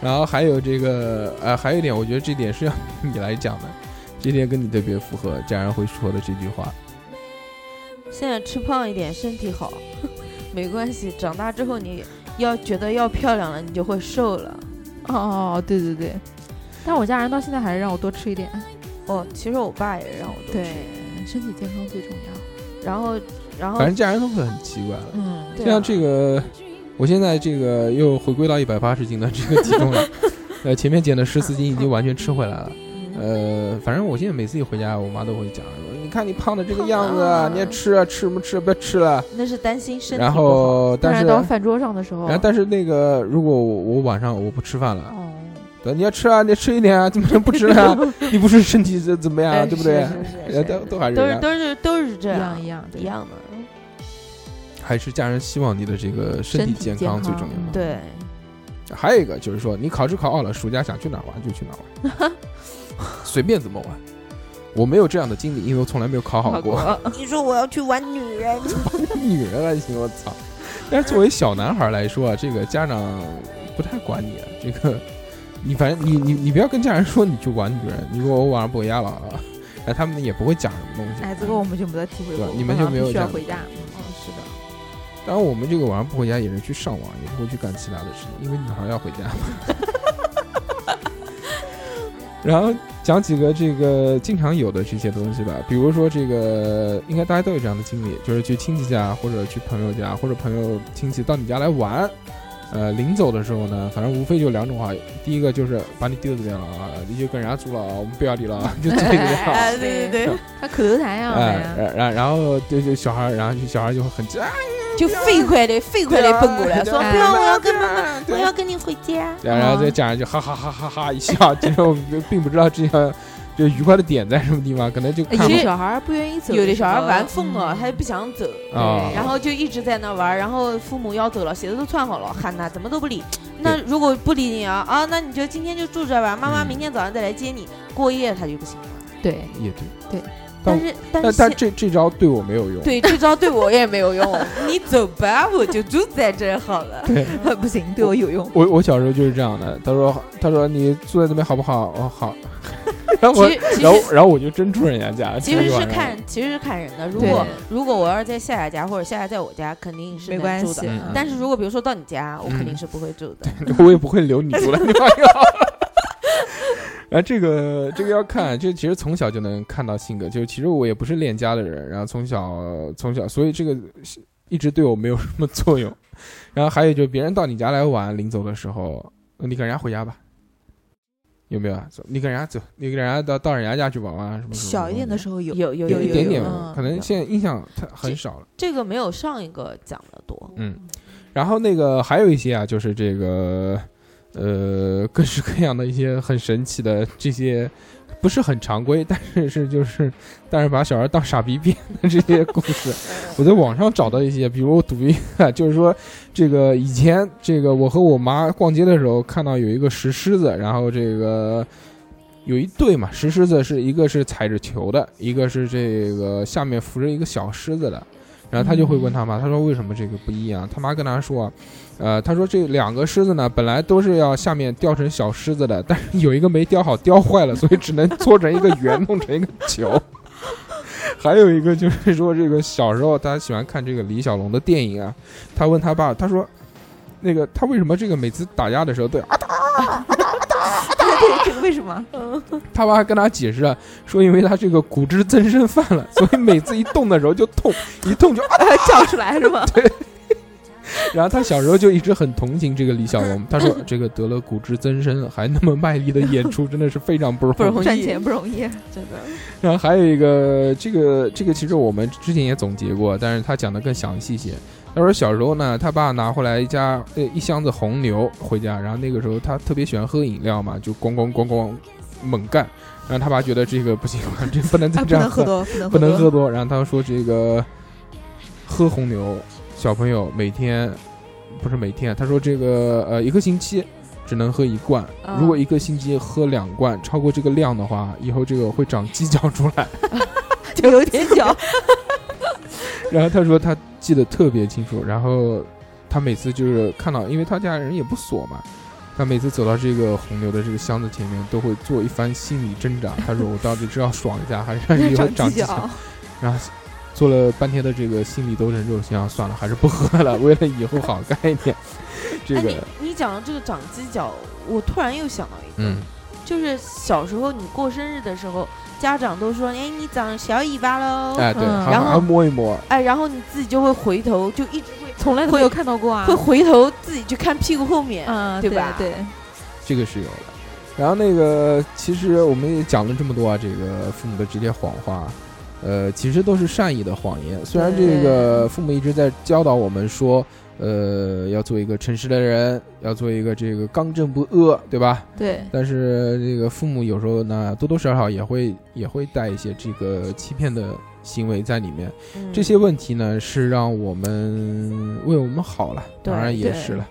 [SPEAKER 3] 然后还有这个，呃，还有一点，我觉得这点是要你来讲的，这点跟你特别符合，家人会说的这句话。
[SPEAKER 6] 现在吃胖一点，身体好， <laughs> 没关系。长大之后你要觉得要漂亮了，你就会瘦了。
[SPEAKER 7] 哦，对对对，但我家人到现在还是让我多吃一点，
[SPEAKER 6] 哦，其实我爸也让我多吃，，
[SPEAKER 7] 身体健康最重要。
[SPEAKER 6] 然后，然后
[SPEAKER 3] 反正家人都会很奇怪的。
[SPEAKER 7] 嗯，
[SPEAKER 6] 哦对啊
[SPEAKER 3] 像这个，我现在这个又回归到一百八十斤的这个体重
[SPEAKER 6] <laughs>
[SPEAKER 3] 了，呃，前面减的十四斤已经完全吃回来了。
[SPEAKER 6] 嗯
[SPEAKER 3] 呃，反正我现在每次一回家，我妈都会讲，你看你胖的这个样子啊，
[SPEAKER 6] 胖啊
[SPEAKER 3] 你也吃啊，吃什么吃啊，不要吃了。
[SPEAKER 6] 那是担心身体
[SPEAKER 3] 然
[SPEAKER 6] 不好
[SPEAKER 3] 后，
[SPEAKER 7] 当
[SPEAKER 3] 但
[SPEAKER 7] 然
[SPEAKER 3] 是，
[SPEAKER 7] 到
[SPEAKER 3] 然
[SPEAKER 7] 饭桌上的时候，
[SPEAKER 3] 后但是那个，如果我我晚上我不吃饭了，
[SPEAKER 7] 哦，
[SPEAKER 3] 对，你要吃啊，你吃一点啊，怎么能不吃
[SPEAKER 6] <laughs>
[SPEAKER 3] 呢？你不是身体怎怎么样啊，
[SPEAKER 6] 哎
[SPEAKER 3] 对不对
[SPEAKER 6] 是？是是
[SPEAKER 3] 呃
[SPEAKER 6] 是
[SPEAKER 3] 都都还是
[SPEAKER 6] 都
[SPEAKER 3] 这
[SPEAKER 6] 是
[SPEAKER 3] 样
[SPEAKER 6] 都是都是
[SPEAKER 7] 一
[SPEAKER 6] 这
[SPEAKER 7] 样
[SPEAKER 6] 样
[SPEAKER 7] 一样对
[SPEAKER 6] 一样的，
[SPEAKER 3] 还是家人希望你的这个身体
[SPEAKER 7] 身体健
[SPEAKER 3] 康最
[SPEAKER 7] 康
[SPEAKER 3] 重要。
[SPEAKER 6] 对。
[SPEAKER 3] 还有一个就是说，你考试考好了，暑假想去哪儿玩就去哪儿玩，
[SPEAKER 7] <laughs>
[SPEAKER 3] 随便怎么玩。我没有这样的经历，因为我从来没有考好过。
[SPEAKER 6] <laughs> 你说我要去玩女人，
[SPEAKER 3] <laughs> 女人还行，我操！但是作为小男孩来说啊，这个家长不太管你啊，这个你反正你你你不要跟家人说你去玩女人，你说我晚上不回家了啊，哎，他们也不会讲什么东西。
[SPEAKER 7] 哎，这个我们就没得体会过
[SPEAKER 3] 对，
[SPEAKER 7] 我
[SPEAKER 3] 你们就
[SPEAKER 7] 好像
[SPEAKER 3] 没有
[SPEAKER 7] 必须要
[SPEAKER 3] 这样
[SPEAKER 7] 回家。嗯，是的，
[SPEAKER 3] 当然，我们这个晚上不回家也是去上网，也不会去干其他的事情，因为女孩要回家嘛。然后讲几个这个经常有的这些东西吧，比如说这个，应该大家都有这样的经历，就是去亲戚家或者去朋友家或者朋友亲戚到你家来玩，呃，临走的时候呢，反正无非就两种话，第一个就是把你丢这边了啊，你就跟人家住了啊，我们不要你了 <laughs> 啊，就这个样。
[SPEAKER 6] <laughs>
[SPEAKER 7] 哎
[SPEAKER 6] 对对对，
[SPEAKER 7] 他可头痰呀，
[SPEAKER 3] 哎，
[SPEAKER 7] 哎呀
[SPEAKER 3] 然然然后就就小孩儿，然后就小孩儿就会很急啊，
[SPEAKER 6] 就飞快的飞快的奔过来，说
[SPEAKER 7] 对啊
[SPEAKER 6] 不要，我要跟哎妈啊妈，我要跟你回家。
[SPEAKER 3] 然
[SPEAKER 6] 啊
[SPEAKER 3] 后再讲一句哈哈哈哈哈一笑，其实我们并不知道这个这愉快的点在什么地方，可能就看
[SPEAKER 6] 哎
[SPEAKER 7] 有
[SPEAKER 6] 其
[SPEAKER 7] 的
[SPEAKER 6] 实
[SPEAKER 7] 小孩儿不愿意走，
[SPEAKER 6] 有的小孩玩疯
[SPEAKER 7] 嗯
[SPEAKER 6] 了，他就不想走，哦
[SPEAKER 3] 啊，
[SPEAKER 6] 然后就一直在那玩，然后父母要走了，鞋子都穿好了，喊他怎么都不理。那如果不理你啊啊，那你就今天就住这儿吧，妈妈
[SPEAKER 3] 嗯
[SPEAKER 6] 明天早上再来接你。过夜他就不行了，
[SPEAKER 7] 对，
[SPEAKER 3] 也对。
[SPEAKER 6] 但是但
[SPEAKER 3] 但
[SPEAKER 6] 是
[SPEAKER 3] 但
[SPEAKER 6] 现
[SPEAKER 3] 这这招对我没有用，
[SPEAKER 6] 对这招对我也没有用， <laughs> 你走吧，我就住在这儿好了。
[SPEAKER 7] <laughs> 不行，对我有用。
[SPEAKER 3] 我我小时候就是这样的。他说他说你住在这边好不好？哦好。 <laughs> 然后我
[SPEAKER 6] 其实其
[SPEAKER 3] 然后
[SPEAKER 6] 实
[SPEAKER 3] 然后我就真住人家家，
[SPEAKER 6] 其实
[SPEAKER 3] 住一
[SPEAKER 6] 是
[SPEAKER 3] 晚上
[SPEAKER 6] 看其实是看人的，如
[SPEAKER 7] 对
[SPEAKER 6] 果如果我要是在夏夏家或者夏夏在我家，肯定是
[SPEAKER 7] 没
[SPEAKER 6] 能
[SPEAKER 7] 关
[SPEAKER 6] 住的
[SPEAKER 7] 系
[SPEAKER 3] 嗯嗯，
[SPEAKER 6] 但是如果比如说到你家，我肯定
[SPEAKER 3] 嗯
[SPEAKER 6] 是不会住的。
[SPEAKER 3] <laughs> 我也不会留你住的地方就好了。然后这个这个要看，这其实从小就能看到性格。就其实我也不是恋家的人，然后从小从小，所以这个是一直对我没有什么作用。然后还有就是别人到你家来玩，临走的时候，你跟人家回家吧，有没有？啊？走你跟人家走，你跟人家到到人家家去玩玩什么什么。
[SPEAKER 7] 小一点的
[SPEAKER 3] 候
[SPEAKER 7] 时候有，嗯
[SPEAKER 6] 有有嗯
[SPEAKER 3] 有一点点
[SPEAKER 7] 有
[SPEAKER 3] 吧，可能现在印象太很少了。
[SPEAKER 6] 这个没有上一个讲的多。
[SPEAKER 3] 嗯，然后那个还有一些啊，就是这个呃，各式各样的一些很神奇的这些，不是很常规，但是是就是，但是把小孩当傻逼变的这些故事，我在网上找到一些，比如我读一个，就是说这个以前这个我和我妈逛街的时候看到有一个石狮子，然后这个。有一对嘛，石狮子是一个是踩着球的，一个是这个下面扶着一个小狮子的，然后他就会问他妈，他说为什么这个不一样？他妈跟他说啊，呃，他说这两个狮子呢，本来都是要下面雕成小狮子的，但是有一个没雕好，雕坏了，所以只能搓成一个圆，弄成一个球。还有一个就是说，这个小时候他喜欢看这个李小龙的电影啊，他问他爸，他说，那个他为什么这个每次打架的时候都要啊
[SPEAKER 7] 对，这个为什么？
[SPEAKER 3] 他爸还跟他解释啊，说因为他这个骨质增生犯了，所以每次一动的时候就痛，一动就啊。
[SPEAKER 7] <laughs> 叫出来是吗？
[SPEAKER 3] 然后他小时候就一直很同情这个李小龙，他说这个得了骨质增生还那么卖力的演出，真的是非常不容易。
[SPEAKER 6] 易
[SPEAKER 7] 赚钱不容易，啊
[SPEAKER 6] 真的。
[SPEAKER 3] <laughs> 然后还有一个，这个这个其实我们之前也总结过，但是他讲的更详细一些。他说小时候呢，他爸拿回来一家呃一箱子红牛回家，然后那个时候他特别喜欢喝饮料嘛，就咣咣咣咣猛干。然后他爸觉得这个不行， <laughs> 这不能再
[SPEAKER 7] 啊，
[SPEAKER 3] 这
[SPEAKER 7] 不
[SPEAKER 3] 样
[SPEAKER 7] 能
[SPEAKER 3] 喝
[SPEAKER 7] 喝，多，不能
[SPEAKER 3] 不能喝
[SPEAKER 7] 多。
[SPEAKER 3] 多。然后他说这个喝红牛，小朋友每天不是每天，啊他说这个呃一个星期只能喝一罐，
[SPEAKER 6] 啊
[SPEAKER 3] 如果一个星期喝两罐，超过这个量的话，以后这个会长犄角出来。 <laughs>
[SPEAKER 7] 就有点小，
[SPEAKER 3] 然后他说他记得特别清楚，然后他每次就是看到，因为他家人也不锁嘛。他每次走到这个红牛的这个箱子前面，都会做一番心理挣扎。他说：“我到底是要爽一下，还是让 <laughs>
[SPEAKER 7] <laughs>
[SPEAKER 3] 以后长
[SPEAKER 7] 长
[SPEAKER 3] 犄角？”，然后做了半天的这个心理斗争之后，想想算了，还是不喝了，为了以后好干一点。这
[SPEAKER 6] 哎，
[SPEAKER 3] 个，
[SPEAKER 6] 你你讲到这个长犄角，我突然又想到一个，
[SPEAKER 3] 嗯，
[SPEAKER 6] 就是小时候你过生日的时候，家长都说，哎，你长小尾巴喽，
[SPEAKER 3] <laughs> 哎，对，
[SPEAKER 7] 嗯
[SPEAKER 3] 好
[SPEAKER 6] 然
[SPEAKER 3] 好
[SPEAKER 6] 后
[SPEAKER 3] 摸一摸，
[SPEAKER 6] 哎，然后你自己就会回头，就一直会
[SPEAKER 7] 从来都没有看到过啊
[SPEAKER 6] 会。回头自己去看屁股后面，
[SPEAKER 7] 嗯，
[SPEAKER 6] 对
[SPEAKER 7] 对
[SPEAKER 6] 吧
[SPEAKER 7] 对，
[SPEAKER 3] 这个是有的。然后那个，其实我们也讲了这么多啊，这个父母的这些谎话，呃，其实都是善意的谎言。虽然这个父母一直在教导我们说，呃，要做一个诚实的人，要做一个这个刚正不阿，对吧？
[SPEAKER 7] 对，
[SPEAKER 3] 但是这个父母有时候呢，多多少少也会也会带一些这个欺骗的行为在里面。
[SPEAKER 6] 嗯
[SPEAKER 3] 这些问题呢，是让我们为我们好了，
[SPEAKER 6] 对
[SPEAKER 3] 当然也是了。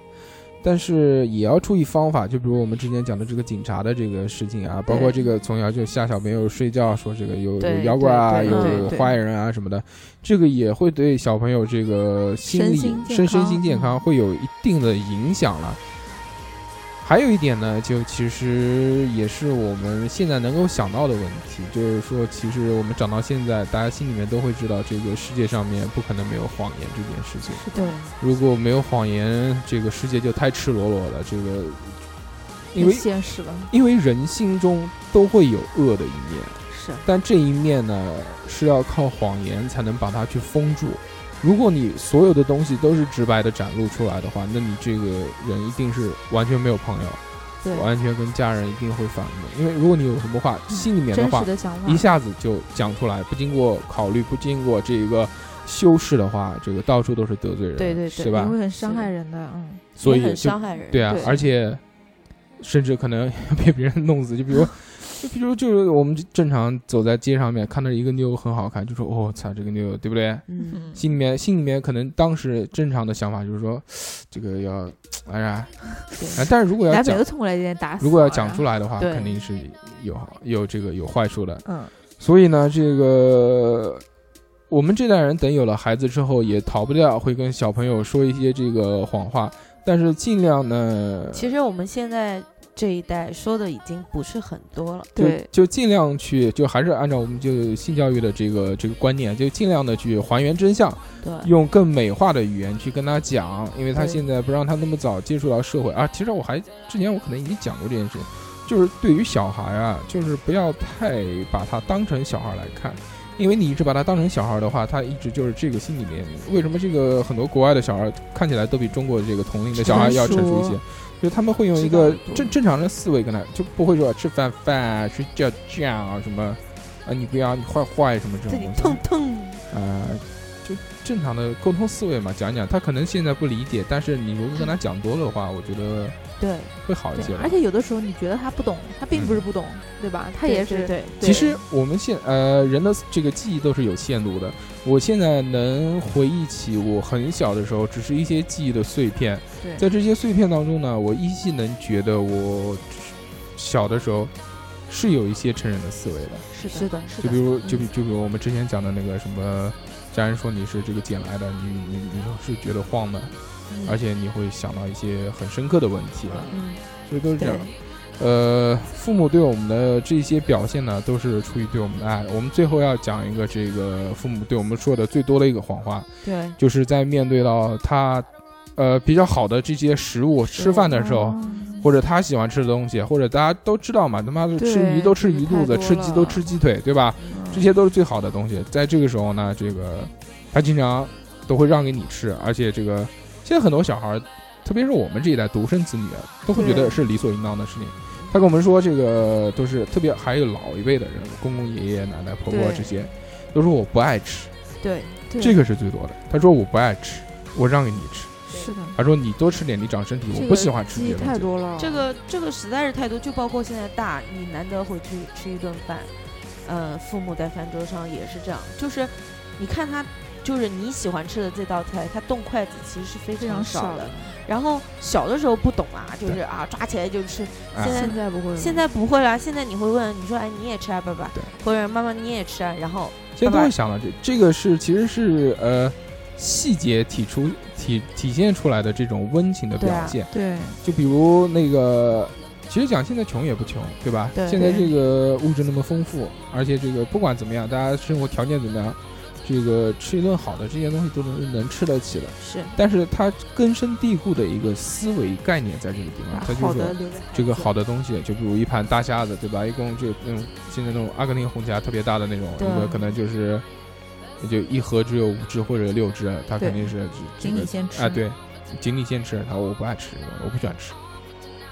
[SPEAKER 3] 但是也要注意方法，就比如我们之前讲的这个警察的这个事情啊，包括这个从小就吓小朋友睡觉，说这个有有
[SPEAKER 6] 对
[SPEAKER 3] 妖怪啊，
[SPEAKER 6] 对对
[SPEAKER 7] 对
[SPEAKER 3] 有
[SPEAKER 7] 对
[SPEAKER 3] 坏人啊什么的，这个也会对小朋友这个心理
[SPEAKER 7] 身心健康
[SPEAKER 3] 身身心健康
[SPEAKER 7] 嗯
[SPEAKER 3] 会有一定的影响了。还有一点呢，就其实也是我们现在能够想到的问题，就是说，其实我们长到现在，大家心里面都会知道，这个世界上面不可能没有谎言这件事情。
[SPEAKER 7] 是的，
[SPEAKER 3] 如果没有谎言，这个世界就太赤裸裸了。这个，因
[SPEAKER 7] 太
[SPEAKER 3] 为
[SPEAKER 7] 现实了。
[SPEAKER 3] 因为人心中都会有恶的一面，
[SPEAKER 6] 是
[SPEAKER 3] 但这一面呢是要靠谎言才能把它去封住。如果你所有的东西都是直白的展露出来的话，那你这个人一定是完全没有朋友。
[SPEAKER 7] 对，嗯
[SPEAKER 3] 完全跟家人一定会反目，因为如果你有什么话，心里面的
[SPEAKER 7] 真
[SPEAKER 3] 话
[SPEAKER 7] 实的想法嗯
[SPEAKER 3] 一，下子就讲出来，不经过考虑，不经过这个修饰的话，这个到处都是得罪人，
[SPEAKER 7] 对对对，
[SPEAKER 3] 是吧
[SPEAKER 7] 你？会很伤害人的，嗯，
[SPEAKER 3] 所
[SPEAKER 6] 也
[SPEAKER 3] 以
[SPEAKER 6] 很
[SPEAKER 3] 就
[SPEAKER 6] 伤害人。
[SPEAKER 3] 对啊，
[SPEAKER 7] 对
[SPEAKER 3] 而且甚至可能被别人弄死。就比
[SPEAKER 7] <laughs>
[SPEAKER 3] 如，就比如就是我们正常走在街上面，看到一个妞很好看，就说哦，操这个妞，对不对？
[SPEAKER 6] 嗯，
[SPEAKER 7] 嗯
[SPEAKER 3] 心里面心里面可能当时正常的想法就是说，这个要哎呀，
[SPEAKER 6] 对
[SPEAKER 3] 啊但是如果要
[SPEAKER 7] 南北
[SPEAKER 3] 讲
[SPEAKER 7] 都冲过来一点打死，
[SPEAKER 3] 如果要讲出，来的话，
[SPEAKER 7] 对
[SPEAKER 3] 肯定是有好有这个有坏处的。
[SPEAKER 7] 嗯，
[SPEAKER 3] 所以呢，这个我们这代人等有了孩子之后，也逃不掉会跟小朋友说一些这个谎话，但是尽量呢，
[SPEAKER 6] 其实我们现在这一代说的已经不是很多了。
[SPEAKER 3] 就
[SPEAKER 7] 对，
[SPEAKER 3] 就尽量去，就还是按照我们就性教育的这个这个观念，就尽量的去还原真相，
[SPEAKER 6] 对，
[SPEAKER 3] 用更美化的语言去跟他讲，因为他
[SPEAKER 6] 对
[SPEAKER 3] 现在不让他那么早接触到社会啊。其实我还之前我可能已经讲过这件事情，就是对于小孩啊，就是不要太把他当成小孩来看。因为你一直把他当成小孩的话，他一直就是这个心里面。为什么这个很多国外的小孩看起来都比中国这个同龄的小孩要成熟一些
[SPEAKER 7] 成熟？
[SPEAKER 3] 就是他们会用一
[SPEAKER 7] 知道
[SPEAKER 3] 个
[SPEAKER 7] 很多
[SPEAKER 3] 正正常的思维跟他，就不会说吃饭饭啊、睡觉觉啊什么啊，你不要你坏坏什么这
[SPEAKER 6] 这
[SPEAKER 3] 种
[SPEAKER 6] 里
[SPEAKER 3] 东西。
[SPEAKER 6] 腾腾，
[SPEAKER 3] 呃，就正常的沟通思维嘛，讲一讲。他可能现在不理解，但是你如果跟他讲多的话，我觉得
[SPEAKER 7] 对
[SPEAKER 3] 会好一些
[SPEAKER 7] 对，
[SPEAKER 3] 吧。
[SPEAKER 7] 而且有的时候你觉得他不懂，他并不是不懂，
[SPEAKER 3] 嗯
[SPEAKER 7] 对吧？他也是，
[SPEAKER 6] 对，
[SPEAKER 7] 对
[SPEAKER 3] 其实我们现呃人的这个记忆都是有限度的。我现在能回忆起我很小的时候，只是一些记忆的碎片。
[SPEAKER 7] 对
[SPEAKER 3] 在这些碎片当中呢，我依稀能觉得我小的时候是有一些成人的思维的。
[SPEAKER 7] 是
[SPEAKER 6] 是
[SPEAKER 7] 的，
[SPEAKER 6] 的，是
[SPEAKER 3] 就
[SPEAKER 6] 的
[SPEAKER 3] 比。如，就比就比如我们之前讲的那个什么，家人说你是这个捡来的，你你你是觉得晃的，
[SPEAKER 7] 嗯
[SPEAKER 3] 而且你会想到一些很深刻的问题了，
[SPEAKER 6] 嗯，
[SPEAKER 3] 所以都是这样
[SPEAKER 6] 对。
[SPEAKER 3] 呃，父母对我们的这些表现呢，都是出于对我们的爱。我们最后要讲一个这个父母对我们说的最多的一个谎话，
[SPEAKER 6] 对，
[SPEAKER 3] 就是在面对到他，呃，比较好的这些食物吃饭的时候，
[SPEAKER 7] 嗯
[SPEAKER 3] 或者他喜欢吃的东西，或者大家都知道嘛，他妈的
[SPEAKER 7] 对
[SPEAKER 3] 吃鱼都吃
[SPEAKER 7] 这
[SPEAKER 3] 鱼
[SPEAKER 7] 个
[SPEAKER 3] 肚子，
[SPEAKER 7] 太多
[SPEAKER 3] 吃鸡都
[SPEAKER 7] 了
[SPEAKER 3] 吃鸡腿，对吧？这些都是最好的东西。在这个时候呢，这个他经常都会让给你吃，而且这个现在很多小孩儿，特别是我们这一代独生子女，啊都会觉得
[SPEAKER 7] 对
[SPEAKER 3] 是理所应当的事情。他跟我们说，这个都是特别还有老一辈的人，公公、爷爷、奶奶、婆婆
[SPEAKER 7] 对
[SPEAKER 3] 这些，都说我不爱吃，
[SPEAKER 6] 对，
[SPEAKER 7] 对
[SPEAKER 3] 这个是最多的。他说我不爱吃，我让给你吃。
[SPEAKER 7] 是的，
[SPEAKER 3] 他说你多吃点，你长身体。
[SPEAKER 7] 这
[SPEAKER 3] 我
[SPEAKER 7] 个
[SPEAKER 3] 不喜欢吃
[SPEAKER 7] 记
[SPEAKER 3] 这
[SPEAKER 7] 忆
[SPEAKER 3] 些东
[SPEAKER 7] 太
[SPEAKER 3] 西。
[SPEAKER 7] 多了，
[SPEAKER 6] 这个这个实在是太多，就包括现在大，你难得回去吃一顿饭，呃，父母在饭桌上也是这样，就是你看他，就是你喜欢吃的这道菜，他动筷子其实是非
[SPEAKER 7] 非
[SPEAKER 6] 常
[SPEAKER 7] 常
[SPEAKER 6] 少
[SPEAKER 7] 少
[SPEAKER 6] 的。，然后小的时候不懂啊，就是啊抓起来就吃，
[SPEAKER 3] 哎
[SPEAKER 6] 现在
[SPEAKER 7] 现在不会了，
[SPEAKER 6] 现在不会啦，现在你会问，你说哎你也吃啊，爸爸
[SPEAKER 3] 对，
[SPEAKER 6] 或者妈妈你也吃啊，然后
[SPEAKER 3] 现在都会想到这这个是其实是呃细节体出体体现出来的这种温情的表
[SPEAKER 6] 对啊
[SPEAKER 3] 现。
[SPEAKER 7] 对
[SPEAKER 3] 就比如那个，其实讲现在穷也不穷，对吧？
[SPEAKER 6] 对
[SPEAKER 3] 现在这个物质那么丰富，而且这个不管怎么样，大家生活条件怎么样，这个吃一顿好的这些东西都能能吃得起的。
[SPEAKER 6] 是
[SPEAKER 3] 但是它根深蒂固的一个思维概念在这个地
[SPEAKER 7] 把
[SPEAKER 3] 方，它就
[SPEAKER 7] 好
[SPEAKER 3] 是
[SPEAKER 7] 的
[SPEAKER 3] 说
[SPEAKER 7] 留给孩
[SPEAKER 3] 这个
[SPEAKER 7] 子
[SPEAKER 3] 好的东西，就比如一盘大虾子，对吧？一共就那种现在那种阿根廷红虾特别大的那种，
[SPEAKER 6] 对
[SPEAKER 3] 一个可能就是也就一盒只有五只或者六只，它肯定是这
[SPEAKER 7] 请
[SPEAKER 3] 个
[SPEAKER 7] 你先吃
[SPEAKER 3] 啊，，对，锦鲤先吃，它我不爱吃，我不喜欢吃，
[SPEAKER 6] 嗯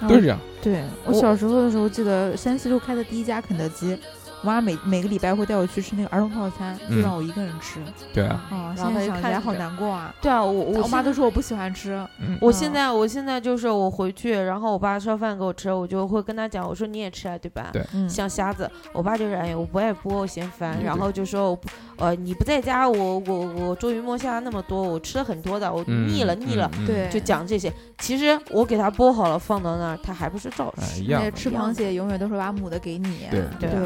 [SPEAKER 7] 然后
[SPEAKER 3] 都是这样。
[SPEAKER 7] 对
[SPEAKER 3] 我
[SPEAKER 7] 我小时候的时候，记得山西路开的第一家肯德基，我妈每每个礼拜会带我去吃那个儿童套餐，就
[SPEAKER 3] 嗯
[SPEAKER 7] 让我一个人吃。
[SPEAKER 3] 对啊，
[SPEAKER 7] 哦，
[SPEAKER 6] 然后
[SPEAKER 7] 现在
[SPEAKER 6] 她就
[SPEAKER 7] 想起
[SPEAKER 6] 看
[SPEAKER 7] 来
[SPEAKER 6] 着
[SPEAKER 7] 好难过啊！
[SPEAKER 6] 对啊，我我
[SPEAKER 7] 我妈
[SPEAKER 6] 现
[SPEAKER 7] 都说我不喜欢吃，
[SPEAKER 3] 嗯，
[SPEAKER 6] 我
[SPEAKER 7] 嗯
[SPEAKER 6] 现在我现在就是我回去，然后我爸烧饭给我吃，我就会跟他讲，我说你也吃啊，对吧？
[SPEAKER 3] 对
[SPEAKER 7] 嗯，
[SPEAKER 6] 像瞎子，我爸就是哎，我不爱剥，我嫌烦，
[SPEAKER 3] 嗯
[SPEAKER 6] 然
[SPEAKER 3] 对
[SPEAKER 6] 后就说我不，呃，你不在家，我我我捉鱼摸虾那么多，我吃了很多的，我
[SPEAKER 3] 嗯
[SPEAKER 6] 腻了腻了，，
[SPEAKER 3] 嗯嗯
[SPEAKER 7] 对，
[SPEAKER 6] 就讲这些。其实我给他剥好了放到那儿，他还不是照
[SPEAKER 3] 哎
[SPEAKER 6] 吃。
[SPEAKER 3] 一
[SPEAKER 7] 那
[SPEAKER 3] 样
[SPEAKER 7] 个
[SPEAKER 3] 的。
[SPEAKER 7] 吃螃蟹永远都是把母的给你，
[SPEAKER 3] 对
[SPEAKER 6] 对
[SPEAKER 7] 对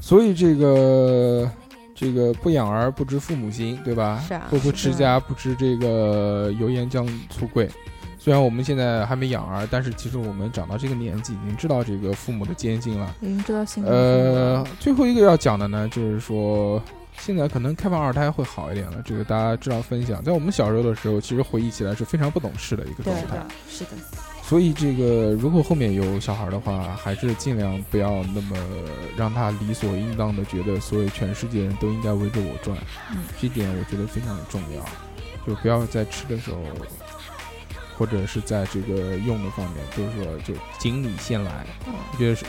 [SPEAKER 3] 所以这个这个不养儿不知父母心，对吧？
[SPEAKER 6] 是啊
[SPEAKER 3] 不不持
[SPEAKER 7] 是
[SPEAKER 3] 家不知这个油盐酱醋贵。虽然我们现在还没养儿，但是其实我们长到这个年纪，已经知道这个父母的艰辛了。
[SPEAKER 7] 已经知道心疼
[SPEAKER 3] 呃，最后一个要讲的呢，就是说现在可能开放二胎会好一点了，这个大家知道分享。在我们小时候的时候，其实回忆起来是非常不懂事的一个
[SPEAKER 6] 对
[SPEAKER 3] 状
[SPEAKER 6] 是
[SPEAKER 3] 态。
[SPEAKER 6] 的，是的，
[SPEAKER 3] 所以这个如果后面有小孩的话，还是尽量不要那么让他理所应当的觉得所有全世界人都应该围着我转，
[SPEAKER 7] 嗯
[SPEAKER 3] 这点我觉得非常重要，就不要在吃的时候，或者是在这个用的方面，就是说就锦鲤先来，
[SPEAKER 7] 嗯
[SPEAKER 3] 我觉得是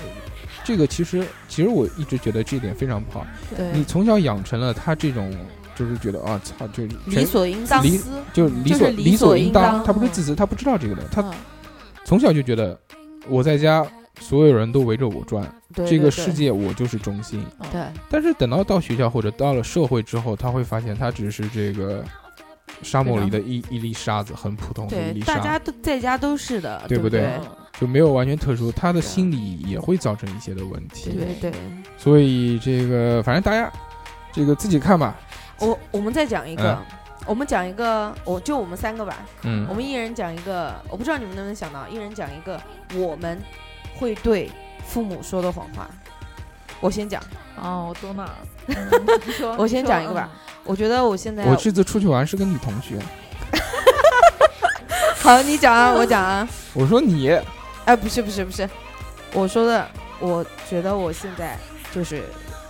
[SPEAKER 3] 这个其实其实我一直觉得这一点非常不好，
[SPEAKER 7] 对
[SPEAKER 3] 你从小养成了他这种就是觉得啊，操，就是
[SPEAKER 7] 理
[SPEAKER 3] 全
[SPEAKER 7] 所应当
[SPEAKER 3] 理
[SPEAKER 7] 思，
[SPEAKER 3] 就
[SPEAKER 7] 嗯
[SPEAKER 3] 理
[SPEAKER 7] 就
[SPEAKER 3] 所
[SPEAKER 7] 是理
[SPEAKER 3] 所
[SPEAKER 7] 应
[SPEAKER 3] 当，他不是
[SPEAKER 7] 嗯
[SPEAKER 3] 自私，他不知道这个的，他
[SPEAKER 7] 嗯
[SPEAKER 3] 从小就觉得我在家所有人都围着我转，
[SPEAKER 7] 对
[SPEAKER 3] 这
[SPEAKER 7] 对
[SPEAKER 3] 个世
[SPEAKER 7] 对
[SPEAKER 3] 界我就是中心。
[SPEAKER 7] 对
[SPEAKER 3] 但是等到到学校或者到了社会之后，他会发现他只是这个沙漠里的一一粒沙子，很普通的一
[SPEAKER 7] 对
[SPEAKER 3] 粒，
[SPEAKER 7] 大家
[SPEAKER 3] 沙，
[SPEAKER 7] 都在家都是的，
[SPEAKER 3] 对不
[SPEAKER 7] 不
[SPEAKER 3] 对
[SPEAKER 7] 嗯
[SPEAKER 3] 就没有完全特殊。他的心理也会造成一些的问
[SPEAKER 7] 啊
[SPEAKER 3] 题，
[SPEAKER 7] 对对对，
[SPEAKER 3] 所以这个反正大家这个自己看吧。
[SPEAKER 6] 我我们再讲一个
[SPEAKER 3] 嗯，
[SPEAKER 6] 我们讲一个，我就我们三个吧，
[SPEAKER 3] 嗯
[SPEAKER 6] 我们一人讲一个，我不知道你们能不能想到，一人讲一个我们会对父母说的谎话。我先讲，
[SPEAKER 7] 哦，我懂 <laughs> 了。
[SPEAKER 6] 我先讲一个吧。我觉得我现在
[SPEAKER 7] 啊
[SPEAKER 3] 我这次出去玩是跟女同学，
[SPEAKER 6] 好，你讲啊， <laughs> 我讲啊。
[SPEAKER 3] 我说你
[SPEAKER 6] 哎，不是不是不是，我说的，我觉得我现在就是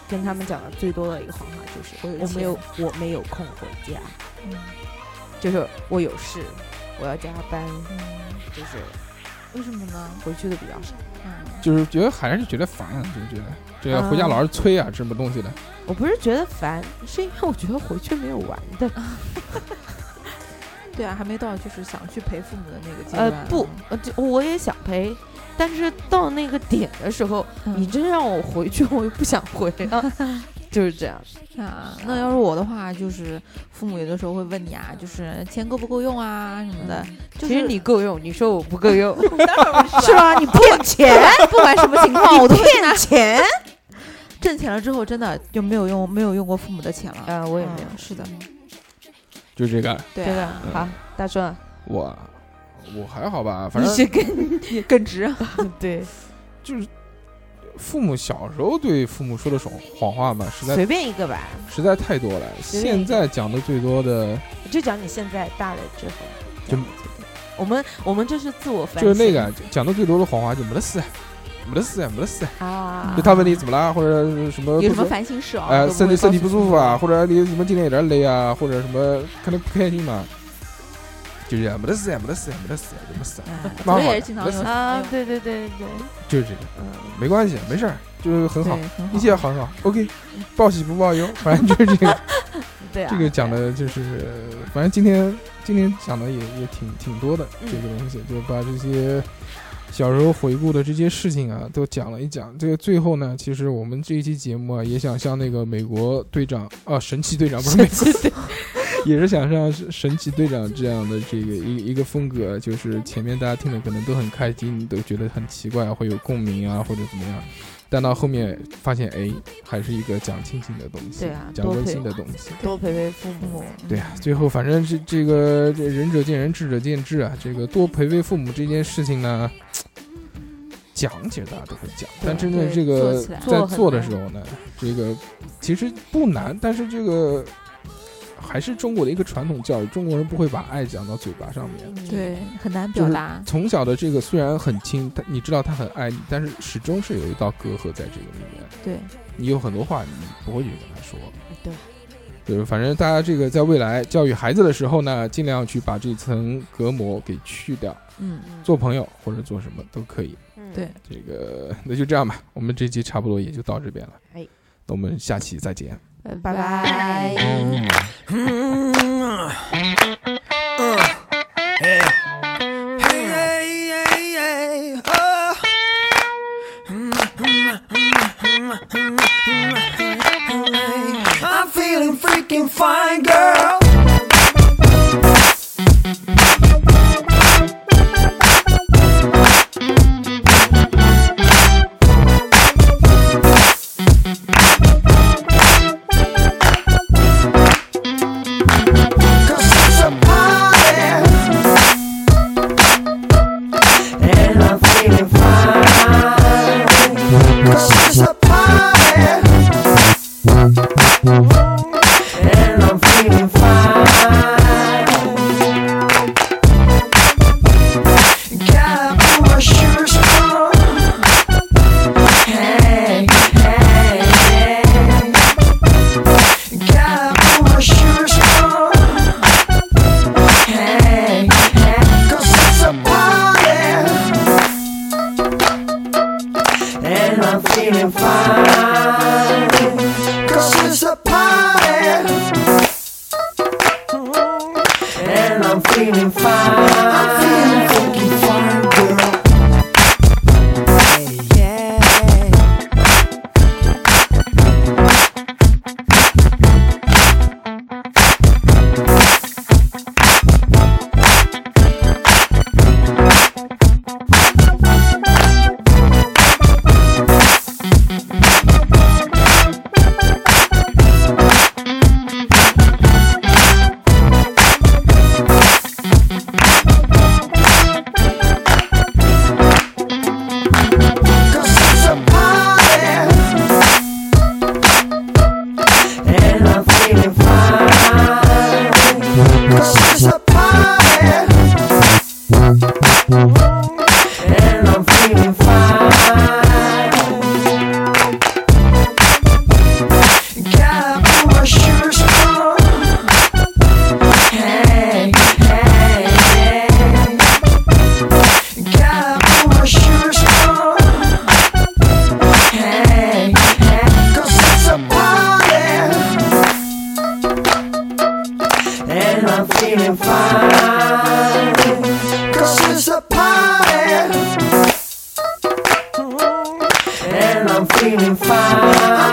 [SPEAKER 6] 跟他们讲的最多的一个谎话就是
[SPEAKER 7] 我有
[SPEAKER 6] 我
[SPEAKER 7] 钱嗯
[SPEAKER 6] 没有我没有空回家，就是我有事，我要加班，
[SPEAKER 7] 嗯
[SPEAKER 6] 就是
[SPEAKER 7] 为什么呢？嗯
[SPEAKER 6] 回去的比较少。
[SPEAKER 3] 就是觉得还是觉得烦，啊就觉得这个回家
[SPEAKER 7] 嗯
[SPEAKER 3] 老是催啊，什么东西的。
[SPEAKER 6] 我不是觉得烦，是因为我觉得回去没有玩的。
[SPEAKER 7] 对啊，还没到就是想去陪父母的那个阶
[SPEAKER 6] 呃
[SPEAKER 7] 段啊。，
[SPEAKER 6] 不，呃，这我也想陪，但是到那个点的时候，
[SPEAKER 7] 嗯，
[SPEAKER 6] 你真让我回去，我又不想回了，就是这样。
[SPEAKER 7] 啊， <laughs> 那要是我的话，就是父母有的时候会问你啊，就是钱够不够用啊什么的。就
[SPEAKER 6] 其实
[SPEAKER 7] 是
[SPEAKER 6] 你够用，你说我不够用，
[SPEAKER 7] 是吧？你不 <laughs> 管钱，不管什么情况，我都骗钱。 <laughs> 挣钱了之后，真的就没有用，没有用过父母的钱了。
[SPEAKER 6] 呃，我
[SPEAKER 7] 我
[SPEAKER 6] 也没有。
[SPEAKER 7] 是的，
[SPEAKER 3] 就这个，
[SPEAKER 7] 对
[SPEAKER 6] 对的
[SPEAKER 7] 啊，，
[SPEAKER 6] 好，大壮，
[SPEAKER 3] 我我还好吧，反
[SPEAKER 7] 你
[SPEAKER 3] 正
[SPEAKER 7] 是更更直。
[SPEAKER 6] 对，
[SPEAKER 3] 就是父母小时候对父母说的谎谎话嘛，实在
[SPEAKER 6] 随便一个吧，
[SPEAKER 3] 实在太多了。
[SPEAKER 6] 随便一
[SPEAKER 3] 现
[SPEAKER 6] 个
[SPEAKER 3] 在讲的最多的
[SPEAKER 6] 就讲你现在大了之后。
[SPEAKER 3] 就
[SPEAKER 6] 我们我们这是自我反
[SPEAKER 3] 就
[SPEAKER 6] 省，
[SPEAKER 3] 是那个讲的最多的谎话，就没得事，啊没得事，没得事。
[SPEAKER 6] 啊
[SPEAKER 3] 就，他问你怎么啦，或者什么不
[SPEAKER 7] 有什么
[SPEAKER 3] 舒
[SPEAKER 7] 烦心事啊？
[SPEAKER 3] 哎
[SPEAKER 7] 都不
[SPEAKER 3] 身体
[SPEAKER 7] 会告
[SPEAKER 3] 身体
[SPEAKER 7] 诉
[SPEAKER 3] 不舒服啊，或者你什么今天有点累啊，或者什么可能不开心嘛，就这样，没得事，啊没得事，没得事，没得事，啊
[SPEAKER 7] 哎
[SPEAKER 3] 妈
[SPEAKER 7] 我
[SPEAKER 3] 好
[SPEAKER 7] 也是经常
[SPEAKER 3] 没
[SPEAKER 7] 用
[SPEAKER 3] 事
[SPEAKER 6] 啊，对对对对对，
[SPEAKER 3] 就是这个，
[SPEAKER 6] 嗯，
[SPEAKER 3] 没关系，没事儿，就是很
[SPEAKER 7] 对，
[SPEAKER 3] 好，
[SPEAKER 7] 很好
[SPEAKER 3] 一切很好，OK，报喜不报
[SPEAKER 6] <laughs>
[SPEAKER 3] 忧，反正就是这个。
[SPEAKER 6] 嗯对啊，
[SPEAKER 3] 这个讲的就是，反正今天今天讲的也也挺挺多的，
[SPEAKER 6] 嗯
[SPEAKER 3] 这个东西就把这些小时候回顾的这些事情啊，都讲了一讲。这个最后呢，其实我们这一期节目啊，也想向那个美国队长啊，神奇队长
[SPEAKER 6] <laughs>
[SPEAKER 3] 不是美国，也是想像神神奇队长这样的这个一一个风格，就是前面大家听的可能都很开心，都觉得很奇怪，会有共鸣啊，或者怎么样。但到后面发现，哎，还是一个讲亲情的东西，
[SPEAKER 6] 对啊
[SPEAKER 3] 讲
[SPEAKER 6] 多
[SPEAKER 3] 温
[SPEAKER 6] 陪
[SPEAKER 3] 馨的东西。
[SPEAKER 6] 多陪陪父
[SPEAKER 7] 父
[SPEAKER 6] 母
[SPEAKER 7] 母，。
[SPEAKER 3] 对啊，最后反正这这个这仁者见仁，智者见智啊。这个多陪陪父母这件事情呢，讲其实大家都会讲，但真正
[SPEAKER 7] 对
[SPEAKER 3] 这个
[SPEAKER 7] 做起来
[SPEAKER 3] 在
[SPEAKER 6] 做很
[SPEAKER 3] 做的
[SPEAKER 6] 难
[SPEAKER 3] 时候呢，这个其实不难，但是这个还是中国的一个传统教育，中国人不会把爱讲到嘴巴上面。
[SPEAKER 7] 嗯对，很难
[SPEAKER 3] 啊就
[SPEAKER 7] 表
[SPEAKER 3] 是
[SPEAKER 7] 达。
[SPEAKER 3] 从小的这个虽然很亲，但你知道他很爱你，但是始终是有一道隔阂在这个里面。
[SPEAKER 7] 对，
[SPEAKER 3] 你有很多话你不会去跟他说。
[SPEAKER 6] 对，
[SPEAKER 3] 对，反正大家这个在未来教育孩子的时候呢，尽量去把这层隔膜给去掉，
[SPEAKER 7] 嗯，
[SPEAKER 3] 做朋友或者做什么都可以。
[SPEAKER 6] 嗯
[SPEAKER 7] 对，
[SPEAKER 3] 这个那就这样吧，我们这期差不多也就到这边了。
[SPEAKER 6] 哎，
[SPEAKER 3] 那我们下期再见。
[SPEAKER 7] 呃拜拜。
[SPEAKER 8] I'm feeling freaking fine, girl. and I'm feeling fine. I'm feeling funky fine, girl. Cause it's a party. And I'm feeling fine. Cause it's a party. And I'm feeling fine. Gotta put my shoes on. Hey, hey, hey. Gotta put my shoes on. Hey, hey. 'Cause it's a party, and I'm feeling fine. 'Cause it's a party, and I'm feeling fine.